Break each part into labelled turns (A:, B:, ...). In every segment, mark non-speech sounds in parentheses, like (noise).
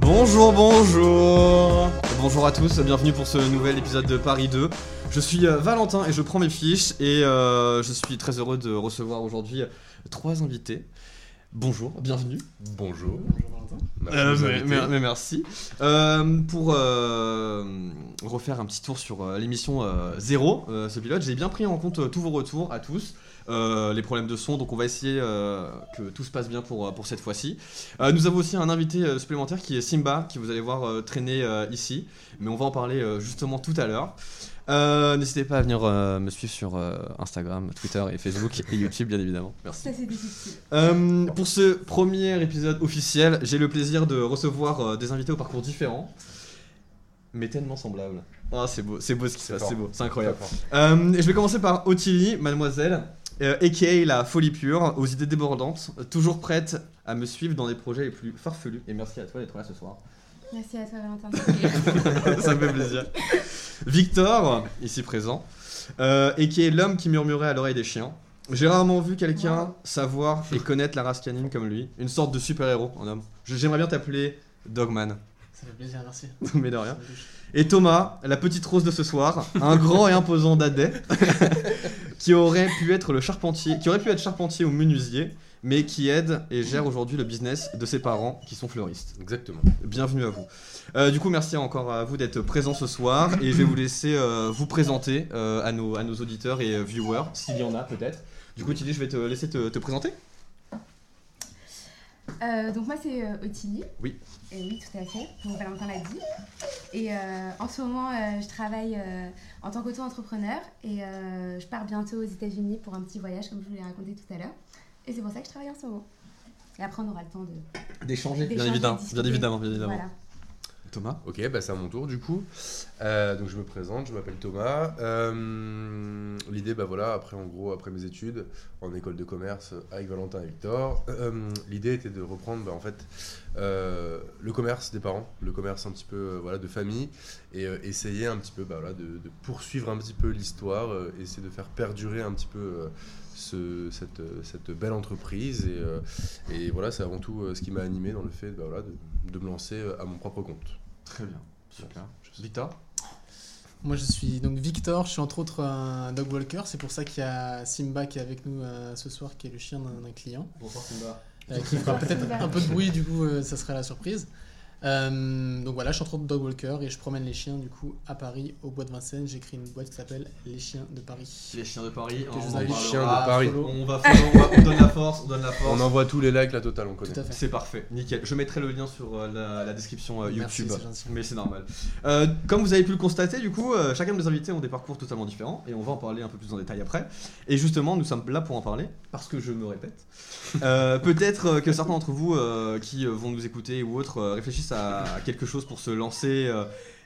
A: Bonjour, bonjour Bonjour à tous, bienvenue pour ce nouvel épisode de Paris 2. Je suis euh, Valentin et je prends mes fiches et euh, je suis très heureux de recevoir aujourd'hui euh, trois invités. Bonjour, bienvenue.
B: Bonjour.
A: Euh,
B: Merci de nous
A: mais,
B: inviter.
A: mais- mais merci. Euh, pour euh, refaire un petit tour sur euh, l'émission euh, Zéro, euh, ce pilote, j'ai bien pris en compte euh, tous vos retours à tous, euh, les problèmes de son, donc on va essayer euh, que tout se passe bien pour, euh, pour cette fois-ci. Euh, nous avons aussi un invité euh, supplémentaire qui est Simba, qui vous allez voir euh, traîner euh, ici, mais on va en parler euh, justement tout à l'heure. Euh, N'hésitez pas à venir euh, me suivre sur euh, Instagram, Twitter et Facebook et YouTube bien évidemment. Merci.
C: Ça, c'est difficile.
A: Euh, pour ce premier épisode officiel, j'ai le plaisir de recevoir euh, des invités au parcours différent, mais tellement semblables. Ah, c'est beau, c'est beau ce qui se
B: C'est
A: passe,
B: fort.
A: c'est beau, c'est incroyable. Euh, et je vais commencer par Ottilie, mademoiselle, euh, aka la folie pure, aux idées débordantes, euh, toujours prête à me suivre dans des projets les plus farfelus. Et merci à toi d'être là ce soir.
C: Merci à toi,
A: (laughs)
C: Valentin. (coughs)
A: Ça me fait plaisir. Victor, ici présent, euh, et qui est l'homme qui murmurait à l'oreille des chiens. J'ai rarement vu quelqu'un savoir et connaître la race canine comme lui. Une sorte de super-héros en homme. Je- J'aimerais bien t'appeler Dogman,
D: Ça fait plaisir, merci.
A: (laughs) mais de rien. Et Thomas, la petite rose de ce soir, un grand et imposant dadais, (laughs) qui aurait pu être le charpentier, qui aurait pu être charpentier ou menuisier, mais qui aide et gère aujourd'hui le business de ses parents qui sont fleuristes.
B: Exactement.
A: Bienvenue à vous. Euh, du coup, merci encore à vous d'être présents ce soir et je vais vous laisser euh, vous présenter euh, à, nos, à nos auditeurs et euh, viewers, s'il y en a peut-être. Du coup, Tilly, je vais te laisser te, te présenter.
C: Euh, donc, moi, c'est euh, Ottilie.
A: Oui.
C: Et oui, tout à fait. Donc, Valentin l'a dit. Et euh, en ce moment, euh, je travaille euh, en tant qu'auto-entrepreneur et euh, je pars bientôt aux États-Unis pour un petit voyage, comme je vous l'ai raconté tout à l'heure. Et c'est pour ça que je travaille en ce moment. Et après, on aura le temps de.
A: D'échanger. Bien
C: d'échanger,
A: évidemment,
C: de discuter.
A: bien évidemment, bien évidemment.
C: Voilà.
A: Thomas
B: Ok, bah c'est à mon tour du coup. Euh, donc je me présente, je m'appelle Thomas. Euh, L'idée, bah voilà, après en gros, après mes études en école de commerce avec Valentin et Victor, euh, l'idée était de reprendre bah, en fait euh, le commerce des parents, le commerce un petit peu euh, voilà de famille et euh, essayer un petit peu bah, voilà, de, de poursuivre un petit peu l'histoire, euh, essayer de faire perdurer un petit peu. euh, ce- cette, euh, cette belle entreprise et, euh, et voilà c'est avant tout euh, ce qui m'a animé dans le fait bah, voilà, de- de me lancer euh, à mon propre compte
A: Très bien. Super. Victor
D: Moi, je suis donc Victor, je suis entre autres un dog walker, c'est pour ça qu'il y a Simba qui est avec nous euh, ce soir, qui est le chien d'un d'un client,
A: Bonsoir, Simba.
D: euh, qui fera peut-être un peu de bruit, du coup, euh, ça serait la surprise. Euh, donc voilà, je suis entre autres dog walker et je promène les chiens, du coup, à Paris, au bois de Vincennes. J'ai créé une boîte qui s'appelle Les Chiens de Paris.
A: Les chiens de Paris.
D: je vous
A: en
D: invite.
A: parlera.
B: Chiens de Paris.
A: On va follow, on, va- on donne la force, on donne la
B: On
A: force.
B: envoie tous les likes, la totale, on connaît.
D: Tout à fait.
A: C'est parfait, nickel. Je mettrai le lien sur euh, la, la description euh,
D: Merci,
A: YouTube.
D: c'est gentil.
A: mais c'est normal. Euh, comme vous avez pu le constater, du coup, euh, chacun de nos invités ont des parcours totalement différents et on va en parler un peu plus en détail après. Et justement, nous sommes là pour en parler parce que je me répète. Euh, Peut-être euh, que certains d'entre vous euh, qui euh, vont nous écouter ou autres euh, réfléchissent à, à quelque chose pour se lancer. euh,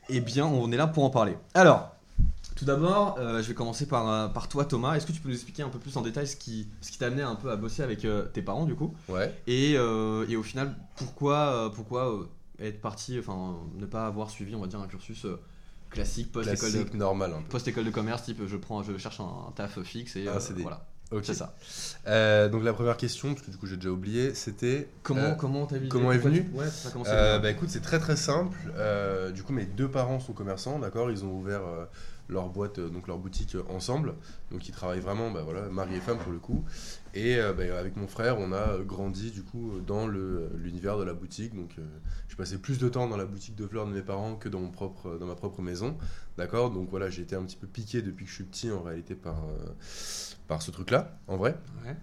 A: eh bien, on est là pour en parler. Alors. Tout d'abord, euh, je vais commencer par, euh, par toi Thomas. Est-ce que tu peux nous expliquer un peu plus en détail ce qui, ce qui t'a amené un peu à bosser avec euh, tes parents du coup
B: Ouais.
A: et, euh, et au final, pourquoi, euh, pourquoi euh, être parti, enfin, ne pas avoir suivi, on va dire, un cursus euh, classique post-école de,
B: Classique, normal un peu.
A: post-école de commerce, type je prends, je cherche un, un taf fixe et
B: Un
A: euh,
B: CD.
A: voilà,
B: Ok.
A: c'est ça.
B: Euh, donc la première question, parce que du coup j'ai déjà oublié, c'était.
A: Comment,
B: euh,
A: comment t'as vu
B: comment est
A: pourquoi
B: venu
A: tu- Ouais, c'est ça comment c'est
B: Euh,
A: venu.
B: bah écoute, c'est très très simple. Euh, du coup, mes deux parents sont commerçants, d'accord Ils ont ouvert euh, leur boîte, euh, donc leur boutique euh, ensemble. Donc ils travaillent vraiment, bah voilà, mari et femme pour le coup. Et euh, bah, avec mon frère, on a euh, grandi du coup euh, dans le- l'univers de la boutique. Donc euh, j'ai passé plus de temps dans la boutique de fleurs de mes parents que dans, mon propre, euh, dans ma propre maison, d'accord Donc voilà, j'ai été un petit peu piqué depuis que je suis petit en réalité par, euh, par ce truc-là, en vrai.
A: Ouais.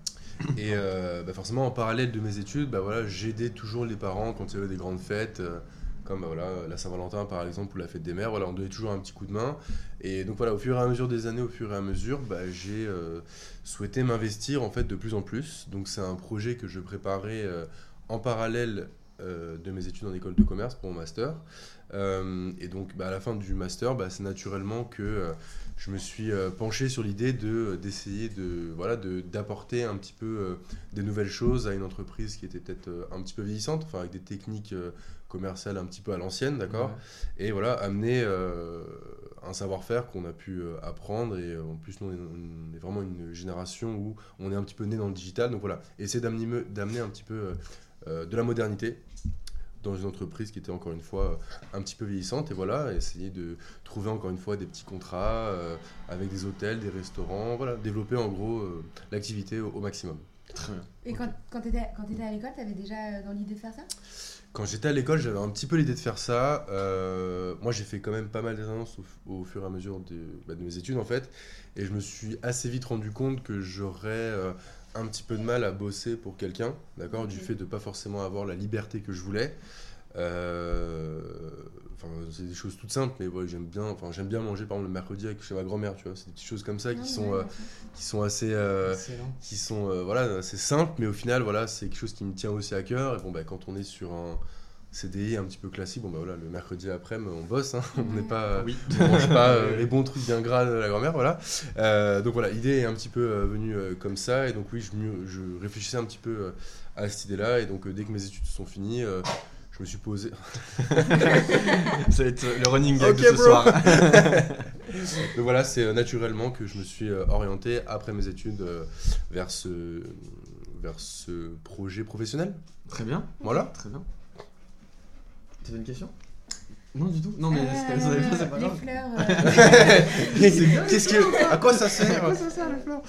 B: (laughs) Et euh, bah forcément, en parallèle de mes études, bah voilà, j'aidais toujours les parents quand il y avait des grandes fêtes, euh, comme bah voilà, la Saint-Valentin par exemple, ou la fête des mères. Voilà, on donnait toujours un petit coup de main. Et donc voilà, au fur et à mesure des années, au fur et à mesure, bah, j'ai euh, souhaité m'investir en fait de plus en plus. Donc c'est un projet que je préparais euh, en parallèle euh, de mes études en école de commerce pour mon master. Euh, et donc, bah, à la fin du master, bah, c'est naturellement que euh, je me suis euh, penché sur l'idée de euh, d'essayer de voilà de- d'apporter un petit peu euh, des nouvelles choses à une entreprise qui était peut-être euh, un petit peu vieillissante, enfin avec des techniques euh, commerciales un petit peu à l'ancienne, d'accord. Et voilà, amener euh, un savoir-faire qu'on a pu euh, apprendre. Et euh, en plus, nous, on est, on est vraiment une génération où on est un petit peu né dans le digital. Donc voilà, essayer d'amener d'amener un petit peu euh, euh, de la modernité dans une entreprise qui était encore une fois euh, un petit peu vieillissante et voilà essayer de trouver encore une fois des petits contrats euh, avec des hôtels des restaurants voilà développer en gros euh, l'activité au, au maximum
C: Et quand, quand tu étais, à l'école, tu avais déjà euh, dans l'idée de faire ça
B: quand j'étais à l'école j'avais un petit peu l'idée de faire ça Euh, moi j'ai fait quand même pas mal d'annonces au, au fur et à mesure de, bah, de mes études en fait et je me suis assez vite rendu compte que j'aurais euh, un petit peu de mal à bosser pour quelqu'un d'accord du
C: Ok.
B: fait de pas forcément avoir la liberté que je voulais Euh, Enfin, c'est des choses toutes simples, mais voilà, j'aime bien. Enfin, j'aime bien manger par exemple le mercredi avec chez ma grand-mère, tu vois. C'est des petites choses comme ça qui
C: Non,
B: sont,
C: Ah ouais,
B: euh,
C: bien sûr.
B: qui sont assez, euh,
D: Excellent.
B: qui sont euh, voilà c'est simple mais au final voilà c'est quelque chose qui me tient aussi à cœur et bon bah quand on est sur un CDI un petit peu classique bon bah voilà le mercredi après on bosse hein. on n'est pas
A: (laughs) Oui.
B: on mange pas euh, les bons trucs bien gras de la grand-mère voilà Euh, donc voilà l'idée est un petit peu euh, venue euh, comme ça et donc oui je, me- je réfléchissais un petit peu euh, à cette idée là et donc euh, dès que mes études sont finies euh, je me suis posé (laughs)
A: Ça va être le running gag
B: Ok,
A: de ce
B: bro.
A: soir.
B: donc voilà c'est euh, naturellement que je me suis euh, orienté après mes études euh, vers ce vers ce projet professionnel
A: (laughs) Très bien.
B: voilà
A: Très bien. T'avais une question Non, du tout. Ah, Non, mais c'était- ça
C: Euh,
A: c'est pas (laughs)
C: les
A: grave. euh,
C: fleurs.
B: (laughs)
A: Qu'est-ce que. À quoi ça
B: sert
A: (laughs) À quoi ça sert, les fleurs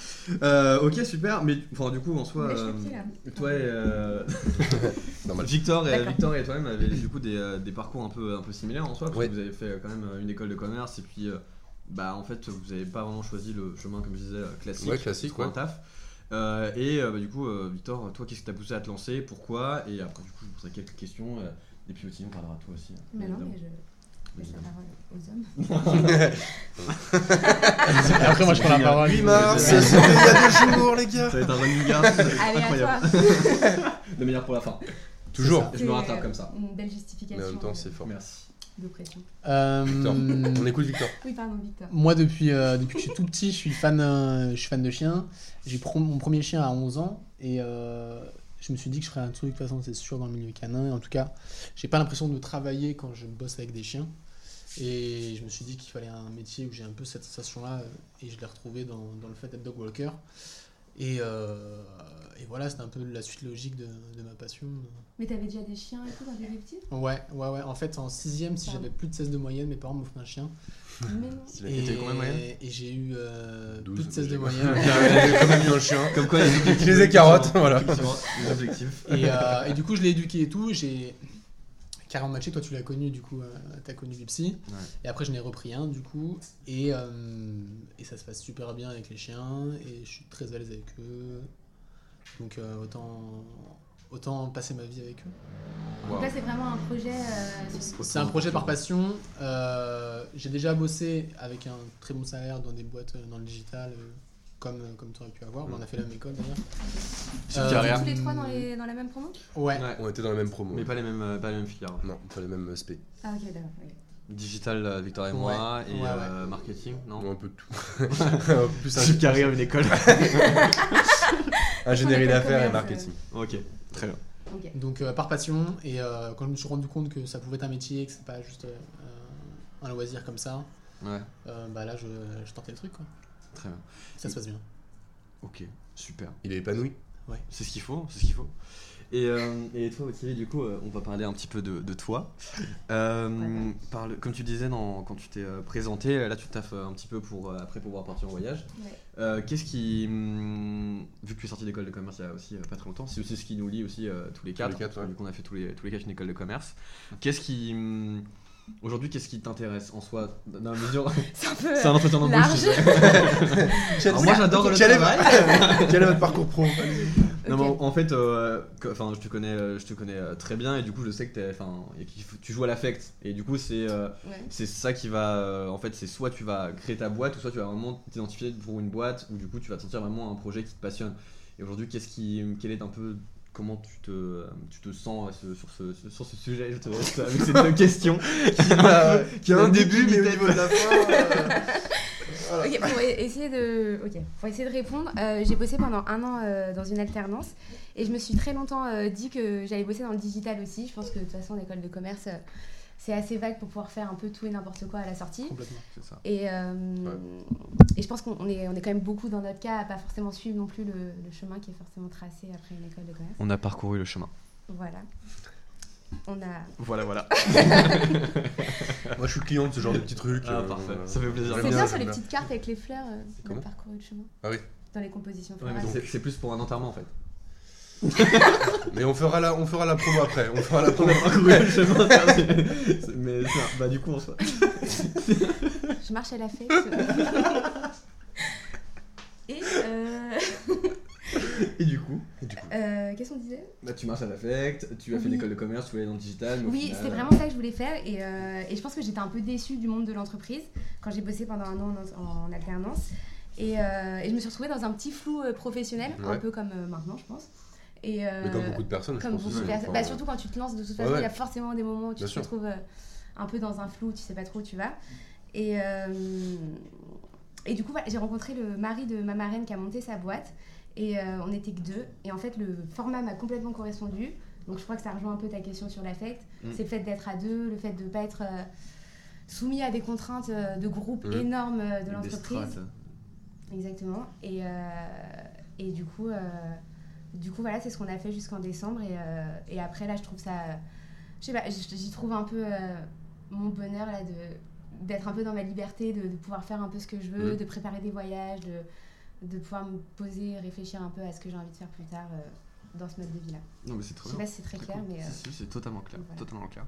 A: Euh, Ok, super. Mais enfin, du coup, en soi.
C: euh,
A: euh,
C: mais je suis là.
A: Toi et. euh,
B: Normal.
A: Victor et,
C: D'accord.
A: Victor et toi-même avez du coup des, euh, des parcours un peu, un peu similaires en soi, parce
B: Ouais.
A: que vous avez fait euh, quand même euh, une école de commerce et puis. euh, Bah, en fait, vous n'avez pas vraiment choisi le chemin, comme je disais, euh, classique.
B: Ouais, classique,
A: pour un
B: ouais.
A: taf. Euh, et euh, bah, du coup, euh, Victor, toi, qu'est-ce qui t'a poussé à te lancer Pourquoi Et après, du coup, je vous poserai quelques questions. euh, et puis aussi, on parlera de toi aussi. hein,
C: Mais non,
A: évidemment.
C: mais je laisse la
A: Évidemment.
C: parole aux hommes.
D: Et après, moi, je prends la parole.
A: (laughs)
B: 8 mars, c'était il y a deux jours, les gars.
A: Ça va être un running gag, ça va être
C: Allez, à
A: incroyable.
C: toi.
A: Le meilleur pour la fin.
B: Toujours.
A: Je me rattrape
C: euh,
A: comme ça.
C: Une belle
B: Mais
C: justification.
B: en même temps, c'est fort.
A: Merci.
C: de pression.
D: Euh,
B: Victor. On écoute Victor.
C: Oui, pardon, Victor.
D: Moi, depuis, euh, depuis que je suis tout petit, je suis fan, euh, je suis fan de chiens. J'ai pris mon premier chien à 11 ans et euh, je me suis dit que je ferais un truc, de toute façon, c'est sûr, dans le milieu canin. Et en tout cas, j'ai pas l'impression de travailler quand je bosse avec des chiens. Et je me suis dit qu'il fallait un métier où j'ai un peu cette sensation-là euh, et je l'ai retrouvée dans, dans le fait d'être dog walker. Et, euh, et voilà, c'était un peu la suite logique de, de ma passion.
C: Mais t'avais déjà des chiens et tout quand t'étais
B: (laughs)
C: petit
D: Ouais, ouais, ouais. En fait, en sixième, si j'avais plus de 16 de moyenne, mes parents m'offraient un chien.
C: Mais non.
A: Et t'as eu combien de moyenne
D: et j'ai eu euh,
B: 12,
D: plus de 16 de
B: j'ai-
D: moyenne. (laughs)
B: J'ai quand même mis un chien.
A: Comme quoi, les objectifs.
B: les écarottes, voilà.
A: Effectivement, les objectifs.
D: et, euh, et du coup, je l'ai éduqué et tout. J'ai. Karen Matché, toi tu l'as connu, du coup, euh, t'as connu Bipsy.
A: Ouais.
D: Et après, je n'ai repris un, du coup. Et, euh, et ça se passe super bien avec les chiens. Et je suis très à l'aise avec eux. Donc, euh, autant, autant passer ma vie avec eux.
C: Donc là, c'est vraiment un projet. euh, sur-
D: C'est un projet par passion. Euh, j'ai déjà bossé avec un très bon salaire dans des boîtes euh, dans le digital, euh, comme, comme tu aurais pu avoir. On a fait la même école d'ailleurs.
A: C'est une carrière.
C: Tous les trois dans, les- dans la même promo
D: euh, Ouais.
A: Ouais.
B: On était dans la même promo. hein.
A: Mais pas les mêmes, euh, pas les mêmes filières.
B: Non, pas les mêmes aspects.
C: Ah, ok, d'accord. ok.
A: Digital, euh, Victor et moi,
D: Ouais.
A: et
D: Ouais, ouais.
A: euh, marketing, non
B: Un peu de tout. (laughs) Un peu plus ingé-
A: carrière, une école.
B: ingénierie
C: École de
B: d'affaires et
C: commerce, euh.
B: marketing.
A: ok, très bien.
C: Ok.
D: Donc euh, par passion et euh, quand je me suis rendu compte que ça pouvait être un métier, que c'est pas juste euh, un loisir comme ça,
A: Ouais,
D: euh, bah là je, je tentais le truc quoi.
A: très bien.
D: Ça se passe bien.
A: Ok, super.
B: Il est épanoui.
A: C'est ce qu'il faut, c'est ce qu'il faut. Et, euh, et toi, Ottilie, du coup, euh, on va parler un petit peu de, de toi. Euh,
C: Ouais.
A: parle- comme tu disais dans- quand tu t'es euh, présenté, là tu taffes euh, un petit peu pour euh, après pouvoir partir en voyage.
C: Ouais.
A: Euh, Qu'est-ce qui. hum, vu que tu es sorti d'école de commerce il y a aussi euh, pas très longtemps, c'est aussi ce qui nous lie aussi euh, tous les quatre.
B: quatre, ouais.
A: Vu qu'on a fait tous les, tous les quatre une école de commerce. Qu'est-ce qui. hum, Aujourd'hui, qu'est-ce qui t'intéresse en soi dans la mesure- (laughs)
C: C'est un peu.
A: C'est un entretien d'embauche.
C: Large.
A: (laughs) je sais. Alors, moi, j'adore le
B: Quel est-
A: travail.
B: Quel est votre (laughs) parcours pro
A: Non,
C: Ok.
A: mais en- en fait, euh, que- enfin, je te connais, euh, je te connais euh, très bien et du coup, je sais que t'es- enfin, et qu'il faut- tu joues à l'affect et du coup, c'est euh,
C: Ouais.
A: c'est ça qui va, euh, en fait, c'est soit tu vas créer ta boîte ou soit tu vas vraiment t'identifier pour une boîte ou du coup, tu vas te sentir vraiment un projet qui te passionne. Et aujourd'hui, qu'est-ce qui, quel est un peu, co- comment tu te, euh, tu te sens à ce- sur, ce, sur ce sujet je te laisse avec cette question qui a, un peu- qui a un début, mais peut-être-
B: de la euh, fin.
C: Ok, pour e- essayer de, ok, pour essayer de répondre, euh, j'ai bossé pendant un an euh, dans une alternance et je me suis très longtemps euh, dit que j'allais bosser dans le digital aussi. Je pense que de toute façon, l'école de commerce, euh, c'est assez vague pour pouvoir faire un peu tout et n'importe quoi à la sortie.
D: Complètement.
B: C'est ça.
C: Et, euh, et je pense qu'on on est, on est quand même beaucoup dans notre cas à pas forcément suivre non plus le, le chemin qui est forcément tracé après une école de commerce.
A: On a parcouru le chemin.
C: Voilà. On a.
A: Voilà, voilà.
B: Moi, je suis client de ce genre de petits trucs.
A: Ah,
B: euh,
A: parfait.
B: euh,
A: Ça fait plaisir.
C: C'est
B: j'aime
A: bien,
C: bien,
B: j'aime
C: sur les
B: bien.
C: petites cartes avec les fleurs, euh, on
B: Comment
C: a parcouru le chemin.
B: Ah oui.
C: Dans les compositions
A: Ouais,
C: florales.
A: mais c'est- C'est plus pour un enterrement en fait.
B: Mais on fera la, on fera la promo après. On fera la
A: On
B: promo.
A: a (laughs)
C: Euh,
A: parcouru le chemin. c'est- mais ça, bah du coup on se.
C: Je marche à la fête. Et euh,
A: Et du coup,
C: euh, qu'est-ce qu'on disait
A: bah tu marches à l'affect, tu as fait
C: Oui.
A: l'école de commerce, tu voulais dans le digital. mais au
C: Oui,
A: final, euh,
C: c'est vraiment ça que je voulais faire et, euh, et je pense que j'étais un peu déçue du monde de l'entreprise quand j'ai bossé pendant un an en, en alternance et, euh, et je me suis retrouvée dans un petit flou euh, professionnel, un
B: Ouais.
C: peu comme euh, maintenant je pense. Et, euh,
B: Mais comme beaucoup de personnes,
C: comme
B: je pense.
C: beaucoup de
B: aussi. hein.
C: personnes.
B: Enfin,
C: Bah, surtout quand tu te lances, de toute façon, il
B: ouais.
C: y a forcément des moments où tu
B: Bien
C: te
B: sûr. Mm.
C: retrouves euh, un peu dans un flou, où tu sais pas trop où tu vas. Et, euh, et du coup, voilà, j'ai rencontré le mari de ma marraine qui a monté sa boîte. Et euh, on était que deux. Et en fait, le format m'a complètement correspondu. Donc je crois que ça rejoint un peu ta question sur l'affect.
A: Mm.
C: C'est le fait d'être à deux, le fait de ne pas être euh, soumis à des contraintes euh, de groupe
B: Mm.
C: énormes euh, de
A: des
C: l'entreprise.
A: strates.
C: Exactement. Et, euh, et du coup, euh, du coup voilà, c'est ce qu'on a fait jusqu'en décembre. Et, euh, et après, là, je trouve ça. Je sais pas, j- j'y trouve un peu euh, mon bonheur là de d'être un peu dans ma liberté, de, de pouvoir faire un peu ce que je veux,
A: Mmh.
B: Mhm.
C: de préparer des voyages, de, de pouvoir me poser, réfléchir un peu à ce que j'ai envie de faire plus tard euh, dans ce mode de vie là.
A: Non mais c'est
C: Je
A: trop
C: sais
A: bien.
C: pas si c'est très clair, mais. euh,
A: Si, si, c'est totalement clair.
C: voilà.
A: Totalement clair.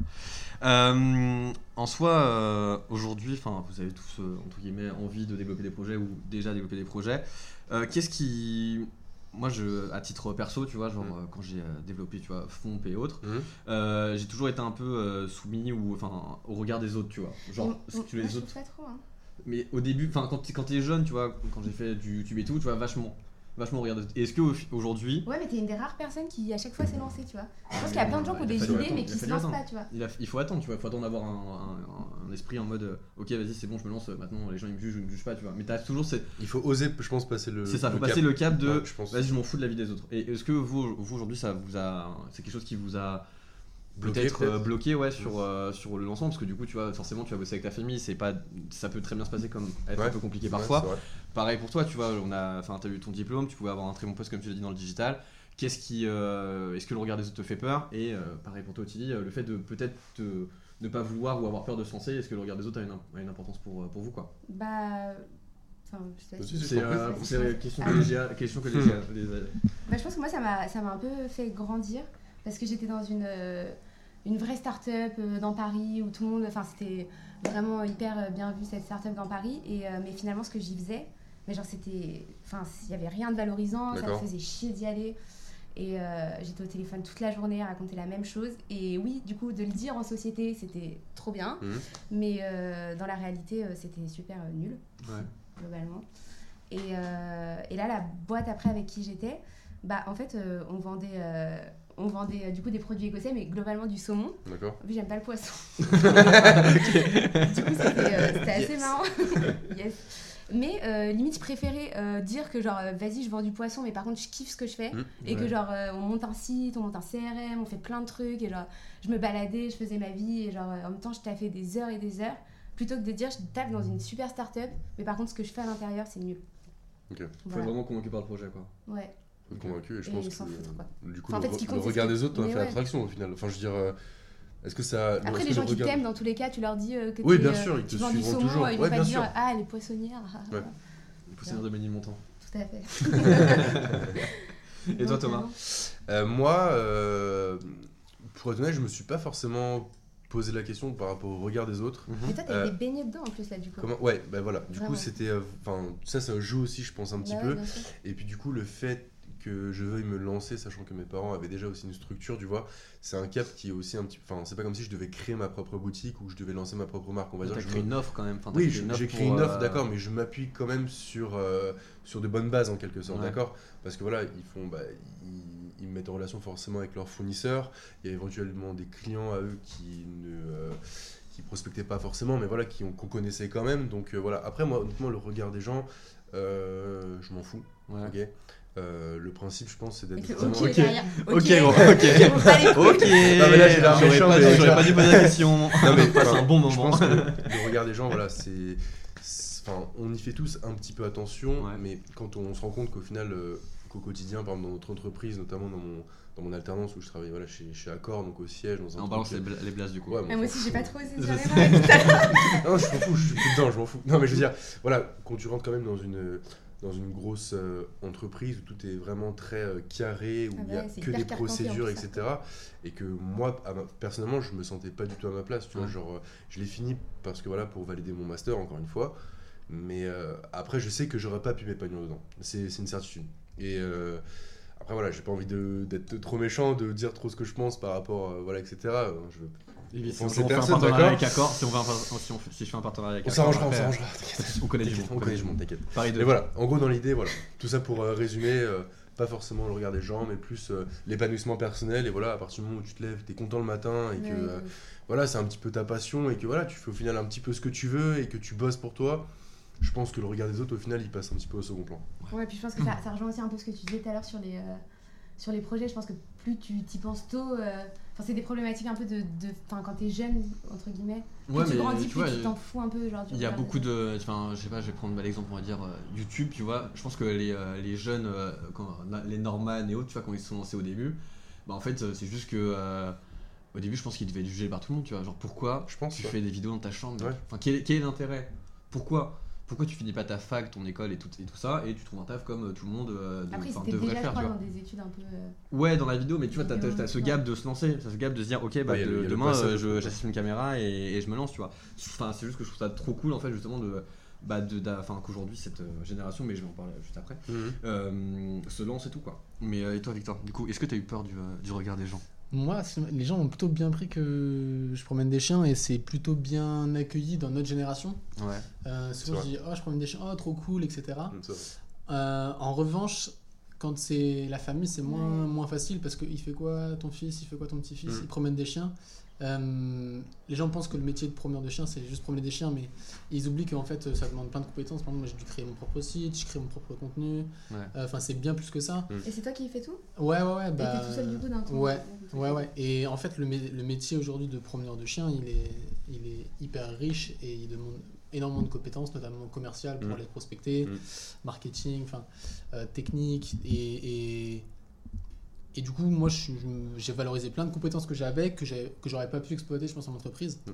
A: Euh, en soi, euh, aujourd'hui, enfin, vous avez tous euh, entre guillemets envie de développer des projets ou déjà développer des projets. Euh, Qu'est-ce qui, moi, je, à titre perso, tu vois, genre
B: Mm.
A: euh, quand j'ai euh, développé, tu vois, Fomp et autres,
B: Mhm.
A: euh, j'ai toujours été un peu euh, soumis ou enfin au regard des autres, tu vois. Genre,
C: on-
A: ce
C: on-
A: que
C: Mm, moi,
A: les
C: je
A: autres
C: trouve pas trop. hein.
A: mais au début, enfin quand t'es- quand t'es jeune, tu vois, quand j'ai fait du YouTube et tout, tu vois, vachement, vachement regarder. Et Est-ce que au- aujourd'hui,
C: Ouais, mais t'es une des rares personnes qui à chaque fois s'est lancée, tu vois. Je pense qu'il y a plein de gens qui
A: Il a
C: ont des
A: fallu
C: idées
A: attendre,
C: mais
A: il a
C: qui se
A: fallu
C: lancent
A: attendre.
C: pas, tu vois.
A: il, a- il faut attendre, tu vois, il faut attendre d'avoir un, un- un esprit en mode, euh, ok, vas-y, c'est bon, je me lance. euh, Maintenant, les gens ils me jugent, ou ils me jugent pas, tu vois. Mais t'as toujours, cette-
B: Il faut oser, je pense, passer le.
A: c'est ça, faut
B: cap.
A: passer le cap de,
B: Ouais, je pense.
A: vas-y, je m'en fous de la vie des autres. Et est-ce que vous, vous aujourd'hui, ça vous a, c'est quelque chose qui vous a
B: Bloqué,
A: peut-être
B: peut-être.
A: euh, bloqué, ouais, sur euh, sur le lancement, parce que du coup, tu vois, forcément, tu vas bosser avec ta famille, c'est pas, ça peut très bien se passer comme être un
B: Ouais.
A: peu compliqué
B: Ouais,
A: parfois.
B: c'est vrai.
A: Pareil pour toi, tu vois, on a, enfin, t'as eu ton diplôme, tu pouvais avoir un très bon poste comme tu l'as dit dans le digital. Qu'est-ce qui, euh, est-ce que le regard des autres te fait peur Et euh, pareil pour toi, Tilly, euh, le fait de peut-être te- ne pas vouloir ou avoir peur de se lancer, est-ce que le regard des autres a une, a une importance pour, euh, pour vous quoi
C: Bah. Enfin, je sais pas.
B: Si, si, je
A: C'est
B: t'en prie.
A: euh, c'est la question
C: Ah.
B: (coughs)
A: collégiale, question collégiale.
B: Hmm.
A: désolé.
C: Bah, je pense que moi, ça m'a ça m'a un peu fait grandir parce que j'étais dans une, euh, une vraie start-up euh, dans Paris où tout le monde. Enfin, c'était vraiment hyper euh, bien vu cette start-up dans Paris. Et, euh, mais finalement, ce que j'y faisais, mais genre, c'était. Enfin, il n'y avait rien de valorisant, ça me
B: D'accord.
C: faisait chier d'y aller. Et euh, j'étais au téléphone toute la journée à raconter la même chose. Et oui, du coup, de le dire en société, c'était trop bien.
B: Mhm.
C: Mais euh, dans la réalité, euh, c'était super euh, nul, globalement. Et, euh, et là, la boîte après avec qui j'étais, bah en fait, euh, on vendait, euh, on vendait euh, du coup des produits écossais, mais globalement du saumon.
B: D'accord.
C: En plus, j'aime pas le
B: (laughs)
C: poisson. du coup, c'était euh, c'était assez marrant. (laughs) Yes. Mais euh, limite, je préférais euh, dire que genre, euh, vas-y, je vends du poisson, mais par contre, je kiffe ce que je fais.
B: Mhm.
C: Et que
B: Ouais.
C: genre, euh, on monte un site, on monte un CRM, on fait plein de trucs. Et genre, je me baladais, je faisais ma vie. Et genre, euh, en même temps, je taffais des heures et des heures. Plutôt que de dire, je tape dans une super start-up, mais par contre, ce que je fais à l'intérieur, c'est nul.
B: Ok.
A: Faut
C: Voilà.
A: vraiment convaincu par le projet quoi.
C: Ouais.
B: Faut être convaincu et je
C: Et
B: pense que.
C: s'en foutre, quoi.
B: euh, Du coup,
C: Enfin, en
B: le,
C: fait, ce qui
B: re-
C: compte,
B: le
C: c'est
B: regard
C: ce qui-
B: des autres t'en a
C: Mais
B: fait
C: ouais.
B: l'attraction au final. Enfin, je veux dire. euh, Est-ce que ça.
C: Après,
B: le- est-ce
C: les
B: Ah, que
C: gens
B: le
C: qui
B: regard-
C: t'aiment, dans tous les cas, tu leur dis euh, que
B: Oui,
C: t'es,
B: bien
C: euh,
B: sûr, ils te
C: tu vends du
B: suivront
C: saumon,
B: toujours.
C: euh, ils vont
B: Ouais,
C: pas
B: bien
C: dire
B: sûr.
C: ah les poissonnières. (laughs) ah, ah,
B: Ouais.
C: ah.
A: Le poussière de Ménilmontant.
C: Tout à fait.
A: (laughs) Et toi,
C: Donc,
A: Thomas
C: euh,
B: Euh, moi, euh, pour être honnête, je me suis pas forcément posé la question par rapport au regard des autres.
C: Et toi, t'as
B: Euh,
C: été baigné dedans en plus là du coup.
B: Comment Ouais, ben voilà. Du coup,
C: Vraiment.
B: c'était. euh, Enfin, ça, ça joue aussi, je pense, un petit
C: Ah Bah ouais,
B: peu. Euh,
C: bien sûr.
B: Et puis, du coup, le fait que je veuille me lancer, sachant que mes parents avaient déjà aussi une structure, tu vois, c'est un cap qui est aussi un petit. Enfin, c'est pas comme si je devais créer ma propre boutique ou que je devais lancer ma propre marque. On va dire.
A: T'as
B: je
A: créé
B: me-
A: une offre quand même. enfin, t'as
B: Oui,
A: créé
B: je-
A: une offre
B: j'ai créé
A: pour,
B: une offre,
A: euh,
B: d'accord, mais je m'appuie quand même sur, euh, sur de bonnes bases en quelque sorte,
A: Ouais.
B: d'accord Parce que voilà, ils font, bah, ils, ils me mettent en relation forcément avec leurs fournisseurs. Il y a éventuellement des clients à eux qui ne euh, qui prospectaient pas forcément, mais voilà, qui ont- qu'on connaissait quand même. Donc euh, voilà. Après, moi, honnêtement, le regard des gens, euh, je m'en fous.
A: Ouais.
B: ok Euh, le principe, je pense, c'est
C: Avec
B: d'être
C: le
B: vraiment-
C: ok, derrière.
A: Ok, gros,
C: (laughs)
A: ok.
C: Allez,
A: (laughs) Ok.
B: Non, mais là, j'ai l'air
A: J'aurais
B: méchant,
A: pas,
B: mais-
A: j'aurais pas dû poser la question.
B: Non, mais
A: On passe
B: enfin,
A: un bon
B: Je
A: moment. (laughs)
B: pense que le regard des gens, voilà, c'est. c'est- Enfin, on y fait tous un petit peu attention,
A: Ouais.
B: mais quand on se rend compte qu'au final, euh, qu'au quotidien, par exemple, dans notre entreprise, notamment dans mon, dans mon alternance où je travaillais voilà, chez, chez Accor, donc au siège, dans
A: On
B: un. truc-
A: balance les, bla- les blases du coup.
B: Ouais, mais
C: Ah,
B: on
C: moi
B: s'en
C: aussi, j'ai
B: fout.
C: pas trop
A: Je
C: osé
A: sais.
C: ça.
B: Non, je m'en fous, je suis plus dedans, je m'en fous. Non, mais je veux dire, voilà, quand tu rentres quand même dans une, dans une grosse euh, entreprise où tout est vraiment très euh, carré, où
C: Ah
B: il n'y a
C: ouais, c'est
B: que
C: hyper
B: des
C: carpenté, en
B: procédures,
C: plus,
B: etc. Et que moi, à ma- personnellement, je me sentais pas du tout à ma place, tu vois.
A: Ouais.
B: Genre, euh, je l'ai fini parce que voilà, pour valider mon master, encore une fois. Mais euh, après, je sais que j'aurais pas pu m'épanouir dedans. C'est c'est une certitude. Et. euh, après voilà, j'ai pas envie de- d'être trop méchant, de dire trop ce que je pense par rapport, euh, voilà, etc. Euh, Je veux
A: Oui, si
B: On
A: on,
B: sait
A: fait un
B: personne,
A: partenariat
B: d'accord.
A: avec Accor, si, on fait un par- si, on fait- si je fais un partenariat avec
B: On
A: Accor,
B: s'arrangera, on
A: après,
B: s'arrangera, t'inquiète.
A: On connaît du
B: T'inquiète,
A: monde,
B: On connaît du monde, t'inquiète.
A: Paris 2.
B: Et voilà, en gros, dans l'idée, voilà. Tout ça pour euh, résumer, euh, pas forcément le regard des gens, mais plus euh, l'épanouissement personnel. Et voilà, à partir du moment où tu te lèves, t'es content le matin et que euh, voilà, c'est un petit peu ta passion et que voilà, tu fais au final un petit peu ce que tu veux et que tu bosses pour toi. Je pense que le regard des autres, au final, il passe un petit peu au second plan.
C: Ouais, puis je pense que ça, ça rejoint aussi un peu ce que tu disais tout à l'heure sur les, euh, sur les projets. Je pense que plus tu t'y penses tôt, euh, enfin c'est des problématiques un peu de, de- enfin quand t'es jeune entre guillemets. Plus
A: Ouais,
C: tu
A: mais
C: grandis,
A: tu
C: plus
A: vois,
C: tu t'en fous un peu genre. du
A: il y a
C: regard des
A: beaucoup
C: autres.
A: de. Enfin, je sais pas, je vais prendre mal exemple, on va dire euh, YouTube, tu vois. Je pense que les, euh, les jeunes, euh, quand, les Norman et autres, tu vois, quand ils se sont lancés au début, bah en fait, euh, c'est juste que. euh, au début, je pense qu'ils devaient être jugés par tout le monde, tu vois. Genre, pourquoi
B: Je pense.
A: tu
B: ouais.
A: fais des vidéos dans ta chambre mec
B: Ouais.
A: Enfin, quel, quel est l'intérêt Pourquoi Pourquoi tu finis pas ta fac, ton école et tout, et tout ça, et tu trouves un taf comme euh, tout le monde euh, de-
C: Après
A: enfin,
C: c'était
A: devrait
C: déjà je
A: faire,
C: crois
A: tu vois
C: dans des études un peu. euh,
A: Ouais, dans la vidéo, mais tu vois, t'as
C: Vidéo,
A: t'as- t'as ce
C: ouais.
A: gap de se lancer, t'as ce gap de se dire, ok, bah,
B: Ouais, il y a
A: de-
B: le- il y a le
A: demain,
B: passage
A: euh,
B: de
A: je-
B: frontière.
A: j'assume une caméra et, et je me lance, tu vois. Enfin, c'est juste que je trouve ça trop cool, en fait, justement, de. Bah, de, d'a- enfin, qu'aujourd'hui, cette euh, génération, mais je vais en parler juste après,
B: Mhm.
A: euh, se lance et tout, quoi. Mais euh, et toi, Victor, du coup, est-ce que t'as eu peur du, euh, du regard des gens
D: (laughs) Moi, c'est- les gens ont plutôt bien pris que je promène des chiens et c'est plutôt bien accueilli dans notre génération.
A: Ouais.
D: Euh, souvent,
B: C'est
D: je dis Oh, je promène des chiens, oh, trop cool, etc.
B: Comme ça.
D: Euh, en revanche, quand c'est la famille, c'est moins,
C: Ouais.
D: moins facile parce qu'il fait quoi ton fils, il fait quoi ton petit-fils,
B: Mm.
D: il promène des chiens. Euh, les gens pensent que le métier de promeneur de chiens, c'est juste promener des chiens, mais ils oublient qu'en fait, ça demande plein de compétences. Par exemple, moi, j'ai dû créer mon propre site, je crée mon propre contenu.
A: Ouais.
D: Euh, Enfin, c'est bien plus que ça.
C: Et c'est toi qui fais tout
D: Ouais, ouais, ouais.
C: Et
D: Bah,
C: T'es tout seul du coup dans ton.
D: ouais.
C: dans ton
D: Ouais,
C: truc.
D: ouais. Et en fait, le, mé- le métier aujourd'hui de promeneur de chien, il est, il est hyper riche et il demande énormément de compétences, notamment commerciales pour
B: Mm.
D: aller prospecter,
B: Mm.
D: marketing, enfin, euh, technique. Et, et, et du coup, moi, je suis- je me- j'ai valorisé plein de compétences que j'avais, que j'ai- que j'aurais pas pu exploiter, je pense, en entreprise.
B: Mm.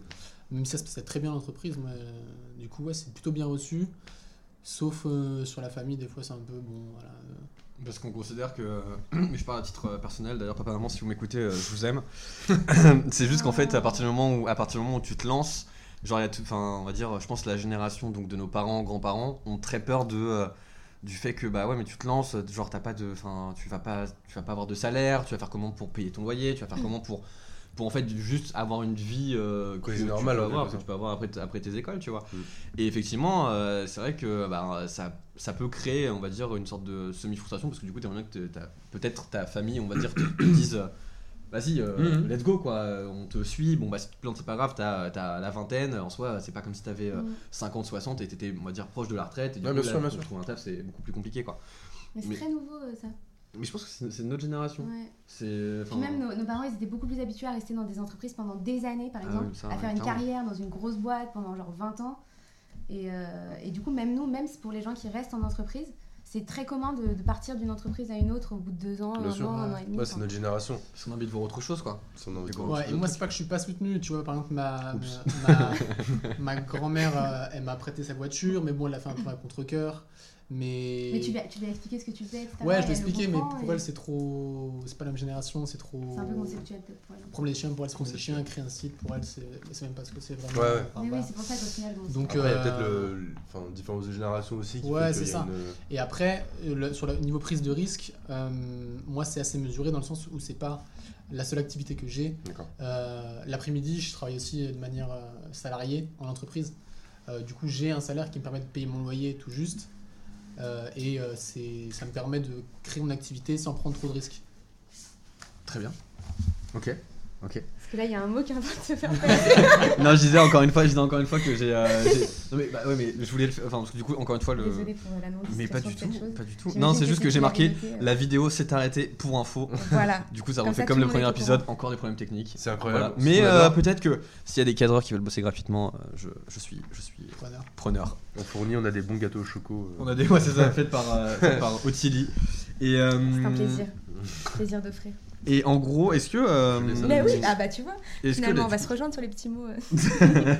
D: Même si ça se passait très bien en entreprise, moi, euh, du coup, ouais, c'est plutôt bien reçu. Sauf euh, sur la famille, des fois, c'est un peu bon, voilà. euh,
A: Parce qu'on considère que. (clears throat) euh, mais je parle à titre euh, personnel, d'ailleurs, papa, maman, si vous m'écoutez, euh, je vous
B: (laughs)
A: aime. c'est juste qu'en fait, à partir du moment où, à partir du moment où tu te lances, genre, il y a tout- enfin, on va dire, je pense, la génération donc, de nos parents, grands-parents, ont très peur de. euh, du fait que bah ouais mais tu te lances euh, genre t'as pas de enfin tu vas pas tu vas pas avoir de salaire tu vas faire comment pour payer ton loyer tu vas faire comment pour pour en fait juste avoir une vie euh,
B: Quoi,
A: que
B: c'est
A: tu
B: normal,
A: peux
B: hein,
A: avoir,
B: j'ai
A: que tu peux avoir après, t- après tes écoles tu vois
B: Mm.
A: et effectivement euh, c'est vrai que bah, ça, ça peut créer on va dire une sorte de semi frustration parce que du coup t'aimerais bien que t'as- peut-être ta famille on va dire te, te dise euh, vas-y euh,
B: Mm.
A: let's go quoi euh, on te suit bon bah si tu te plantes c'est pas grave t'as t'as la vingtaine en soi c'est pas comme si t'avais euh,
C: Mm.
A: 50 60 et t'étais on va dire proche de la retraite et du
B: Ouais,
A: coup
B: bien sûr, bien sûr.
A: trouver un taf c'est beaucoup plus compliqué quoi
C: Mais c'est
A: Mais-
C: très nouveau euh, ça.
A: mais je pense que c'est- c'est notre génération
C: Ouais.
A: c'est
C: Puis même nos, nos parents, ils étaient beaucoup plus habitués à rester dans des entreprises pendant des années, par
A: Ah
C: exemple,
A: oui, ça,
C: à
A: ouais,
C: faire une
A: clairement.
C: carrière dans une grosse boîte pendant genre 20 ans. Et, euh, et du coup, même nous, même si pour les gens qui restent en entreprise, c'est très commun de, de partir d'une entreprise à une autre au bout de deux ans,
B: Bien
C: un
B: sûr,
C: an, un
D: ouais.
C: an et demi.
B: Ouais, c'est
C: enfin.
B: notre génération.
A: parce qu'on a envie de voir autre chose quoi
B: C'est notre-
A: D'accord.
D: Ouais,
A: tu
D: et
A: veux
D: moi,
A: que-
D: c'est pas que je suis pas soutenu, tu vois. Par exemple, ma,
A: Oups.
D: ma, ma grand-mère, euh, elle m'a prêté sa voiture, mais bon, elle a fait un peu à contre-coeur. Mais.
C: Mais tu lui, as, tu lui as expliqué ce que tu fais, etc.
D: Ouais,
C: elle
D: je
C: le
D: l'ai expliqué, mais
C: comprend
D: pour
C: et
D: elle, c'est trop. C'est pas la même génération, c'est trop.
C: c'est un peu conceptuel peut-être pour elle.
D: Prendre les chiens, pour elle, c'est prendre ses chiens, créer un site, pour elle, c'est c'est même pas ce que c'est vraiment.
B: Ouais, ouais.
D: Enfin,
C: Mais oui,
D: voilà.
C: c'est pour ça qu'au final, bon,
D: Ah bah. Donc,
B: Après, il y a
D: euh,
B: peut-être le, le- enfin, différence de génération aussi. Qui fait
D: Ouais, c'est
B: qu'il y a
D: ça.
B: une-
D: Et après, euh, le- sur le niveau prise de risque, euh, moi, c'est assez mesuré dans le sens où c'est pas la seule activité que j'ai.
B: D'accord.
D: Euh, L'après-midi, je travaille aussi de manière euh, salariée en entreprise. Euh, du coup, j'ai un salaire qui me permet de payer mon loyer tout juste. Euh, et euh, c'est- ça me permet de créer mon activité sans prendre trop de risques.
A: Très bien.
B: Ok. Ok.
C: Parce que là, il y a un mot qui est en train de se faire passer.
A: Non, je disais encore une fois, je disais encore une fois que j'ai.
C: (laughs)
A: euh, j'ai- non, mais, bah, ouais, mais je voulais le faire. Enfin, parce que du coup, encore une fois, le.
C: Désolée pour la non
A: Euh, Mais pas du tout, pas du tout.
C: J'imagine
A: Non, c'est
C: que
A: juste
C: c'est
A: que j'ai
C: toi
A: marqué
C: qui l'as noté, euh.
A: la vidéo s'est arrêtée pour info. (laughs)
C: Voilà.
A: Du coup, ça
C: Comme
A: refait
C: ça,
A: comme
C: tout
A: le
C: le monde
A: premier
C: est au
A: épisode, encore des problèmes techniques.
B: C'est
A: Voilà.
B: incroyable.
A: Mais
B: On
A: euh,
B: adore.
A: peut-être que s'il y a des cadreurs qui veulent bosser graphiquement, euh, je, je suis, je suis
D: Preneur.
A: preneur.
B: on fournit, on a des bons gâteaux au choco. euh.
A: On a des (laughs) ouais, c'est ça, fait par, euh, fait par Ottilie. Et, euh,
C: C'est un plaisir.
A: (laughs)
C: Plaisir d'offrir.
A: Et en gros, est-ce que. euh,
B: Je les aime.
C: Mais oui, ah bah tu vois,
A: est-ce que
C: finalement,
A: les-
C: on va se rejoindre sur les petits mots. euh.
A: (laughs)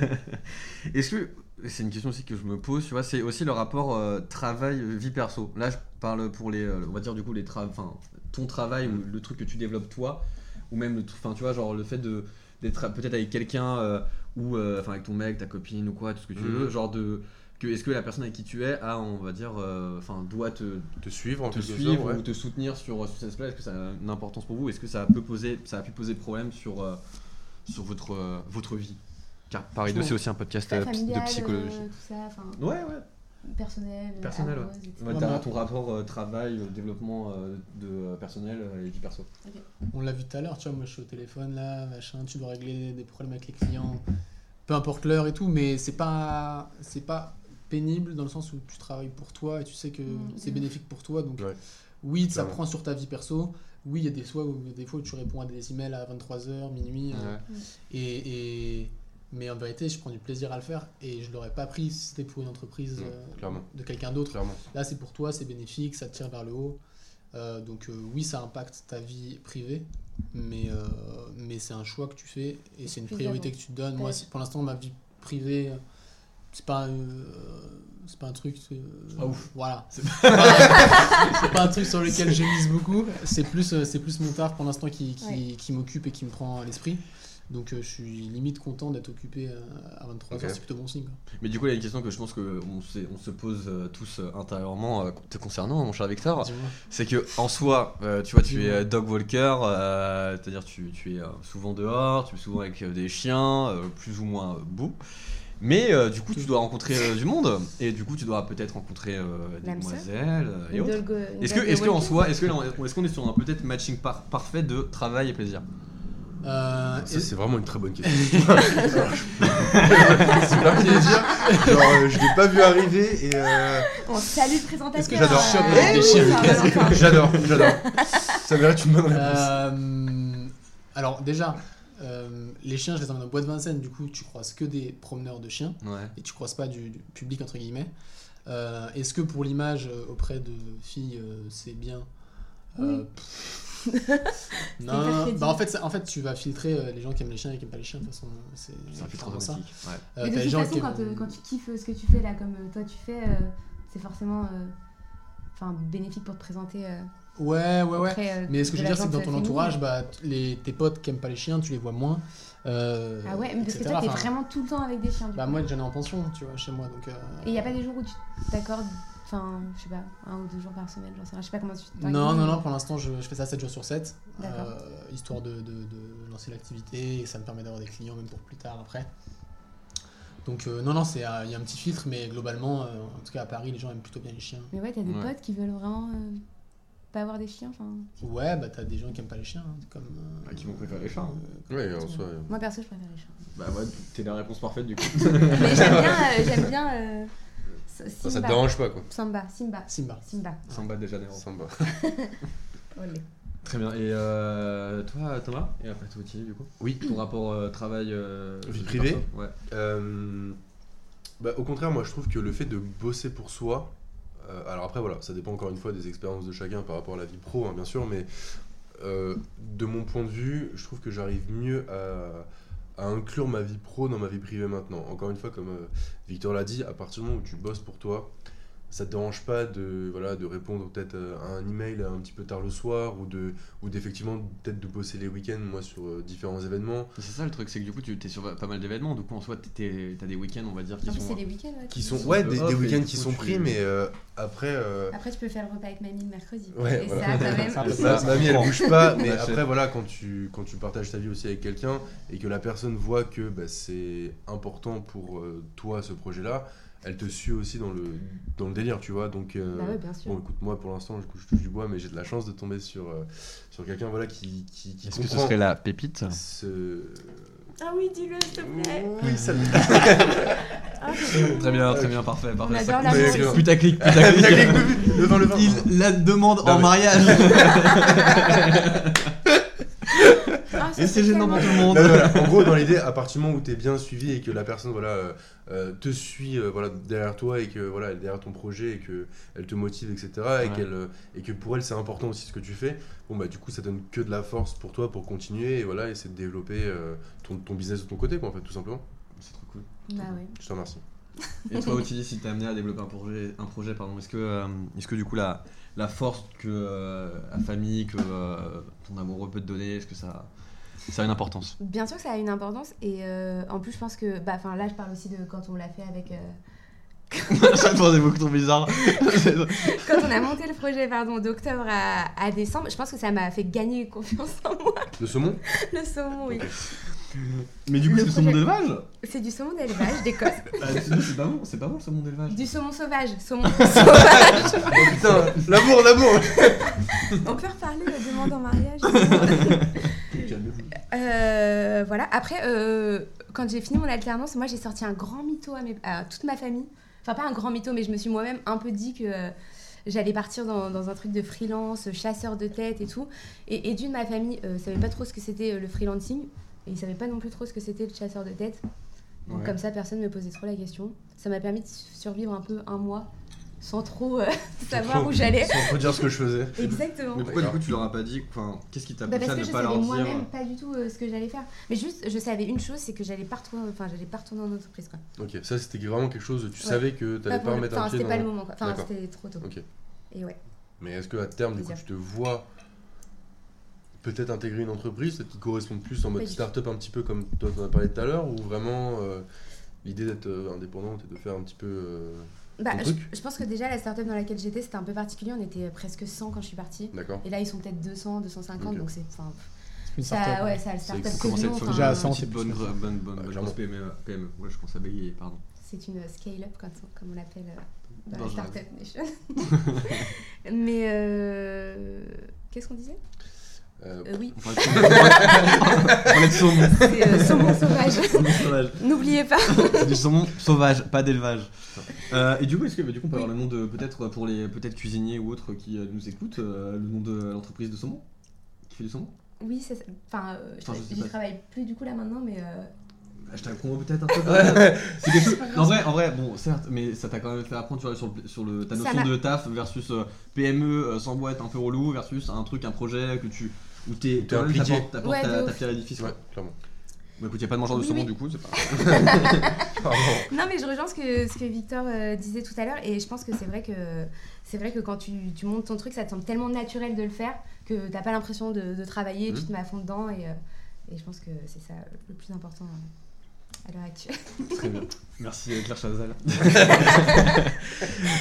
A: Est-ce que c'est une question aussi que je me pose, tu vois, c'est aussi le rapport euh, travail euh, vie perso. Là, je parle pour les euh, on va dire du coup les tra- enfin ton travail ou le truc que tu développes toi ou même le tru- enfin tu vois genre le fait de d'être à- peut-être avec quelqu'un euh, ou euh, enfin avec ton mec, ta copine ou quoi, tout ce que tu
B: Mhm.
A: veux, genre de que est-ce que la personne avec qui tu es a on va dire euh, enfin doit te,
B: Te suivre en
A: te
B: quelque
A: suivre
B: sorte, ouais.
A: ou te soutenir sur euh, sur cet aspect, est-ce que ça a une importance pour vous Est-ce que ça peut poser ça a pu poser problème sur euh, sur votre euh, votre vie car Paris 2, c'est aussi un podcast
C: Pas
A: euh,
C: familial,
A: de psychologie.
C: euh, tout ça, enfin,
A: Ouais, ouais.
C: personnel. euh,
A: Personnel, ouais.
C: amoureuse, etc.
A: Ouais,
D: Ouais,
A: t'as
D: bah-
A: ton rapport euh, travail, euh, développement euh, de euh, personnel euh, et vie perso.
D: On l'a vu tout à l'heure, tu vois, moi je suis au téléphone là, machin, tu dois régler des problèmes avec les clients, peu importe l'heure et tout, mais c'est pas c'est pas pénible dans le sens où tu travailles pour toi et tu sais que
C: Mm,
D: c'est
C: mm.
D: bénéfique pour toi, donc
B: Ouais.
D: oui, ça
B: Clairement.
D: prend sur ta vie perso. Oui, il y a des fois où, des fois où tu réponds à des emails à 23h, minuit, euh, et, et- mais en vérité, je prends du plaisir à le faire et je l'aurais pas pris si c'était pour une entreprise
B: Non,
D: euh,
B: clairement.
D: de quelqu'un d'autre.
B: Clairement.
D: Là, c'est pour toi, c'est bénéfique, ça te tire vers le haut. Euh, donc euh, oui, ça impacte ta vie privée, mais, euh, mais c'est un choix que tu fais et c'est une
C: plus
D: priorité que
C: avant.
D: tu te donnes. Moi,
C: Ouais.
D: c'est- pour l'instant, ma vie privée, euh, c'est pas, euh, c'est pas un truc... euh,
B: Ah,
A: pas ouf.
B: (laughs)
D: Voilà. C'est pas, c'est pas un truc sur lequel je mise beaucoup. C'est plus, euh, c'est plus mon taf pour l'instant qui, qui,
C: Ouais.
D: qui m'occupe et qui me prend l'esprit. Donc euh, je suis limite content d'être occupé euh, à 23h,
B: Ok.
D: c'est plutôt bon signe. quoi.
A: Mais du coup, il y a une question que je pense qu'on on se pose euh, tous euh, intérieurement euh, te concernant, mon cher
B: Ah.
A: Victor.
D: Dis-moi.
A: C'est que en soi, euh, tu vois, tu es
D: Dis-moi.
A: euh, dog walker, euh, c'est-à-dire tu, tu es euh, souvent dehors, tu es souvent avec euh, des chiens, euh, plus ou moins euh, beaux. Mais euh, du coup, tu dois rencontrer euh, du monde, et du coup, tu dois peut-être rencontrer euh, des
C: L'âme sœur.
A: demoiselles euh, et
C: Une
A: autres.
C: dog, euh, une
A: Est-ce que,
C: dog
A: est-ce que en
C: walking.
A: soi, est-ce que est-ce qu'on est sur un peut-être matching par- parfait de travail et plaisir
D: Euh,
B: Ça,
D: et-
B: c'est vraiment une très bonne question. Alors, je- c'est pas bien dire. Genre, euh, je l'ai pas vu arriver et. euh,
C: On salue le présentateur.
D: Est-ce que
B: j'adore
C: euh,
D: Choc
C: oui,
D: avec des
C: ça
D: chiens.
C: va, enfin,
B: J'adore, j'adore. Ça mérite une bonne réponse.
D: Euh, alors déjà, euh, les chiens, je les emmène au bois de Vincennes, du coup tu croises que des promeneurs de chiens
A: Ouais.
D: et tu croises pas du, du public entre guillemets. Euh, Est-ce que pour l'image euh, auprès de filles, euh, c'est bien Euh,
C: (laughs)
D: pff.
C: hyper
D: Non,
C: crédible.
D: bah en fait, ça- en fait, tu vas filtrer euh, les gens qui aiment les chiens et qui aiment pas les chiens. De toute façon, c'est
A: C'est un filtre
D: clairement ça.
A: automatique. Ouais.
D: Euh,
C: Mais
D: t'as
C: de
D: les
C: toute
D: gens
C: façon,
D: qui
C: quand,
D: aiment-
C: euh, quand tu kiffes ce que tu fais là, comme euh, toi tu fais, euh, c'est forcément euh, enfin, bénéfique pour te présenter. euh,
D: Ouais, ouais, ouais.
C: auprès, euh,
D: Mais ce que
C: de
D: je veux
C: la
D: dire, c'est que dans
C: gente
D: ton
C: féminine.
D: entourage, bah, t- les, tes potes qui aiment pas les chiens, tu les vois moins. euh,
C: Ah ouais, mais parce que
D: etc.
C: toi t'es
D: Enfin,
C: vraiment tout le temps avec des chiens. Du
D: Bah
C: coup.
D: moi j'en ai en pension, tu vois, chez moi, donc... euh,
C: Et il n'y a pas des jours où tu t'accordes, enfin, je sais pas, un ou deux jours par semaine, j'en sais rien, je sais pas comment tu t'organises.
D: Non, non, non, pour l'instant je, je fais ça 7 jours sur 7,
C: D'accord.
D: histoire de, de- de lancer l'activité, et ça me permet d'avoir des clients même pour plus tard après. Donc euh, non, non, c'est, euh, il y a un petit filtre, mais globalement, euh, en tout cas à Paris, les gens aiment plutôt bien les chiens.
C: Mais ouais, t'as des
A: Ouais.
C: potes qui veulent vraiment euh, pas avoir des chiens, enfin.
D: Ouais, bah t'as des gens qui aiment pas les chiens, hein, comme... euh,
A: Bah, qui vont préférer les chiens.
D: euh,
B: Ouais, en soi. euh,
C: Moi perso, je préfère les
D: (laughs)
C: chiens.
A: Bah ouais, t'es la réponse parfaite du coup.
C: Mais j'aime bien, euh, j'aime bien. euh, S-
B: Ça, ça te
C: Simba.
B: dérange pas quoi.
C: Samba, Simba,
D: Simba.
C: Simba.
A: Samba de Janeiro.
B: Sympa.
C: Olé.
A: Très bien. Et euh, toi, Thomas Et après toi, Thierry, du coup
B: Oui.
A: Ton rapport euh, travail. euh,
B: Vie privée
A: perso Ouais.
B: Euh, bah, au contraire, moi je trouve que le fait de bosser pour soi, euh, alors après voilà, ça dépend encore une fois des expériences de chacun par rapport à la vie pro, hein, bien sûr, mais euh, de mon point de vue, je trouve que j'arrive mieux à, à inclure ma vie pro dans ma vie privée maintenant. Encore une fois, comme euh, Victor l'a dit, à partir du moment où tu bosses pour toi, ça te dérange pas de, voilà, de répondre peut-être euh, à un email un petit peu tard le soir ou de ou d'effectivement peut-être de bosser les week-ends moi sur euh, différents événements
A: C'est ça le truc, c'est que du coup, tu t'es sur pas mal d'événements. Du coup, en soi, t'es- t'es- t'as des week-ends, on va dire, qui
C: En plus,
A: sont.
C: c'est les week-ends, ouais.
B: qui
C: tu
B: sont
C: dis.
B: ouais
A: peu
B: des, des
A: off, et
B: weekends
A: du
B: qui
A: coup,
B: sont
A: tu-
B: pris mais euh, après euh,
C: Après, tu peux faire le repas avec mamie le mercredi.
B: Ouais,
C: et
B: voilà.
C: ça, quand
B: (laughs)
C: même. Bah
D: Ça,
A: Le
D: c'est
A: ma-
D: ça.
A: mamie, elle
B: on bouge pas mais
A: Achète.
B: après voilà quand tu quand tu partages ta vie aussi avec quelqu'un et que la personne voit que bah, c'est important pour euh, toi ce projet là elle te suit aussi dans le, dans le délire, tu vois. Donc, euh,
C: Bah ouais, bien sûr.
B: bon, écoute, moi pour l'instant, du coup, je touche du bois, mais j'ai de la chance de tomber sur, euh, sur quelqu'un voilà, qui, qui, qui
A: Est-ce que ce
B: comprend
A: serait la pépite
B: ce-
E: Ah oui, dis-le, s'il te plaît.
B: Oui,
A: (laughs)
B: celle-là. (laughs)
E: Ah, c'est-
A: Très bien, très bien, parfait. parfait.
C: adore
A: Ça-
C: la
A: Mais-
B: musique.
A: Putaclic, (laughs)
B: Putaclic,
A: putaclic.
B: Le vin, le vin.
A: Il la demande
B: Non,
A: en
B: mais-
A: mariage.
C: Ah, ça,
A: Et (laughs) c'est gênant pour tout le
C: tellement-
A: monde.
B: Non, mais voilà, en gros, dans l'idée, à partir du moment où t'es bien suivi et que la personne voilà, euh, euh, te suit euh, voilà, derrière toi et que voilà, elle est derrière ton projet et que elle te motive, etc. Et,
A: Ouais.
B: qu'elle, euh, et que pour elle, c'est important aussi ce que tu fais, bon, bah, du coup, ça donne que de la force pour toi pour continuer et voilà, essayer de développer euh, ton, ton business de ton côté, quoi, en fait, tout simplement.
A: C'est trop cool.
C: Bah ouais.
B: Je te remercie.
A: Et toi, Ottilie, si t'es amené à développer un projet, un projet pardon, est-ce que, euh, est-ce que du coup la, la force que euh, la famille, que euh, ton amoureux peut te donner, est-ce que ça, ça a une importance
C: (laughs) Bien sûr que ça a une importance et euh, en plus je pense que bah enfin là je parle aussi de quand on l'a fait avec euh,
A: Ça me rendait beaucoup trop bizarre.
C: quand on a monté le projet pardon d'octobre à, à décembre je pense que ça m'a fait gagner confiance en moi
B: Le saumon
C: le saumon oui
A: (laughs) Mais du coup,
C: Le
A: c'est le saumon
C: projet-
A: d'élevage
C: c'est du saumon d'élevage (laughs) d'Écosse
A: Bah, sinon, C'est pas bon, c'est pas bon le saumon d'élevage.
C: du saumon sauvage saumon (laughs) sauvage
B: Oh putain, l'amour,
A: (laughs)
B: l'amour
C: on peut reparler de la demande en (laughs) mariage Euh, voilà. Après, euh, quand j'ai fini mon alternance, moi j'ai sorti un grand mytho à, mes- à toute ma famille. Enfin, pas un grand mytho, mais je me suis moi-même un peu dit que euh, j'allais partir dans, dans un truc de freelance, chasseur de tête et tout. Et, et d'une, ma famille euh, savait pas trop ce que c'était euh, le freelancing. Et ils savaient pas non plus trop ce que c'était le chasseur de tête. Donc,
A: Ouais.
C: comme ça, personne ne me posait trop la question. Ça m'a permis de survivre un peu un mois sans trop euh, (laughs) savoir où j'allais.
B: Sans trop dire ce que je faisais.
C: Exactement.
A: Mais pourquoi du coup tu leur as pas dit Enfin, qu'est-ce qui t'a
C: Bah
A: poussé
C: parce
A: à ne
C: que je
A: pas
C: savais
A: leur dire
C: moi-même pas du tout euh, ce que j'allais faire. Mais juste, je savais une chose, c'est que j'allais pas retourner, enfin, j'allais pas retourner en entreprise. Quoi.
B: Ok, ça c'était vraiment quelque chose, tu
C: Ouais.
B: savais que t'allais
C: Pas
B: pas
C: pour le-
B: remettre
C: enfin,
B: un pied
C: c'était
B: dans
C: pas
B: la-
C: le moment. Quoi. Enfin,
B: D'accord.
C: c'était trop tôt.
B: Ok.
C: Et ouais.
B: Mais est-ce que à terme, du coup,
C: Plaisir.
B: tu te vois peut-être intégrer une entreprise peut-être qui correspond plus
C: Pas
B: en mode
C: du tout.
B: start-up un petit peu comme toi t'en as parlé tout à l'heure ou vraiment euh, l'idée d'être euh, indépendante et de faire un petit peu euh,
C: Bah,
B: Ton
C: je,
B: truc
C: je pense que déjà la startup dans laquelle j'étais, c'était un peu particulier. On était presque 100 quand je suis partie.
B: d'accord
C: Et là, ils sont peut-être 200, 250,
B: Ok.
C: donc c'est. Enfin,
D: Une
C: ça,
D: startup. hein.
C: ouais, ça, le
B: C'est-
C: startup
A: Comment
C: que
A: ça
C: nous,
A: une
D: Déjà,
C: enfin,
D: à cent,
A: petite
D: c'est
A: bonne,
D: plus
A: bonne, bonne, bonne, euh,
B: Ah,
A: grosse
B: clairement.
A: PME, PME. Ouais, je commence à bégayer, pardon.
C: C'est une scale-up, quand- comme on l'appelle euh, dans
A: Dans
C: la
A: un-
C: Startup Nation. (laughs) Mais euh, qu'est-ce qu'on disait
B: Euh,
C: Euh, Oui,
A: On parle de (laughs) saumon. On parle de saumon.
C: c'est euh, saumon sauvage. (laughs)
A: Saumon sauvage.
C: N'oubliez pas.
A: C'est du saumon sauvage, pas d'élevage. Euh, et du coup, est-ce que bah, du coup, on peut avoir le nom de peut-être euh, pour les peut-être cuisiniers ou autres qui euh, nous écoutent, euh, le nom de l'entreprise de saumon qui fait du saumon
C: Oui, c'est ça. Enfin, euh,
A: Enfin, je sais
C: je j'y
A: pas.
C: travaille plus du coup là maintenant, mais. euh,
A: Hashtag promo peut-être un peu. quand même.
C: (laughs)
A: C'est quelque chose. En vrai, en vrai, bon, certes, mais ça t'a quand même fait apprendre tu vois, sur, le, sur le, ta
C: Ça
A: notion
C: m'a-
A: de taf versus euh, PME euh, sans boîte un peu relou versus un truc, un projet que tu. Où t'es
B: Où t'es
A: quand même,
B: impliqué.
A: t'apportes- t'apportes
C: Euh, Ouais,
A: ta,
C: de
A: ta
C: ouf.
A: pierre à l'édifice.
B: ouais,
A: quoi.
B: (laughs) clairement.
A: Bon, écoute, y a pas de mangeur de
C: Oui,
A: saumon
C: oui.
A: du coup, c'est pas.
B: Pardon.
C: Non, mais je rejoins ce que, ce que Victor euh, disait tout à l'heure, et je pense que c'est vrai que c'est vrai que quand tu, tu montes ton truc, ça te semble tellement naturel de le faire que t'as pas l'impression de, de travailler, tu
B: Mhm.
C: te mets à fond dedans, et, euh, et je pense que c'est ça le plus important euh, à l'heure actuelle. (laughs)
A: Très bien. Merci euh, Claire Chazal.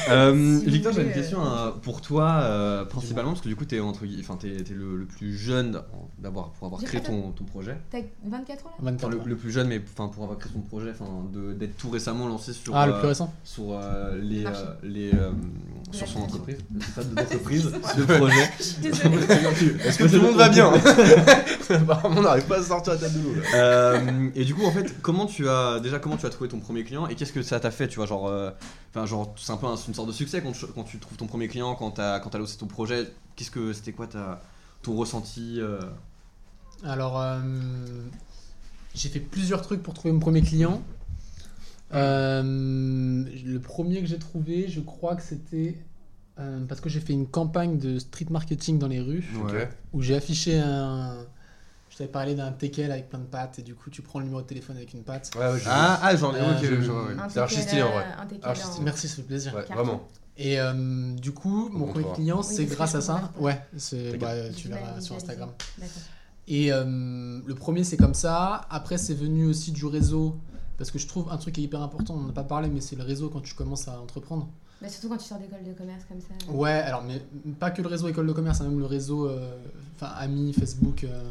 A: Euh,
C: Si vous
A: Victor, j'ai
C: voulez,
A: une question
C: euh,
A: hein, pour toi, euh, principalement, parce que du coup, t'es entre, gui- enfin, t'es, t'es le, le plus jeune d'avoir pour avoir
C: J'ai
A: créé
C: pas
A: ton, ton projet.
C: T'as 24 ans là
D: 24
A: Enfin, le,
D: ouais.
A: le plus jeune, mais enfin, pour avoir créé son projet, enfin, de- d'être tout récemment lancé sur,
D: Ah, le
A: euh,
D: plus récent
A: sur euh, les,
C: Marché.
A: euh, les euh, sur son
C: Ouais. (laughs)
A: entreprise, pas de l'entreprise, le projet.
C: Je
A: (laughs)
C: suis désolée.
B: Est-ce que tout le monde va bien (laughs) Apparemment, on n'arrive pas à sortir la tête de l'eau. là.
A: Euh, et du coup, en fait, comment tu as déjà comment tu as trouvé ton premier client et qu'est-ce que ça t'a fait, tu vois, genre, euh, enfin, genre, c'est un peu un- une sorte de succès quand tu, quand tu trouves ton premier client, quand t'as quand t'as lancé ton projet, qu'est-ce que c'était quoi ta ton ressenti euh,
D: Alors, euh, j'ai fait plusieurs trucs pour trouver mon premier client. Euh, le premier que j'ai trouvé, je crois que c'était euh, parce que j'ai fait une campagne de street marketing dans les rues
B: Ok.
D: où j'ai affiché un. Je t'avais parlé d'un teckel avec plein de pattes et du coup tu prends le numéro de téléphone avec une patte.
B: Ouais, ouais, j'ai-
A: Ah, ah, genre,
D: Euh,
A: ok,
D: je-
A: genre, ouais.
C: Un
B: C'est archi
C: teckel,
B: stylé, en
C: euh,
B: vrai.
C: un teckel
B: Archi
C: en-
B: stylé.
D: Merci, ça fait plaisir.
B: Ouais,
C: Carton.
B: vraiment.
D: Et euh, du coup, mon premier
B: comptoir.
D: client,
C: Oui,
D: c'est
C: parce
D: grâce
C: que
D: à
C: je
D: ça.
C: comprends pas.
D: Ouais, c'est-
B: T'inquiète.
D: bah, tu
C: J'ai du mal à
D: verras sur
C: visualiser.
D: Instagram.
C: D'accord.
D: Et euh, le premier, c'est comme ça. Après, c'est venu aussi du réseau. Parce que je trouve un truc qui est hyper important, on n'en a pas parlé, mais c'est le réseau quand tu commences à entreprendre.
C: Bah, surtout quand tu sors d'école de commerce comme ça.
D: Ouais, alors, mais pas que le réseau école de commerce, hein, même le réseau euh, enfin, amis, Facebook, euh,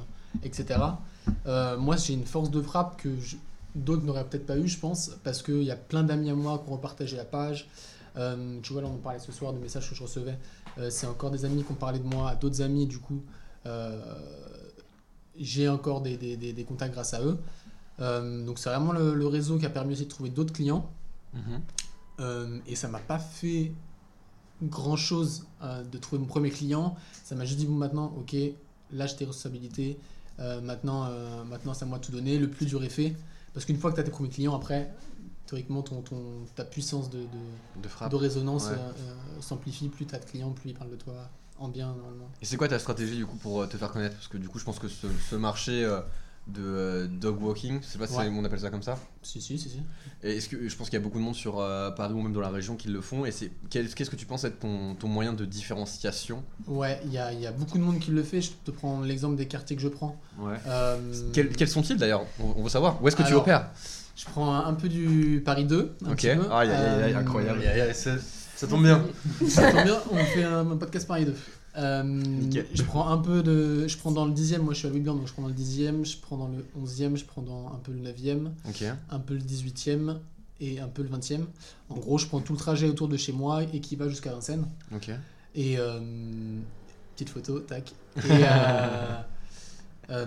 D: etc. Euh, moi, j'ai une force de frappe que je- d'autres n'auraient peut-être pas eu, je pense, parce qu'il y a plein d'amis à moi qui ont repartagé la page. Euh, tu vois, là, on en parlait ce soir de messages que je recevais. Euh, c'est encore des amis qui ont parlé de moi à d'autres amis, du coup, euh, j'ai encore des, des- des- des contacts grâce à eux. Euh, donc, c'est vraiment le, le réseau qui a permis aussi de trouver d'autres clients.
F: Mhm.
D: Euh, et ça m'a pas fait grand chose de trouver mon premier client. Ça m'a juste dit bon maintenant, ok, lâche tes responsabilités. Euh, maintenant, euh, maintenant c'est à moi de tout donner. Le plus dur est fait. Parce qu'une fois que tu as tes premiers clients, après, théoriquement, ton, ton- ta puissance de, de,
A: De frappe.
D: de résonance
A: ouais.
D: euh, euh, s'amplifie. Plus tu as de clients, plus ils parlent de toi en bien normalement.
A: Et c'est quoi ta stratégie du coup pour euh, te faire connaître Parce que du coup, je pense que ce, ce marché euh, de euh, dog walking, je sais pas si
D: Ouais.
A: on appelle ça comme ça.
D: Si, si, si, si.
A: Et est-ce que je pense qu'il y a beaucoup de monde sur euh, Paris ou même dans la région qui le font Et c'est quel- qu'est-ce que tu penses être ton, ton moyen de différenciation
D: Ouais, il y a, il y a beaucoup de monde qui le fait. Je te prends l'exemple des quartiers que je prends.
A: Ouais.
D: Euh,
A: Quels, quels sont-ils d'ailleurs on, on veut savoir. Où est-ce que tu
D: Alors,
A: opères
D: Je prends un, un peu du Paris 2. un
A: Ok.
D: petit peu.
A: Aïe, aïe, aïe, aïe,
D: Euh,
A: incroyable.
B: Aïe, aïe, aïe, ça, ça tombe bien.
D: Ça tombe bien, on fait un, un podcast Paris 2. Euh,
A: Nickel.
D: je prends un peu de. Je prends dans le dixième, moi je suis à Louis Blanc, donc je prends dans le dixième, je prends dans le onzième, je prends dans un peu le neuvième,
A: Ok.
D: un peu le dix-huitième et un peu le vingtième. En gros, je prends tout le trajet autour de chez moi et qui va jusqu'à Vincennes.
A: Ok.
D: Et. euh, petite photo, tac. Et. (laughs) euh, euh,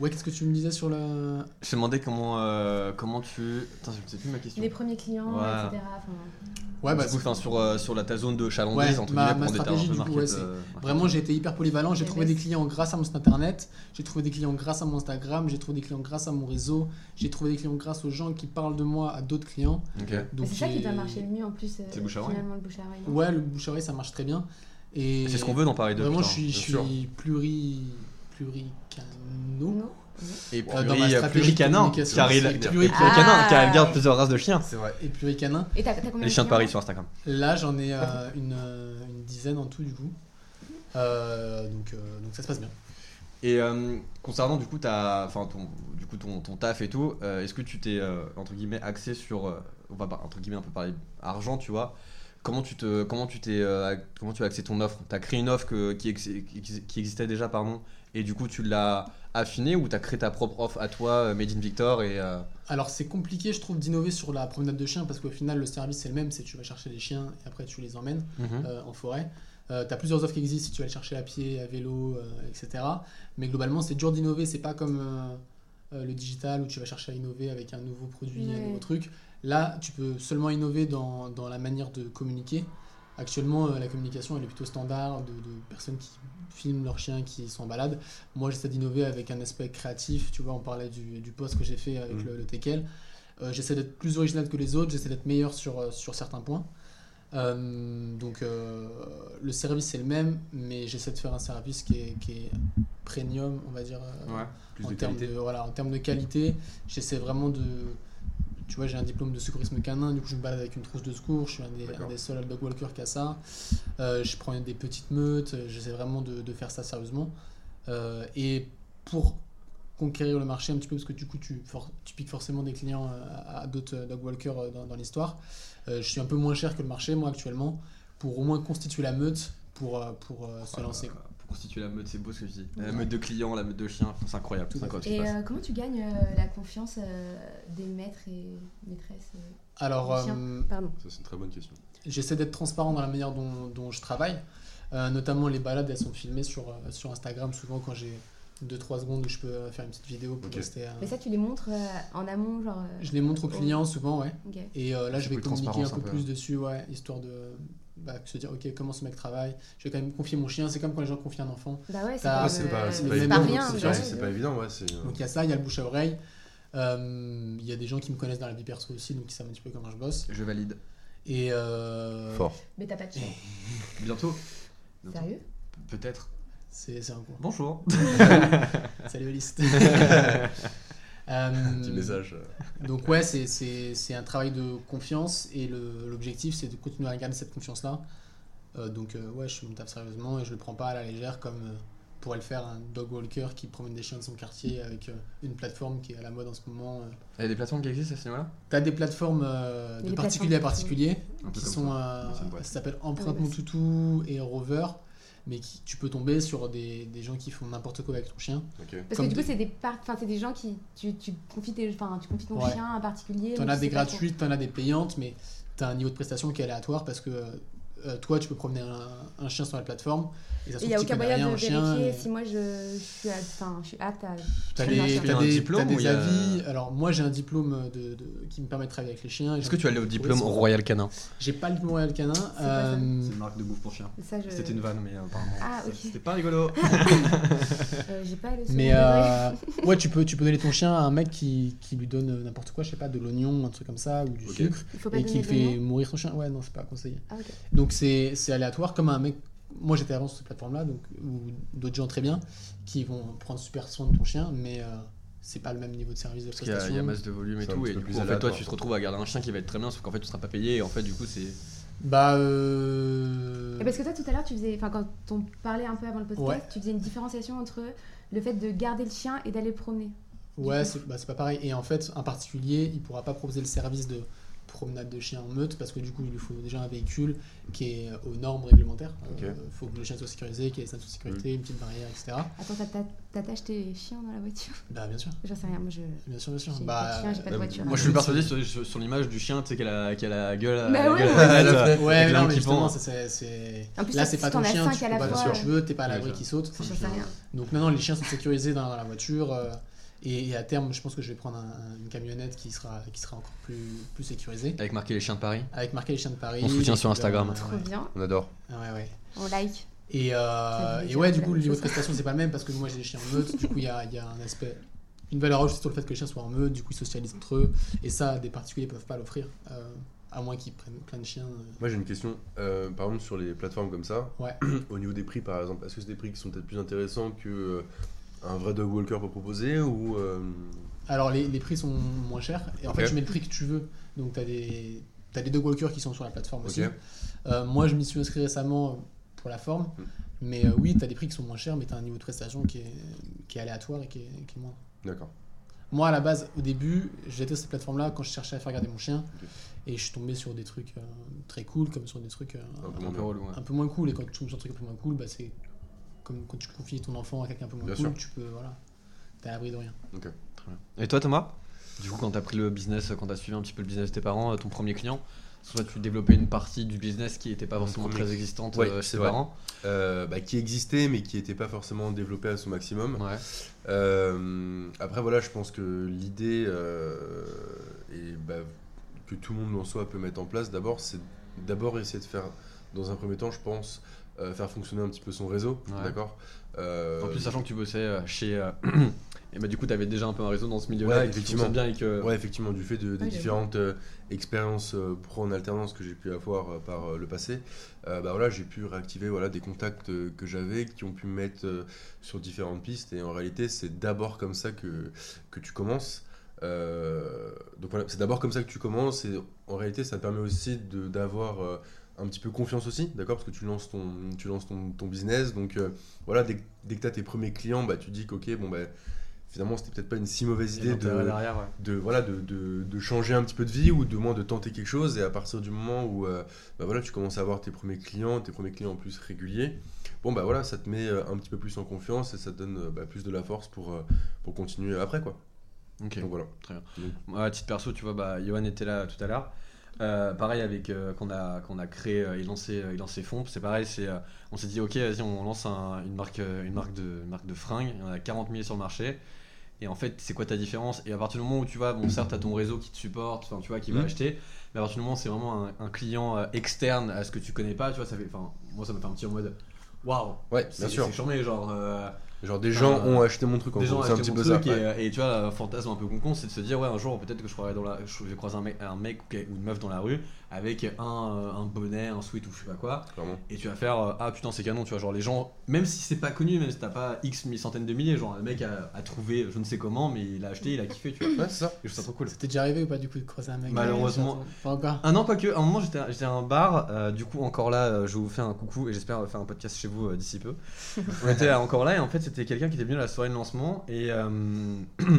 D: ouais, qu'est-ce que tu me disais sur la.
A: Je te demandais comment euh, comment tu. Putain, je ne sais plus ma question.
C: Les premiers clients,
A: Voilà.
C: etc. Enfin,
D: Ouais, bah.
A: du coup, enfin, sur, euh, sur la ta zone de chalandise,
D: Ouais,
A: entre
D: ma-
A: guillemets,
D: ma
A: pour des talents
D: stratégie,
A: de
D: du coup,
A: market,
D: ouais, c'est
A: euh,
D: Vraiment, j'ai été hyper polyvalent. J'ai
C: Yes.
D: trouvé des clients grâce à mon site internet. J'ai trouvé des clients grâce à mon Instagram. J'ai trouvé des clients grâce à mon réseau. J'ai trouvé des clients grâce aux gens qui parlent de moi à d'autres clients.
A: Ok.
D: Donc,
C: c'est ça qui
D: j'ai-
C: doit marcher le mieux en plus. euh,
A: C'est le bouche à oreille.
C: Finalement, le bouche à oreille.
D: Ouais, le bouche à oreille, ça marche très bien. Et
A: C'est ce qu'on veut dans Paris 2.
D: Vraiment,
A: putain,
D: je suis, je
A: bien sûr.
D: suis pluri. pluricanaux.
C: Non.
A: Et
D: Euh, dans ma
A: pluri,
D: stratégie
A: pluricanin,
D: de communication,
A: car il,
D: c'est pluricanin.
A: pluricanin,
C: Ah.
A: car il garde plusieurs races de chiens.
B: C'est vrai.
D: Et pluricanin.
C: Et t'as t'as combien
A: Les chiens de Paris
C: clients
A: sur Instagram.
D: Là, j'en ai euh, une, euh, une dizaine en tout, du coup. Euh, donc, euh, donc, ça se passe bien.
A: Et euh, concernant du coup, ta, enfin, ton, du coup ton, ton taf et tout, euh, est-ce que tu t'es euh, entre guillemets axé sur, euh, on va pas- entre guillemets un peu parler argent, tu vois Comment tu te, comment tu t'es, euh, comment tu as axé ton offre T'as créé une offre que- qui, ex- qui- qui existait déjà, pardon, et du coup tu l'as affinée ou t'as créé ta propre offre à toi, euh, Made in Victor et euh,
D: Alors c'est compliqué, je trouve, d'innover sur la promenade de chiens parce qu'au final le service c'est le même, c'est tu vas chercher les chiens et après tu les emmènes
A: Mmh.
D: euh, en forêt. Euh, T'as plusieurs offres qui existent si tu vas le chercher à pied, à vélo, euh, etc. Mais globalement c'est dur d'innover, c'est pas comme euh, euh, le digital où tu vas chercher à innover avec un nouveau produit, un
C: Ouais.
D: nouveau truc. Là tu peux seulement innover dans, dans la manière de communiquer. Actuellement euh, la communication elle est plutôt standard de, de personnes qui filment leurs chiens qui sont en balade. Moi j'essaie d'innover avec un aspect créatif, tu vois on parlait du, du post que j'ai fait avec
B: Mhm.
D: le, le Tekel. Euh, j'essaie d'être plus original que les autres, j'essaie d'être meilleur sur, euh, sur certains points. Euh, donc euh, le service c'est le même, mais j'essaie de faire un service qui est, qui est premium, on va dire, euh,
B: Plus
D: en,
B: de
D: termes
B: qualité.
D: de, voilà, en termes de qualité. J'essaie vraiment de... Tu vois, j'ai un diplôme de secourisme canin, du coup je me balade avec une trousse de secours, je suis un des,
B: D'accord.
D: un des seuls dog walker qui a ça. Euh, je prends des petites meutes, euh, j'essaie vraiment de, de faire ça sérieusement. Euh, et pour conquérir le marché un petit peu, parce que du coup tu, for- tu piques forcément des clients euh, à, à d'autres euh, dog walkers euh, dans, dans l'histoire, Euh, je suis un peu moins cher que le marché moi actuellement, pour au moins constituer la meute pour, euh, pour euh, se lancer. quoi.
A: pour constituer la meute, c'est beau ce que je dis. La meute de clients, la meute de chiens, enfin, c'est incroyable.
D: Tout à
A: c'est incroyable ce qui
C: Et
A: se passe.
C: euh, comment tu gagnes euh, la confiance euh, des maîtres et maîtresses euh,
D: Alors,
C: Bien.
D: euh,
C: Pardon.
B: Ça, c'est une très bonne question.
D: J'essaie d'être transparent dans la manière dont, dont je travaille. Euh, notamment les balades, elles sont filmées sur, euh, sur Instagram souvent quand j'ai 2-3 secondes où je peux euh, faire une petite vidéo pour
B: Ok.
D: rester. euh,
C: Mais ça, tu les montres euh, en amont, genre. euh,
D: Je les montre aux clients souvent, ouais.
C: ok.
D: Et euh, là, je
A: C'est
D: vais
A: plus
D: communiquer un
A: transparence,
D: peu,
A: un peu.
D: plus dessus, ouais, histoire de bah, se dire, ok, comment ce mec travaille. Je vais quand même confier mon chien. C'est comme quand les gens confient un enfant.
C: Bah ouais, c'est
D: Ah,
C: pas,
D: c'est
C: euh,
D: pas- c'est
C: c'est
D: pas
C: pas
D: évident,
C: rien.
D: c'est
C: mais
D: sûr,
C: ouais.
D: c'est
B: C'est pas évident, ouais. C'est euh,
D: Donc il y a ça, il y a le bouche à oreille. Euh, Il y a des gens qui me connaissent dans la vie perso aussi, donc ils savent un petit peu comment je bosse.
A: Je valide.
D: Et euh,
B: fort.
C: Mais t'as pas de chien.
A: Bientôt.
C: Sérieux
A: Peut-être.
D: c'est c'est un
A: (laughs)
D: cours.
A: Bonjour.
D: Salut
A: (laughs)
D: Alice. (laughs) Euh,
B: Petit message. euh,
D: Donc ouais, c'est- c'est c'est un travail de confiance et le- l'objectif c'est de continuer à garder cette confiance-là. Euh, donc euh, ouais, je fais mon taf sérieusement et je le prends pas à la légère comme euh, pourrait le faire un dog walker qui promène des chiens de son quartier avec euh, une plateforme qui est à la mode en ce moment. euh.
A: Il y a des plateformes qui existent à ce niveau-là
D: T'as des plateformes euh, de
C: Les
D: particulier à
C: plateformes,
D: particulier
A: Un peu
D: qui
A: comme
D: sont
A: ça.
D: euh,
A: dans une boîte. Ah bah
D: ça s'appelle Empreinte
C: Ouais,
D: mon
C: bah,
D: toutou et Rover. mais qui- tu peux tomber sur des, des gens qui font n'importe quoi avec ton chien.
B: Ok.
C: Parce
D: Comme
C: que du coup,
D: des-
C: c'est des par- enfin, c'est des gens qui tu, tu confies tes- enfin, tu confies ton
D: Ouais.
C: chien à un particulier.
D: T'en
C: mais
D: as
C: tu
D: des
C: sais pas trop.
D: gratuites, t'en as des payantes, mais t'as un niveau de prestation qui est aléatoire parce que euh, toi, tu peux promener un, un chien sur la plateforme et ça se
C: Et il
D: trouve
C: n'y a
D: que tu
C: aucun
D: connais
C: moyen
D: rien
C: de
D: au chien.
C: vérifier
D: et-
C: si moi je, je suis, apte- enfin, je suis apte à.
D: T'as
C: Tu
D: des,
C: peux
D: t'as
C: faire
G: un
D: des-
G: diplôme
D: t'as des
G: ou il y a-
D: avis. Alors moi j'ai un diplôme de, de- qui me permet de travailler avec les chiens. et
A: Est-ce
D: j'ai
A: que
D: un
A: tu as le
D: diplôme
A: diplôme
D: pour-
A: Royal Canin
D: J'ai pas le diplôme Royal Canin.
C: pas ça.
D: euh,
A: C'est une marque de bouffe pour chien.
C: Ça, je...
A: C'était une vanne, mais apparemment.
C: Euh. Ah, ok. Ah.
A: C'était pas rigolo.
C: Euh, J'ai pas le.
D: mais
C: second degré.
D: euh, (laughs) ouais tu peux tu peux donner ton chien à un mec qui, qui lui donne euh, n'importe quoi je sais pas de l'oignon un truc comme ça ou du
B: Ok.
D: sucre
C: Il faut pas
D: et qui
C: donner
D: fait
C: fait...
D: mourir son chien ouais non c'est pas conseillé
C: Ah, ok.
D: Donc c'est c'est aléatoire, comme un mec. Moi j'étais avant sur cette plateforme-là, donc ou d'autres gens très bien qui vont prendre super soin de ton chien, mais euh, c'est pas le même niveau de service de
A: Parce qu'il y a- il y, a
D: prestation.
A: masse de volume et
B: C'est un
A: tout,
B: petit
A: et
B: peu
A: du
B: plus
A: coup, en fait, toi,
B: aléatoire.
A: tu te retrouves à garder un chien qui va être très bien, sauf qu'en fait, tu seras pas payé, et en fait, du coup, c'est.
D: Bah euh...
C: Et parce que toi, tout à l'heure, tu faisais, enfin, quand on parlait un peu avant le podcast,
D: Ouais.
C: tu faisais une différenciation entre le fait de garder le chien et d'aller le promener.
D: ouais, c'est bah, c'est pas pareil. Et en fait, un particulier, il pourra pas proposer le service de promenade de chien en meute parce que du coup, il lui faut déjà un véhicule qui est aux normes réglementaires. Il
B: Ok.
D: faut que le chien soit sécurisé, qu'il y ait des stations de sécurité,
A: Mm.
D: une petite barrière, etc.
C: Attends, t'as- t'as- t'attaches tes chiens dans la voiture
D: Bah bien sûr,
C: J'en sais rien, moi je.
D: bien sûr, bien sûr.
C: J'ai pas
D: Bah,
C: de chien, j'ai pas de
B: euh,
C: voiture.
A: Moi, je suis persuadé sur, sur- sur l'image du chien, tu sais, qu'elle a, qu'elle a la gueule. à-
C: Bah
A: la
C: ouais,
A: gueule à
C: ouais.
A: la
B: Ah,
A: fenêtre.
B: la fenêtre.
D: Ouais,
A: euh, Avec
D: mais
A: l'un
D: non, mais
A: qui
D: justement,
A: pend.
D: ça, c'est- c'est.
C: En plus,
D: Là,
C: si
D: c'est pas
C: t'en
D: ton
C: as
D: chien,
C: cinq
D: tu
C: à
D: peux
C: la
D: pas
C: fois,
D: faire ce que tu veux, t'es pas à l'abri
A: Ouais,
D: qui saute.
C: J'en sais rien.
D: Donc maintenant, les chiens sont sécurisés dans la voiture. euh, et, et à terme, je pense que je vais prendre un- un- une camionnette qui sera, qui sera encore plus, plus sécurisée.
A: Avec marqué les chiens de Paris.
D: Avec marqué les chiens de Paris.
A: On soutient
D: les
A: sur Instagram.
D: couleurs,
C: Trop bien,
B: On adore.
D: ouais, ouais, ouais.
C: on like.
D: Et, euh,
C: Ça veut
D: et
C: dire
D: ouais,
C: que
D: du
C: la
D: coup, le
C: même
D: niveau de
C: chose.
D: prestation, c'est pas le même parce que moi, j'ai des chiens en meute. du coup, il y a, il y a un aspect. Une valeur ajoutée sur le fait que les chiens soient en meute. Du coup, ils socialisent entre eux. Et ça, des particuliers peuvent pas l'offrir. euh, à moins qu'ils prennent plein de chiens. euh,
B: Moi j'ai une question, Euh, par exemple sur les plateformes comme ça,
D: Ouais.
B: (clears throat) au niveau des prix par exemple, est-ce que c'est des prix qui sont peut-être plus intéressants que euh, un vrai dog walker peut proposer ou euh,
D: Alors les, les prix sont moins chers et en fait
B: Ok.
D: tu mets le prix que tu veux. Donc t'as des t'as des dog walkers qui sont sur la plateforme aussi.
B: Ok.
D: Euh, moi je m'y suis inscrit récemment pour la forme,
B: Mm.
D: mais euh, oui t'as des prix qui sont moins chers, mais t'as un niveau de prestation qui est, qui est aléatoire et qui est, qui est moindre.
B: D'accord.
D: Moi à la base au début j'étais sur cette plateforme là quand je cherchais à faire garder mon chien
B: Ok.
D: et je suis tombé sur des trucs euh, très cool comme sur des trucs euh,
B: Un peu
D: un,
B: moins bien.
A: relou, ouais.
D: peu moins cool et quand tu tombes sur un truc un peu moins cool bah, c'est comme quand tu confies ton enfant à quelqu'un un peu moins
B: Bien
D: cool
B: sûr.
D: tu peux voilà t'es à l'abri de rien.
A: Et toi, Thomas Du coup, quand t'as pris le business, quand t'as suivi un petit peu le business de tes parents, euh, ton premier client, soit tu développais une partie du business qui était pas
B: Mon
A: forcément
B: premier-
A: très existante
B: Ouais,
A: euh,
B: c'est
A: chez tes
B: vrai.
A: parents.
B: Euh, bah, qui existait mais qui n'était pas forcément développé à son maximum.
A: Ouais.
B: Euh, après voilà, je pense que l'idée euh, et bah, que tout le monde en soi peut mettre en place d'abord, c'est d'abord essayer de faire, dans un premier temps, je pense, euh, faire fonctionner un petit peu son réseau,
A: Ouais.
B: d'accord. Euh,
A: En plus, sachant que tu bossais euh, chez. euh, (clears throat) et bah, du coup, t'avais déjà un peu un réseau dans ce
B: Ouais,
A: milieu-là, et qui
B: effectivement.
A: fonctionne bien et que.
B: Ouais, effectivement, du fait de, des
C: Ouais,
B: différentes euh, expériences euh, pro en alternance que j'ai pu avoir euh, par euh, le passé, euh, bah, voilà, j'ai pu réactiver voilà, des contacts euh, que j'avais qui ont pu me mettre euh, sur différentes pistes. Et en réalité, c'est d'abord comme ça que, que tu commences. Euh, donc voilà, c'est d'abord comme ça que tu commences. Et en réalité, ça te permet aussi de- d'avoir euh, un petit peu confiance aussi, d'accord Parce que tu lances ton, tu lances ton, ton business. Donc euh, voilà, dès, que- dès que tu as tes premiers clients, bah, tu te dis que, ok, bon, bah, finalement, c'était peut-être pas une si mauvaise idée de
A: derrière, ouais.
B: de voilà de, de, de changer un petit peu de vie ou de moins de tenter quelque chose et à partir du moment où euh, bah voilà tu commences à avoir tes premiers clients tes premiers clients en plus réguliers bon bah voilà ça te met euh, un petit peu plus en confiance et ça te donne euh, bah, plus de la force pour euh, pour continuer après quoi
A: Ok.
B: donc voilà
A: Moi, à titre perso, tu vois, bah, Johan était là tout à l'heure. Euh, pareil avec euh, qu'on a qu'on a créé euh, et lancé euh, et lancé Fomp, c'est pareil, c'est euh, on s'est dit ok, vas-y, on lance un- une marque euh, une marque de une marque de fringues, il y en a 40 000 sur le marché. Et en fait, c'est quoi ta différence Et à partir du moment où tu vas, bon, certes, t'as ton réseau qui te supporte, enfin, tu vois, qui va
B: Mhm.
A: acheter, mais à partir du moment où c'est vraiment un, un client euh, externe à ce que tu connais pas, tu vois, ça fait, enfin, moi, ça me fait un petit en mode, waouh,
B: ouais
A: c'est
B: bien sûr
A: c'est charmé, genre. euh,
B: genre des gens
A: Enfin,
B: ont acheté mon truc en
A: des gens
B: gros, c'est
A: acheter
B: un
A: mon
B: petit peu ça
A: truc
B: ouais.
A: et, euh, et tu vois un fantasme un peu concon c'est de se dire ouais un jour peut-être que je croirai dans la je vais croiser un mec, un mec ou que- ou une meuf dans la rue avec un, euh, un bonnet un sweat ou je sais pas quoi
B: clairement
A: et tu vas faire euh, ah putain c'est canon tu vois genre les gens même si c'est pas connu même si t'as pas x mille centaines de milliers genre le mec a, a trouvé je ne sais comment mais il a acheté il a kiffé tu vois
B: ouais c'est ça
A: et je trouve ça trop cool
D: C'était déjà arrivé ou pas du coup de croiser un mec
A: Malheureusement.
D: Pas encore.
A: Ah non, pas que. À un moment, j'étais j'étais à un bar. euh, du coup, encore là, euh, je vous fais un coucou et j'espère euh, faire un podcast chez vous euh, d'ici
B: (laughs)
A: peu. On était euh, encore là et en fait, c'était quelqu'un qui était venu à la soirée de lancement et. euh, (clears throat)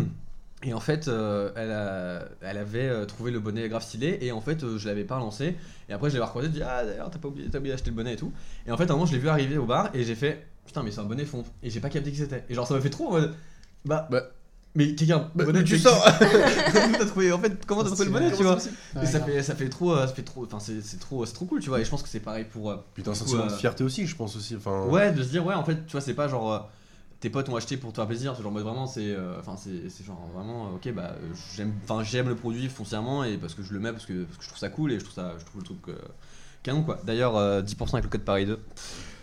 A: Et en fait, euh, elle, a- elle avait euh, trouvé le bonnet grave stylé, et en fait, euh, je l'avais pas lancé. Et après, je l'avais recroisé, je dis Ah, d'ailleurs, t'as pas oublié, t'as oublié d'acheter le bonnet et tout. Et en fait, à un moment, je l'ai vu arriver au bar, et j'ai fait Putain, mais c'est un bonnet fond. Et j'ai pas capté qui c'était. Et genre, ça m'a fait trop en mode Bah,
B: Bah.
A: mais quelqu'un,
B: Bah,
A: bonnet,
B: mais tu
A: mais-
B: sors.
A: (laughs) Comment t'as trouvé En fait, comment t'as trouvé le bonnet, tu vois
D: Ouais,
A: Et ça
D: grave.
A: fait, ça fait trop, euh, ça fait trop, enfin, c'est c'est trop, c'est trop cool, tu vois. Et je pense que c'est pareil pour. euh,
B: Putain, un
A: Du coup,
B: sentiment de
A: euh,
B: fierté aussi, je pense aussi. Enfin,
A: Ouais, de se dire, ouais, en fait, tu vois, c'est pas genre euh, tes potes ont acheté pour te faire plaisir, c'est genre bah, vraiment, c'est euh, enfin, c'est- c'est genre vraiment, euh, ok, bah euh, j'aime enfin, j'aime le produit foncièrement et parce que je le mets, parce que, parce que je trouve ça cool et je trouve, ça, je trouve le truc euh, canon quoi. D'ailleurs, euh, 10% avec le code Paris 2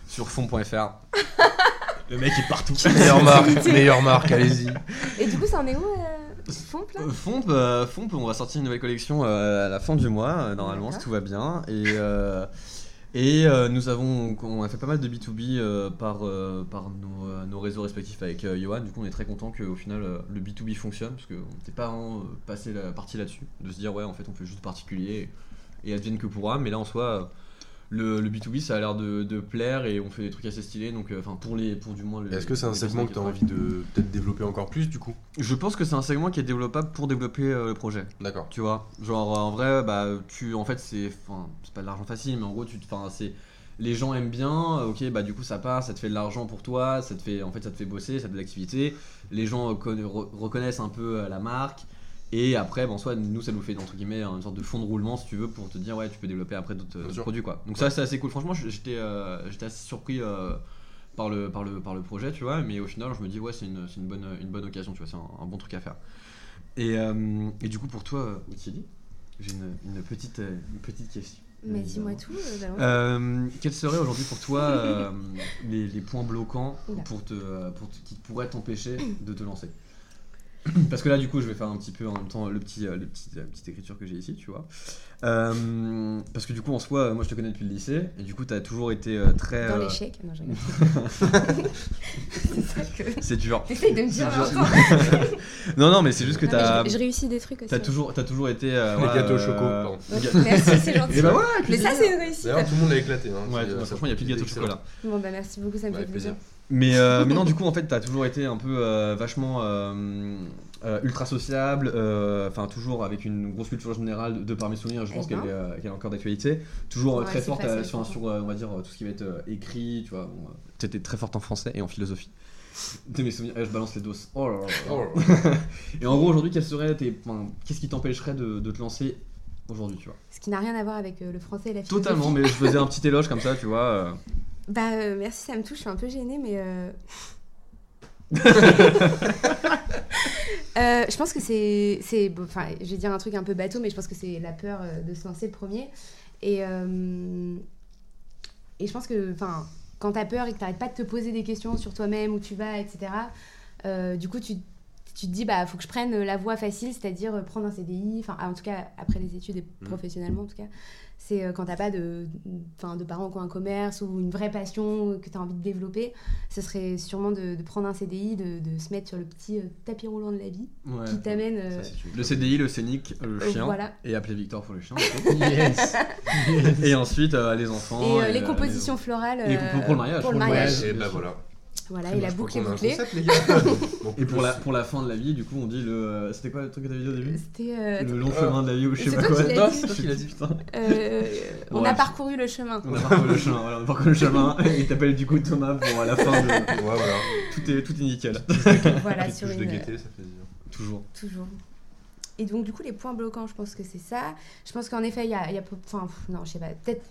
A: sur
B: (laughs)
A: fond.fr. le mec est partout.
B: Meilleure
A: (laughs)
B: marque, meilleure marque, allez-y.
C: Et du coup, ça en est où euh, Fomp là
A: Euh, Fomp, euh, Fomp, on va sortir une nouvelle collection euh, à la fin du mois, euh, normalement,
C: D'accord.
A: si tout va bien. Et, euh, et euh, nous avons, on a fait pas mal de B2B euh, par, euh, par nos, euh, nos réseaux respectifs avec euh, Johan. Du coup, on est très content qu'au final, euh, le B2B fonctionne, parce qu'on n'était pas vraiment euh, passé la partie là-dessus, de se dire, ouais, en fait, on fait juste particulier et, et advienne que pourra. Mais là, en soi. euh, le, le B2B ça a l'air de, de plaire et on fait des trucs assez stylés donc euh, enfin pour les pour du moins les-
B: Est-ce que c'est un
A: les
B: segment
A: personnes
B: que
A: qui
B: t'as envie de peut-être développer encore plus du coup
A: je pense que c'est un segment qui est développable pour développer euh, le projet
B: D'accord.
A: tu vois genre euh, en vrai bah tu en fait c'est enfin c'est pas de l'argent facile mais en gros tu te- enfin c'est les gens aiment bien euh, ok bah du coup ça part ça te fait de l'argent pour toi ça te fait en fait ça te fait bosser ça te fait de l'activité les gens euh, conna- re- reconnaissent un peu euh, la marque et après bon soit nous ça nous fait entre guillemets une sorte de fond de roulement si tu veux pour te dire ouais tu peux développer après d'autres
B: Bien
A: d'autres
B: sûr.
A: produits quoi donc ça c'est assez cool franchement je- j'étais euh, j'étais assez surpris euh, par le, par, le, par le projet, tu vois, mais au final, je me dis, ouais, c'est une, c'est une, bonne, une bonne occasion, tu vois, c'est un, un bon truc à faire. Et, euh, et du coup, pour toi, euh, Ottilie, j'ai une, une petite, euh, une petite question.
C: Mais dis-moi tout, euh, Valence.
A: Euh, quels seraient aujourd'hui pour toi
C: (laughs)
A: euh, les, les points bloquants
C: Oula.
A: pour te, euh, pour te- qui pourraient t'empêcher de te lancer (clears throat) Parce que là, du coup, je vais faire un petit peu en même temps le petit, euh, le petit, la petite écriture que j'ai ici, tu vois. Euh, parce que du coup, en soi, euh, moi, je te connais depuis le lycée, et du coup, tu as toujours été euh, très.
C: Dans
A: euh,
C: l'échec Non, j'ai C'est ça que.
A: c'est dur. (laughs)
H: Essaye de me dire.
A: C'est
H: Vincent.
A: Non, non, mais c'est juste que
C: Non, mais
A: t'as
C: je, je réussis des trucs aussi. hein.
A: t'as toujours t'as toujours été euh,
B: Les
A: voilà,
B: gâteaux au
A: euh,
B: choco, pardon.
A: les ga-
C: Merci, c'est
A: (laughs)
C: gentil.
A: Et bah ouais,
C: mais ça, c'est une réussite.
B: D'ailleurs, tout le monde l'a éclaté. Hein,
A: Ouais,
B: C'est, euh,
A: franchement, il y a plus de gâteau au
B: excellent.
A: chocolat.
C: Bon, bah merci beaucoup, ça me
B: Ouais,
C: fait
B: avec
C: plaisir.
B: plaisir.
A: Mais, (laughs) euh, mais non, du coup, en fait, t'as toujours été un peu euh, vachement euh, euh, ultra sociable, euh, enfin, toujours avec une grosse culture générale de par mes souvenirs, je
C: Eh
A: pense
C: ben.
A: qu'elle est, euh, qu'elle est encore d'actualité. Toujours euh,
C: Ouais,
A: très
C: c'est
A: forte
C: facile,
A: euh, sur,
C: je
A: sur, euh, on va dire, euh, tout ce qui va être euh, écrit, tu vois. bon, euh, T'étais très forte en français et en philosophie. De mes souvenirs, Eh, je balance les doses. Oh là là là.
B: Oh,
A: (laughs) Et en gros, aujourd'hui, quels seraient tes. enfin, Qu'est-ce qui t'empêcherait de, de te lancer aujourd'hui, tu vois
C: Ce qui n'a rien à voir avec euh, le français et la philosophie.
A: Totalement, mais je faisais un petit éloge comme ça, tu vois. euh.
C: Bah euh, merci, ça me touche, je suis un peu gênée, mais... euh, Euh, je pense que c'est... c'est- bon, Enfin, je vais dire un truc un peu bateau, mais je pense que c'est la peur euh, de se lancer le premier. Et, euh, et je pense que enfin, quand t'as peur et que t'arrêtes pas de te poser des questions sur toi-même, où tu vas, etc., euh, du coup, tu, tu te dis, bah, faut que je prenne la voie facile, c'est-à-dire euh, prendre un CDI, enfin, en tout cas, après les études et professionnellement, en tout cas c'est euh, quand t'as pas de, enfin, de parents qui ont un commerce ou une vraie passion que t'as envie de développer, ce serait sûrement de, de prendre un CDI, de, de se mettre sur le petit euh, tapis roulant de la vie
A: Ouais.
C: qui t'amène. euh,
B: ça, c'est une-
A: Le CDI, le scénic, le
C: euh,
A: chien.
C: voilà.
A: Et appeler Victor pour le chien.
C: (laughs)
D: Yes.
A: (laughs) et ensuite, euh, les enfants.
C: Et euh, les
A: euh,
C: compositions florales.
A: Et pour- pour le mariage.
C: Pour le
D: Pour le
C: mariage.
D: mariage.
B: Et bah voilà.
C: Voilà, et la
B: Je crois
C: boucle est
B: qu'on a un
C: bouclée.
B: concept, les gars. Bon,
A: Et pour la, pour la fin de la vie, du coup, on dit le. euh, C'était quoi le truc que t'avais dit au début
C: C'était. euh,
A: Le long
B: euh,
A: chemin de la vie ou je
C: c'est
A: sais pas
C: toi
A: quoi.
C: qui l'as
A: Non,
C: dit.
A: c'est toi qui l'as dit, putain.
C: euh, on
A: Ouais.
C: a parcouru le chemin.
A: On a parcouru le chemin, voilà, on a parcouru le chemin. Et il t'appelle du coup Thomas pour à la fin de.
B: (laughs) Ouais, voilà.
A: Tout est, tout est nickel.
B: (laughs)
C: voilà,
B: Petite
C: sur
B: touche de
C: une- euh,
B: gaieté, ça fait plaisir.
A: Toujours.
C: Toujours. Et donc, du coup, les points bloquants, je pense que c'est ça. Je pense qu'en effet, il y a, il y a peu- Enfin, pff, non, je sais pas. Peut-être,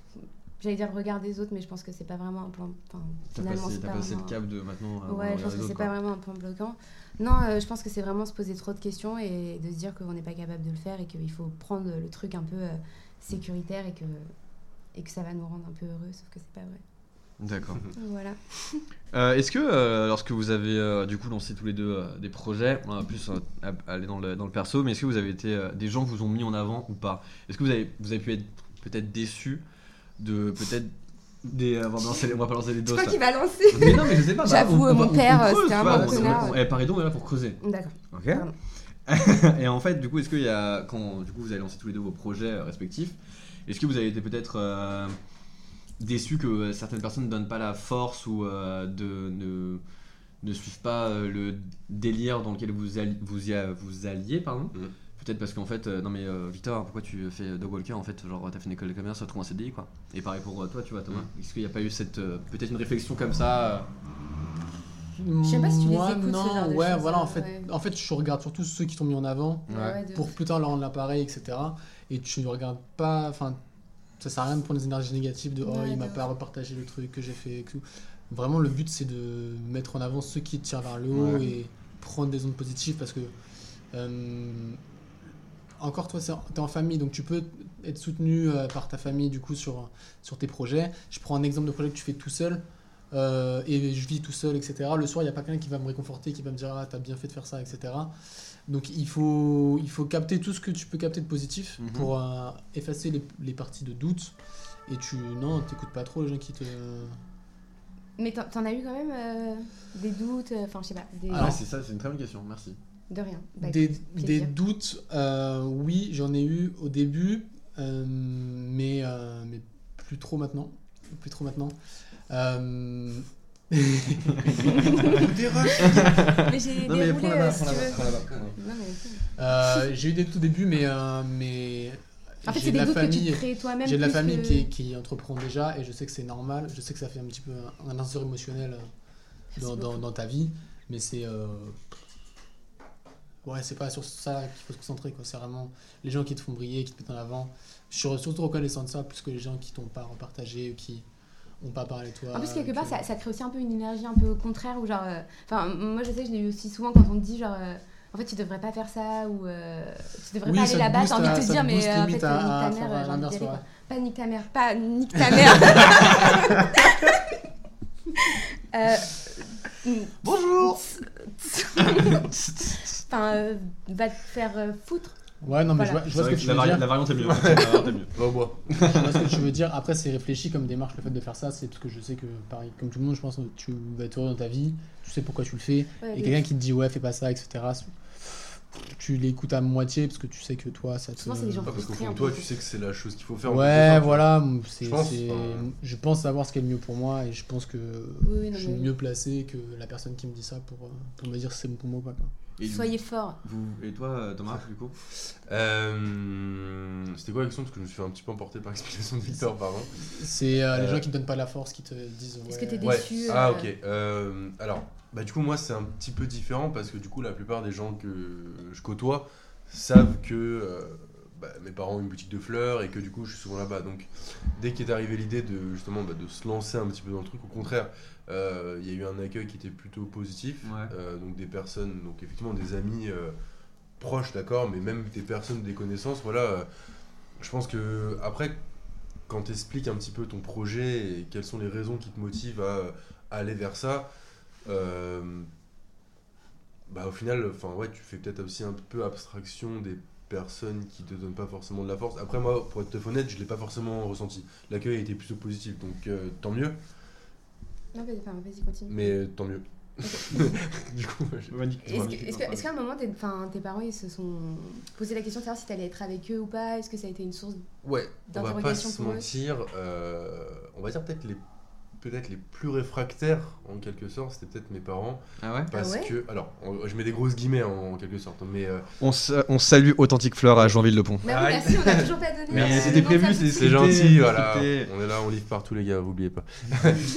C: j'allais dire le regard des autres, mais je pense que c'est pas vraiment un plan. Enfin,
A: T'as
C: finalement,
A: passé,
C: c'est
A: t'as
C: pas
A: passé le
C: vraiment-
A: cap de maintenant. euh,
C: Ouais,
A: regarder
C: je pense que
A: les
C: c'est
A: autres,
C: pas
A: quoi.
C: vraiment un point bloquant. Non, euh, je pense que c'est vraiment se poser trop de questions et de se dire qu'on n'est pas capable de le faire et qu'il faut prendre le truc un peu euh, sécuritaire et que, et que ça va nous rendre un peu heureux, sauf que c'est pas vrai.
A: D'accord.
C: Voilà.
A: Euh, Est-ce que euh, lorsque vous avez euh, du coup lancé tous les deux euh, des projets, on va plus euh, à- aller dans le, dans le perso, mais est-ce que vous avez été euh, des gens vous ont mis en avant ou pas Est-ce que vous avez vous avez pu être peut-être déçu de peut-être des euh, on, va lancer les- on va pas lancer les
C: C'est
A: doses.
C: toi
A: là.
C: qui
A: (laughs)
C: va lancer
A: Mais non mais je sais
C: (laughs)
A: pas. bah,
C: J'avoue, mon père,
A: creuse,
C: c'était un
A: tu vois,
C: bon
A: on- on-
C: connard.
A: on- eh, Paris-Don est là pour creuser.
C: D'accord.
A: Ok.
C: Pardon.
A: (laughs) Et en fait, du coup, est-ce qu'il y a, quand du coup vous avez lancé tous les deux vos projets euh, respectifs, est-ce que vous avez été peut-être euh, déçu que certaines personnes euh, ne donnent pas la force ou euh, de ne ne suivent pas euh, le délire dans lequel vous, alli- vous, y a- vous alliez, pardon.
B: Mhm.
A: Peut-être parce qu'en fait, euh, non mais euh, Victor, pourquoi tu fais Dog Walker en fait Genre, t'as fait une école de commerce, t'as trouvé un CDI quoi. Et pareil pour euh, toi, tu vois, Thomas. Est-ce qu'il n'y a pas eu cette. euh, Peut-être une réflexion comme ça euh,
D: Je
C: sais pas si tu les
D: Moi,
C: écoutes, ce
D: non,
C: genre de
D: ouais,
C: choses,
D: voilà, en
C: euh,
D: fait,
C: ouais.
D: en fait, je regarde surtout ceux qui t'ont mis en avant
C: Ouais,
A: Ouais.
C: ouais, de-
D: pour plus tard leur rendre l'appareil, etc. Et tu ne regardes pas, enfin, ça sert à rien de prendre des énergies négatives de oh,
C: Ouais,
D: il m'a
C: de
D: pas repartagé le truc que j'ai fait et tout. Vraiment, le but c'est de mettre en avant ceux qui te tirent vers le haut
B: Ouais.
D: et prendre des ondes positives parce que, euh, encore toi, c'est- t'es en famille donc tu peux être soutenu euh, par ta famille du coup sur, sur tes projets. Je prends un exemple de projet que tu fais tout seul. euh, et je vis tout seul, etc. Le soir, il n'y a pas quelqu'un qui va me réconforter, qui va me dire Ah, t'as bien fait de faire ça, etc. Donc il faut, il faut capter tout ce que tu peux capter de positif
A: Mhm.
D: pour euh, effacer les, les parties de doute. Et tu. Non, t'écoutes pas trop les gens qui te.
C: Mais t'en- t'en as eu quand même euh, des doutes, euh, enfin je sais pas, des...
D: Alors-
A: Ouais, c'est ça, c'est une très bonne question, merci.
C: de rien. Bah,
D: Des, des
C: plaisir.
D: doutes, euh, oui, j'en ai eu au début, euh, mais, euh, mais plus trop maintenant. Plus trop maintenant. Euh, (laughs)
C: Mais j'ai
A: Non, mais
C: déroulé,
A: prends la main,
C: euh, si
A: prends la
C: tu
A: main,
C: veux.
A: prends la main, prends la main.
C: Non, mais-
D: euh, j'ai eu des doutes au début, mais. euh, mais
C: En fait, c'est
D: j'ai de
C: des
D: la
C: doutes que tu
D: famille-
C: te crées toi-même.
D: J'ai de la
C: plus
D: famille
C: que-
D: qui, qui entreprend déjà et je sais que c'est normal. Je sais que ça fait un petit peu un- un insert émotionnel euh, dans,
C: Merci
D: dans-
C: beaucoup.
D: dans ta vie, mais c'est. euh, Ouais, c'est pas sur ça qu'il faut se concentrer. quoi. C'est vraiment les gens qui te font briller, qui te mettent en avant. Je suis surtout reconnaissant de ça plus que les gens qui t'ont pas partagé ou qui ont pas parlé de toi.
C: En plus, quelque part,
D: que-
C: ça, ça crée aussi un peu une énergie un peu au contraire, ou genre. euh, Enfin, moi, je sais que je l'ai eu aussi souvent quand on te dit, genre. euh, en fait, tu devrais pas faire ça, ou euh, tu devrais
D: Oui,
C: pas
D: ça
C: aller
D: te
C: là-bas,
D: booste
C: t'as envie
D: à-
C: de te
D: ça te
C: dire, mais
D: booste
C: euh, en fait, nique
D: limite
C: ta
D: à- à
C: mère,
D: faire
C: euh, j'ai envie
D: l'inverse,
C: d'y aller,
D: ouais.
C: quoi. Pas nique ta mère, pas nique ta mère.
D: (laughs)
C: Euh,
A: Bonjour
C: (laughs) Enfin, euh, va te faire euh, foutre.
D: Ouais, non, mais
C: Voilà.
A: C'est
D: je vois, je vois
A: vrai
D: ce que
A: que
D: tu
A: la,
D: veux
A: vari-
D: dire.
A: la variante (laughs) est mieux. la variante est mieux.
B: Va au bois.
D: Je vois ce que tu veux dire. Après, c'est réfléchi comme démarche le fait de faire ça. C'est parce que je sais que, pareil, comme tout le monde, je pense que tu vas être heureux dans ta vie. Tu sais pourquoi tu le fais.
C: Ouais,
D: Et
C: les-
D: quelqu'un qui te dit ouais, fais pas ça, etc. Tu l'écoutes à moitié parce que tu sais que toi, ça te.
C: Souvent, c'est des gens
B: Ah, parce qu'au
C: frustrés.
B: fond
C: un
B: de toi,
C: peu.
B: tu sais que c'est la chose qu'il faut faire.
D: Ouais,
B: On peut pas
D: voilà. c'est-
B: Je pense,
D: c'est-
B: enfin.
D: Je pense savoir ce qui est le mieux pour moi et je pense que
C: Oui, oui, non,
D: je suis
C: mais-
D: mieux placé que la personne qui me dit ça pour, euh, pour me dire si c'est bon pour moi ou pas. quoi.
A: Et, du-
C: Soyez fort.
A: vous, et toi, euh, Thomas, du coup
B: faire. Euh, C'était quoi l'action Parce que je me suis fait un petit peu emporté par l'explication de Victor, pardon.
D: C'est euh, les
B: Euh.
D: gens qui te donnent pas la force, qui te disent.
C: Est-ce
D: ouais,
C: que t'es
D: ouais.
C: déçu euh,
B: Ah ok. Euh, alors, bah du coup moi c'est un petit peu différent parce que du coup la plupart des gens que je côtoie savent que euh, bah, mes parents ont une boutique de fleurs et que du coup je suis souvent là-bas. Donc dès qu'est arrivée l'idée de justement bah, de se lancer un petit peu dans le truc, au contraire, euh, il y a eu un accueil qui était plutôt positif.
A: Ouais.
B: Euh, donc des personnes, donc effectivement des amis euh, proches, d'accord, mais même des personnes, des connaissances, voilà. euh, je pense que après, quand tu expliques un petit peu ton projet et quelles sont les raisons qui te motivent à, à aller vers ça, euh, bah au final, enfin ouais, tu fais peut-être aussi un peu abstraction des personnes qui te donnent pas forcément de la force. Après moi, pour être honnête, je l'ai pas forcément ressenti. L'accueil a été plutôt positif, donc euh, tant mieux.
C: Non, vas-y, enfin, vas-y, continue.
B: Mais euh, tant mieux. du coup, ouais, j'ai-
C: Est-ce que- est-ce que- est-ce qu'à un moment, t'es- enfin, tes parents ils se sont posé la question de savoir si t'allais être avec eux ou pas Est-ce que ça a été une source
B: Ouais, on va pas
C: d'interrogation
B: se
C: pour eux.
B: mentir. euh, on va dire peut-être les peut-être les plus réfractaires en quelque sorte, c'était peut-être mes parents
A: Ah ouais
B: parce
C: ouais
B: que alors on- je mets des grosses guillemets en, en quelque sorte, mais euh,
I: On, sa- on salue Authentique Fleur à Jeanville Lepont.
C: Bah oui,
B: Arrête.
C: merci, on a toujours pas donné.
A: Mais
C: euh,
A: c'était
C: le nom de
A: prévu,
C: sa
A: c'est-
C: boutique.
B: c'est
A: Écoutez,
B: gentil, voilà.
A: écoutez.
B: On est là, on livre partout les gars, vous oubliez pas.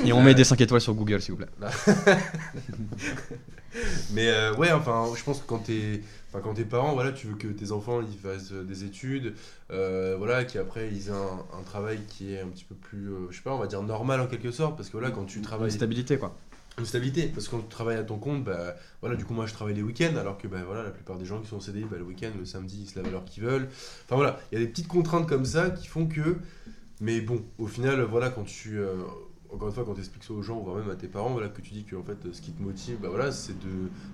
I: Et on met des 5 étoiles sur Google, s'il vous plaît.
B: Mais euh, ouais, enfin, je pense que quand t'es, enfin, quand t'es parent, voilà, tu veux que tes enfants ils fassent euh, des études, euh, voilà, qu'après ils aient un, un travail qui est un petit peu plus, euh, je sais pas, on va dire normal en quelque sorte, parce que voilà, quand tu
A: Une
B: travailles
A: stabilité, quoi.
B: une stabilité parce que quand tu travailles à ton compte bah voilà du coup moi je travaille les week-ends alors que bah voilà la plupart des gens qui sont en CDI bah, le week-end le samedi ils se lavent à l'heure qu'ils veulent enfin voilà il y a des petites contraintes comme ça qui font que mais bon au final voilà quand tu euh, encore une fois quand tu expliques ça aux gens voire même à tes parents voilà que tu dis que en fait ce qui te motive bah voilà c'est de,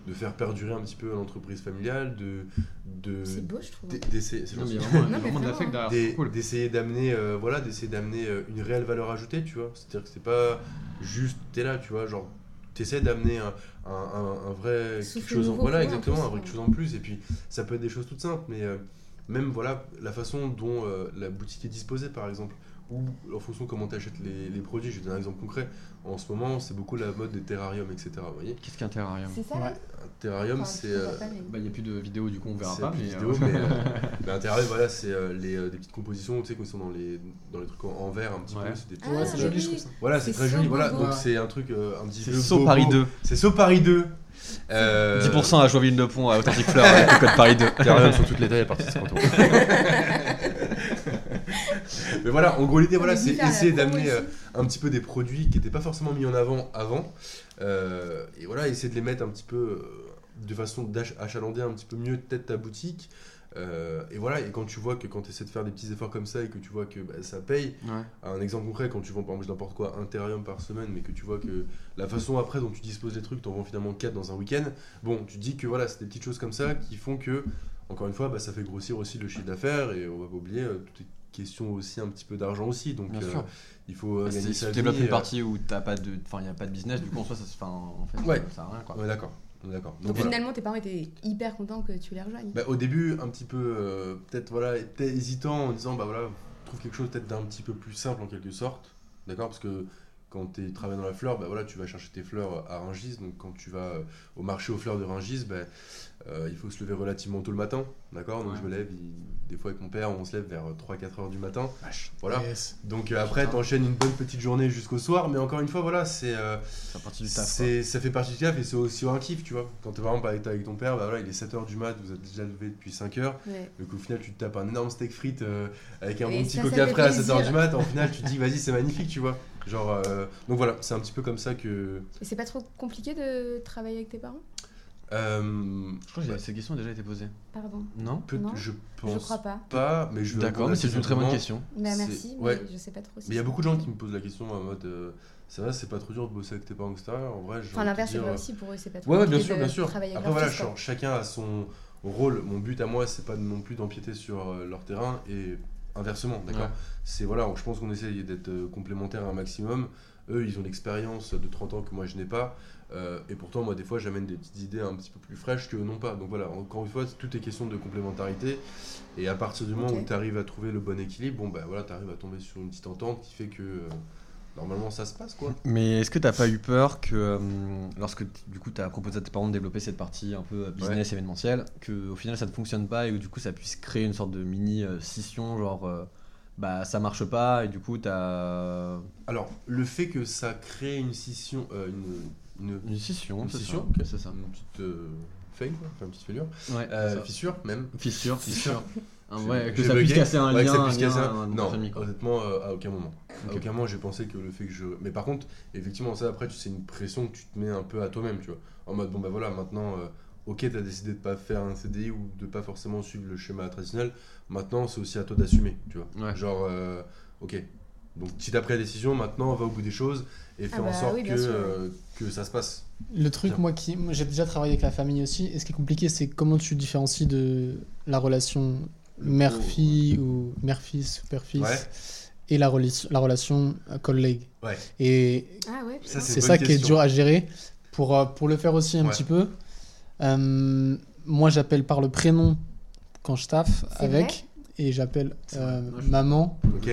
B: de faire perdurer un petit peu l'entreprise familiale de de
C: C'est beau, je trouve.
B: d'e- d'essayer c'est
A: Non, mais
B: gentil.
A: il y a vraiment,
C: mais
A: vraiment de
C: vraiment,
A: l'affect
C: hein.
A: derrière.
B: D'e-
A: C'est Ah, cool.
B: d'essayer d'amener euh, voilà d'essayer d'amener euh, une réelle valeur ajoutée tu vois c'est à dire que c'est pas juste t'es là tu vois genre t'essaies d'amener un, un- un- un vrai
C: Souffle
B: quelque chose en,
C: nouveau
B: voilà
C: pour eux, en
B: exactement
C: plus,
B: un vrai
C: ouais.
B: quelque chose en plus et puis ça peut être des choses toutes simples mais euh, Même voilà la façon dont euh, la boutique est disposée, par exemple, ou en fonction de comment tu achètes les, les produits. Je vais te donner un exemple concret. En ce moment, c'est beaucoup la mode des terrariums, etc. Vous voyez
A: Qu'est-ce qu'un terrarium
J: C'est ça
D: Ouais.
J: là
B: Un terrarium,
J: Enfin,
B: c'est.
J: je comprends
B: euh,
J: pas, mais-
A: Bah, il n'y a plus de vidéo, du coup, on verra
B: c'est
A: pas.
B: plus
A: Mais,
B: vidéo,
A: euh,
B: mais, euh,
I: (laughs)
A: (laughs)
B: (laughs) mais un terrarium, voilà, c'est euh, les, euh, des petites compositions, tu sais, quand ils sont dans les, dans les trucs en, en verre, un petit
A: Ouais.
B: peu. c'est des
J: Ah,
D: Ouais,
B: petites-
D: c'est
J: mais
D: joli, je
J: oui.
D: trouve ça.
B: Voilà, c'est
J: C'est
B: très joli.
J: so
B: Voilà,
J: bobo.
B: donc c'est un truc, euh, un petit
A: C'est
B: vieux
A: Saut
B: bobo.
A: Paris 2.
B: C'est So Paris 2. Euh,
A: 10% à Joinville-de-Pont, à Authentic Fleur, avec le code Paris
B: (laughs)
A: 2. (laughs)
B: Terrarium sur toutes les tailles à partir de 50
J: (laughs)
B: euros. Mais voilà, en gros, l'idée, voilà,
J: Mais
B: c'est
J: faire la
B: essayer
J: promo
B: d'amener
J: ici.
B: euh, un petit peu des produits qui n'étaient pas forcément mis en avant avant. euh, et voilà, essayer de les mettre un petit peu euh, de façon d'ach- achalander un petit peu mieux peut-être ta boutique. Euh, et voilà, et quand tu vois que quand tu essaies de faire des petits efforts comme ça et que tu vois que bah, ça paye,
A: Ouais.
B: un exemple concret, quand tu vends par exemple je n'importe quoi, un terrarium par semaine, mais que tu vois que la façon après dont tu disposes des trucs, t'en vends finalement 4 dans un week-end, bon, tu te dis que voilà, c'est des petites choses comme ça qui font que, encore une fois, bah, ça fait grossir aussi le chiffre d'affaires et on va pas oublier, euh, tout est question aussi un petit peu d'argent aussi, donc
A: Bien
B: euh,
A: sûr.
B: il faut euh,
A: Si
B: gagner
A: si
B: sa
A: tu développes
B: vie,
A: une
B: euh,
A: partie où t'as pas de, enfin, il a pas de business, du coup, en soi, ça, se- enfin, en fait,
B: Ouais.
A: ça sert à rien, quoi.
B: On est d'accord, on est d'accord.
C: Donc
B: Donc, voilà.
C: finalement, tes parents étaient hyper contents que tu les rejoignes.
B: Bah, au début, un petit peu, euh, peut-être voilà, était hésitant en disant, bah voilà, trouve quelque chose peut-être d'un petit peu plus simple en quelque sorte, d'accord Parce que quand tu travailles dans la fleur, bah voilà, tu vas chercher tes fleurs à Rungis, donc quand tu vas euh, au marché aux fleurs de Rungis, bah, euh, il faut se lever relativement tôt le matin, d'accord Donc
A: Ouais.
B: je me lève, il- des fois avec mon père, on se lève vers 3-4 heures du matin, voilà.
D: Yes.
B: Donc euh, après, t'enchaînes une bonne petite journée jusqu'au soir, mais encore une fois, voilà, c'est... euh,
A: Ça partie du taf. quoi.
B: c'est- ça fait partie du taf et c'est aussi un kiff, tu vois. Quand t'es vraiment avec, avec ton père, bah voilà, il est 7h du mat, vous êtes déjà levé depuis 5h.
C: Ouais.
B: Donc au final, tu te tapes un énorme steak frites euh, avec un
C: Et
B: bon petit
C: ça, ça
B: coca
C: fait
B: frais à
C: plaisir.
B: 7h du mat. En final,
C: (laughs)
B: tu te dis, vas-y, c'est magnifique, tu vois. Genre, euh, donc voilà, c'est un petit peu comme ça que.
C: Et c'est pas trop compliqué de travailler avec tes parents
B: euh,
A: Je crois que j'ai- cette question a déjà été posée.
C: Pardon,
A: Non
B: peut-
C: Non,
B: je
C: je
B: pense
C: crois pas.
B: pas, mais je.
A: D'accord, mais c'est une très bonne
B: simplement-
A: question.
C: Bah
B: C'est-
C: merci, mais
B: ouais.
C: je sais pas trop si
B: Mais il y a
C: c'est-
B: beaucoup de gens qui me posent la question en mode, euh, ça va, c'est pas trop dur de bosser avec tes parents, etc. En vrai, je.
C: Enfin, l'inverse, c'est vrai aussi pour eux, c'est pas trop
B: euh, Ouais, ouais, bien
C: compliqué
B: sûr,
C: de
B: bien sûr.
C: travailler avec
B: Après,
C: leur
B: voilà,
C: fils, quoi.
B: ch- chacun a son rôle. Mon but à moi, c'est pas non plus d'empiéter sur euh, leur terrain et inversement, d'accord
A: Ouais.
B: C'est voilà, on- je pense qu'on essaye d'être euh, complémentaires un maximum. Eux, ils ont l'expérience de 30 ans que moi je n'ai pas. euh, et pourtant, moi, des fois, j'amène des petites idées un petit peu plus fraîches que non pas. Donc voilà, encore une fois, c'est- tout est question de complémentarité. Et à partir du moment
J: Ok.
B: où tu arrives à trouver le bon équilibre, bon, bah voilà, tu arrives à tomber sur une petite entente qui fait que euh, normalement ça se passe quoi.
A: Mais est-ce que t'as pas eu peur que euh, lorsque t- du coup t'as proposé à tes parents de développer cette partie un peu euh, business événementielle, que au final ça ne fonctionne pas et que du coup ça puisse créer une sorte de mini euh, scission, genre euh, bah ça marche pas et du coup t'as euh,
B: Alors, le fait que ça crée une scission, euh, une, une,
A: une scission,
B: une
A: c'est
B: scission,
A: ça,
B: ok,
A: c'est ça.
B: une petite euh, faille, quoi, enfin, une petite fêlure,
A: Ouais,
B: Euh,
A: c'est ça.
B: fissure même.
A: fissure, fissure. Ah
B: J'ai-
A: ouais, que
B: j'ai
A: ça puisse
B: bugué.
A: casser un
B: Ouais, que
A: lien,
B: ça puisse
A: un lien,
B: casser un-
A: un-
B: Non,
A: entre amis, quoi.
B: honnêtement, euh, à aucun moment.
A: Ok.
B: À aucun moment, j'ai pensé que le fait que je. Mais par contre, effectivement, ça après, tu c'est une pression que tu te mets un peu à toi-même, tu vois. En mode, bon bah voilà, maintenant, euh, ok, t'as décidé de pas faire un CDI ou de pas forcément suivre le schéma traditionnel. Maintenant, c'est aussi à toi d'assumer, tu vois.
A: Ouais.
B: Genre, euh, ok. Donc, si t'as pris la décision, maintenant, va au bout des choses et fais
C: Ah bah
B: en sorte
C: oui,
B: que,
C: bien sûr.
B: euh, que ça se passe.
D: Le truc, moi, qui, moi, j'ai déjà travaillé avec la famille aussi, et ce qui est compliqué, c'est comment tu différencies de la relation mère-fille ou mère-fils ou père-fils
B: Ouais.
D: et la, rela- la relation euh, collègue.
B: Ouais.
D: Et
C: Ah ouais, putain.
B: Ça, c'est
D: c'est
B: une
D: ça
B: bonne
D: qui est
B: question.
D: dur à gérer. Pour, euh, pour le faire aussi un
B: Ouais.
D: petit peu, euh, moi, j'appelle par le prénom quand je taffe
C: C'est
D: avec, et j'appelle
A: C'est vrai.
D: euh,
A: Moi, je-
D: maman
B: Ok.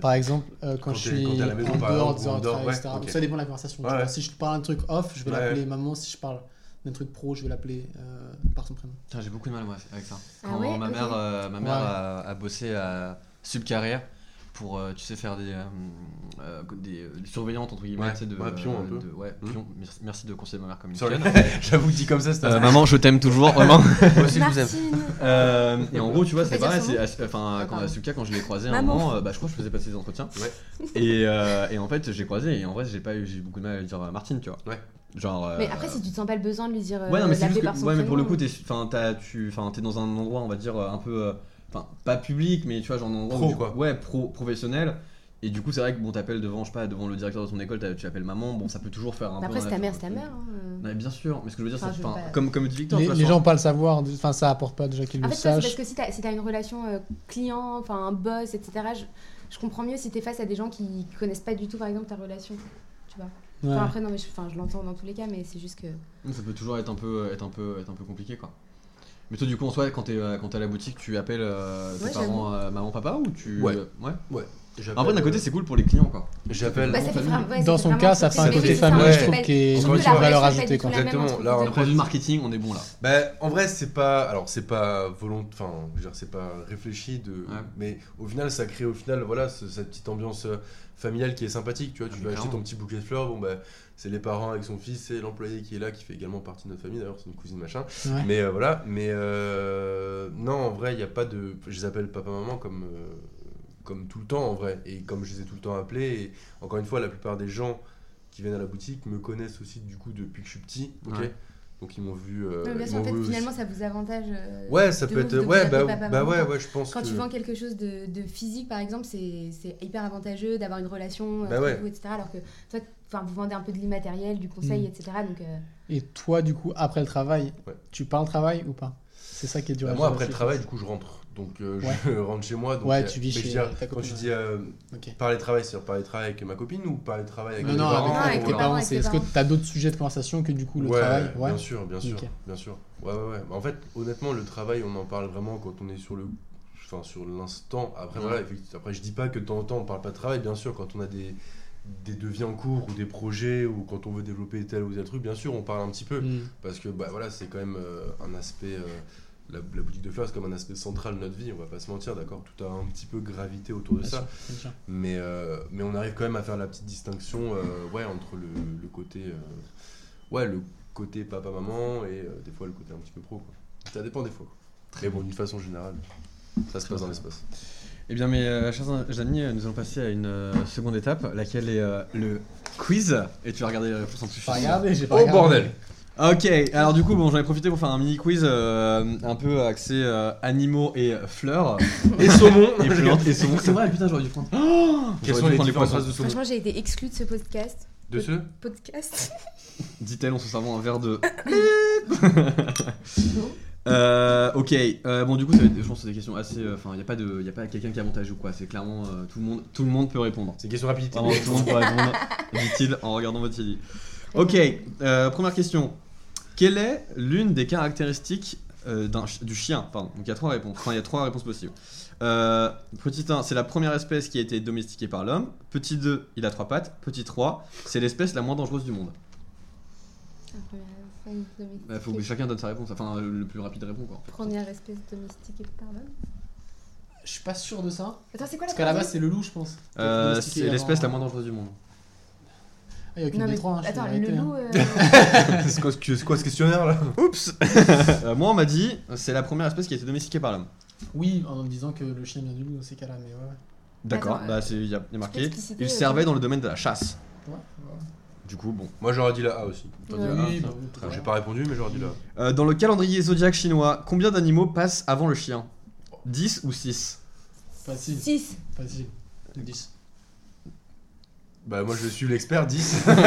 D: Par exemple, euh, quand,
B: Quand
D: je
B: t'es-
D: suis
B: quand t'es à la maison,
D: en
B: par
D: dehors
B: exemple,
D: des
B: ou en
D: heures de
B: dehors,
D: travail,
B: ouais,
D: etc.
B: ok.
D: Donc ça dépend de la conversation. tu
B: Ouais,
D: vois.
B: ouais.
D: Si je parle un truc off, je vais
B: Ouais,
D: l'appeler
B: ouais.
D: maman. Si je parle d'un truc pro, je vais l'appeler euh, par son prénom.
A: Putain, j'ai beaucoup de mal moi avec ça.
C: Ah
A: Quand
C: ouais,
A: ma
C: ok.
A: mère, euh, ma mère
D: Ouais.
A: a, a bossé à Subcarrière pour, euh, tu sais, faire des, euh, euh, des, euh, des surveillantes entre guillemets,
B: Ouais,
A: tu sais, de,
B: ouais, pion un
A: euh,
B: peu.
A: de- ouais,
B: Mhm.
A: pion. Merci- Merci de conseiller ma mère comme une
B: Sorry.
A: (laughs) conne.
B: (laughs) J'avoue, dit comme ça, c'est
A: Euh, maman, je t'aime toujours, (laughs) vraiment.
B: Moi aussi, je vous aime.
C: Martine
A: (laughs) Euh, et en gros, tu vois, c'est
C: Faut pas
A: pareil.
C: dire
A: c'est- c'est- Enfin,
C: Ah,
A: quand
C: pardon.
A: à Suka, quand je l'ai croisé à un
C: Maman.
A: moment, euh, bah, je crois que je faisais passer des entretiens. Et, euh, et en fait, j'ai croisé et en vrai, j'ai pas eu, j'ai eu beaucoup de mal à lui dire euh, Martine, tu vois.
B: Ouais.
A: Genre. euh,
C: Mais après, si tu te sens pas le besoin de lui dire. euh,
A: Ouais, non, mais c'est
C: l'appeler
A: juste que,
C: par son
A: ouais, mais pour le
C: prénom,
A: coup, t'es, enfin, t'as- tu, enfin, t'es dans un endroit, on va dire, euh, un peu, euh, enfin, pas public, mais tu vois, genre un endroit
B: Pro,
A: où tu-
B: quoi.
A: ouais, pro, professionnel. Et du coup, c'est vrai que bon, t'appelles devant, je sais pas, devant le directeur de ton école, t'as- tu appelles maman. Bon, ça peut toujours faire un peu.
C: Après,
A: un
C: c'est ta
A: effet-
C: mère, c'est ta mère. hein, euh.
A: Ouais, bien sûr, mais ce que je veux dire,
C: Enfin,
A: c'est
C: je veux
A: enfin,
C: pas-
A: comme, comme dit Victor,
D: les
A: tu vois,
D: les
A: genre-
D: gens pas le savoir, enfin ça apporte pas déjà qu'ils
C: En
D: le
C: fait, toi, c'est parce
D: sachent.
C: que si t'as si t'as une relation euh, client, enfin un boss, etc., je, je comprends mieux si t'es face à des gens qui connaissent pas du tout, par exemple, ta relation. Tu vois.
D: Ouais.
C: Enfin, après, non, mais je, enfin, je l'entends dans tous les cas, mais c'est juste que.
A: euh, ça peut toujours être un peu, être un peu, être un peu compliqué, quoi. Mais toi, du coup, en soi, quand t'es euh, quand t'es à la boutique, tu appelles euh, tes
E: Ouais,
A: parents, euh, maman, papa ou tu. euh,
B: Ouais.
A: ouais.
B: J'appelle- euh,
A: Après, d'un côté, c'est cool pour les clients, quoi.
B: j'appelle.
E: Bah, ça fait vraiment- ouais,
D: Dans
E: ça
D: son
E: fait vraiment
D: cas, ça fait un
E: côté
B: côté
E: familial,
B: famille,
E: ouais.
B: je
D: trouve, qui est-
E: Surtout que
B: qui est
E: la
D: valeur
E: relation est
D: ajoutée,
E: pas
D: quoi.
E: du tout la même
B: Exactement,
E: entre
B: là,
E: les
B: on
A: D'un
E: deux
A: point de
E: personnes.
A: vue marketing, on est bon là.
B: Bah, en vrai, c'est pas. Alors, c'est pas volontaire. Enfin, je veux dire, c'est pas réfléchi de.
A: Ouais.
B: Mais au final, ça crée au final, voilà, ce- cette petite ambiance euh, familiale qui est sympathique. Tu vois,
A: Ah,
B: tu
A: mais
B: vas acheter
A: clairement.
B: ton petit bouquet de fleurs. Bon, bah, c'est les parents avec son fils, c'est l'employé qui est là, qui fait également partie de notre famille. D'ailleurs, c'est une cousine machin.
D: Ouais.
B: Mais euh, voilà. Mais euh, non, en vrai, il y a pas de. Je les appelle papa maman comme. euh, Comme tout le temps en vrai, et comme je les ai tout le temps appelés, et encore une fois, la plupart des gens qui viennent à la boutique me connaissent aussi du coup depuis que je suis petit, ok
A: Ouais.
B: donc ils m'ont vu. euh,
E: Non, mais bien
B: ils
E: sûr, en
B: m'ont vu
E: fait,
B: aussi.
E: finalement, ça vous avantage. euh,
B: Ouais, ça
E: de
B: peut
E: ouf de
B: être.
E: vous
B: Ouais,
E: appeler
B: bah,
E: papa,
B: bah
E: maman,
B: ouais,
E: quoi.
B: ouais, je pense
E: Quand
B: que.
E: tu vends quelque chose de, de physique, par exemple, c'est c'est hyper avantageux d'avoir une relation, euh,
B: Bah
E: entre
B: ouais.
E: vous, etc. Alors que toi, enfin, vous vendez un peu de l'immatériel, du conseil,
D: Mm.
E: etc. Donc, euh,
D: Et toi, du coup, après le travail,
B: Ouais.
D: tu parles travail ou pas C'est ça qui est dur
B: Bah,
D: à
B: moi,
D: gérer
B: après le
D: aussi.
B: travail, du coup, je rentre. Donc euh,
D: Ouais.
B: je (laughs) rentre chez moi. Donc,
D: Ouais,
B: euh,
D: tu vis
B: mais je
D: chez
B: veux dire,
D: ta
B: Quand
D: copine,
B: tu
D: ouais.
B: dis euh,
D: Ok.
B: parler travail, c'est-à-dire parler travail avec ma copine ou parler travail avec
D: Non,
B: mes
D: non,
B: parents
D: avec,
E: Non,
B: ou,
D: avec tes
B: voilà.
D: parents,
E: avec
D: c'est.
E: tes
D: Est-ce que
E: parents.
D: t'as d'autres sujets de conversation que du coup le
B: ouais,
D: travail Ouais.
B: Bien sûr, bien sûr,
D: Nickel.
B: bien sûr. Ouais, ouais, ouais. Mais en fait, honnêtement, le travail, on en parle vraiment quand on est sur le, enfin sur l'instant. Après,
A: Ouais.
B: voilà. effectivement, Après, je dis pas que de temps en temps on parle pas de travail, bien sûr. Quand on a des des devis en cours ou des projets ou quand on veut développer tel ou tel truc, bien sûr, on parle un petit peu.
D: Mm.
B: parce que bah, voilà, c'est quand même euh, un aspect. euh, la, la boutique de fleurs, c'est comme un aspect central de notre vie, on va pas se mentir, d'accord Tout a un petit peu gravité autour de
D: Bien
B: ça,
D: sûr, bien sûr.
B: mais, euh, mais on arrive quand même à faire la petite distinction euh, ouais, entre le, le côté. euh, ouais, le côté papa-maman et euh, des fois le côté un petit peu pro, quoi. Ça dépend des fois. Très bon, d'une façon générale, ça se passe dans l'espace.
A: Eh bien, mes euh, chers amis, euh, nous allons passer à une euh, seconde étape, laquelle est euh, le quiz. Et tu vas regarder les réponses en plus. je suis
D: J'ai pas
A: sûr.
D: regardé, j'ai pas
B: Oh
D: regardé. (laughs)
B: bordel
A: Ok, alors du coup, bon, j'en ai profité pour faire un mini quiz euh, un peu axé euh, animaux et
D: (laughs)
A: fleurs.
B: Et saumon
A: (laughs) et plantes et saumons.
D: C'est vrai, putain, j'aurais dû prendre.
B: Quelles
A: J'aurais
B: sont
A: dû
B: les
A: prendre
B: différentes
A: poissons.
B: races de saumon
E: franchement, j'ai été exclue de ce podcast.
B: De ceux (laughs)
E: Podcast.
A: Dit-elle en se servant un verre
D: (coughs)
A: de. (laughs) Euh, ok, euh, bon du coup ça va être, je pense que c'est des questions assez, euh, enfin il y a pas de, y a pas quelqu'un qui a avantage ou quoi, c'est clairement euh, tout le monde, tout le monde peut répondre.
B: C'est une question de rapidité.
A: Vraiment, tout le monde peut répondre, dit-il en regardant votre télé. Ok, euh, première question. Quelle est l'une des caractéristiques euh, d'un chi- du chien Pardon. Donc il y a trois réponses. Enfin, il y a trois réponses possibles. Euh, petit 1, c'est la première espèce qui a été domestiquée par l'homme. Petit 2, il a trois pattes. Petit 3, c'est l'espèce la moins dangereuse du monde.
E: Première,
A: Il Bah, faut que chacun donne sa réponse. Enfin, le plus rapide répond quoi. en fait.
E: espèce domestiquée, pardon.
D: Je suis pas sûr de ça.
E: Attends, c'est quoi la
D: Parce qu'à la base, c'est le loup, je pense.
A: Euh,
D: Domestiqué
A: c'est
D: avant-
A: l'espèce la moins dangereuse du monde.
D: Ah, y a aucune
E: Non,
D: des
E: mais
D: trois. hein, je suis
E: attends,
D: arrêté,
E: le
D: hein.
E: loup. euh,
B: (laughs)
E: (laughs)
B: C'est quoi, ce- c'est quoi ce questionnaire là
A: Oups (laughs) Euh, Moi, on m'a dit, c'est la première espèce qui a été domestiquée par l'homme.
E: euh.
D: Oui, en me disant que le chien vient du loup dans ces cas-là, mais ouais. ouais.
A: D'accord,
E: Attends, euh,
A: bah c'est- il y a il y a marqué.
E: expliciter,
A: Il
E: euh,
A: servait dans le domaine de la chasse.
D: Ouais, ouais.
A: Du coup, bon.
B: Moi j'aurais dit la A aussi. T'as dit la
A: ah,
E: Ouais.
B: A
D: Oui, bah,
B: Alors, J'ai
D: ouais.
B: pas répondu, mais j'aurais dit là.
A: Euh, dans le calendrier zodiaque chinois, combien d'animaux passent avant le chien 10 ou 6
D: Facile,
E: Six.
D: facile. 10.
B: Bah, moi je suis
A: (laughs)
B: l'expert 10. Sorry.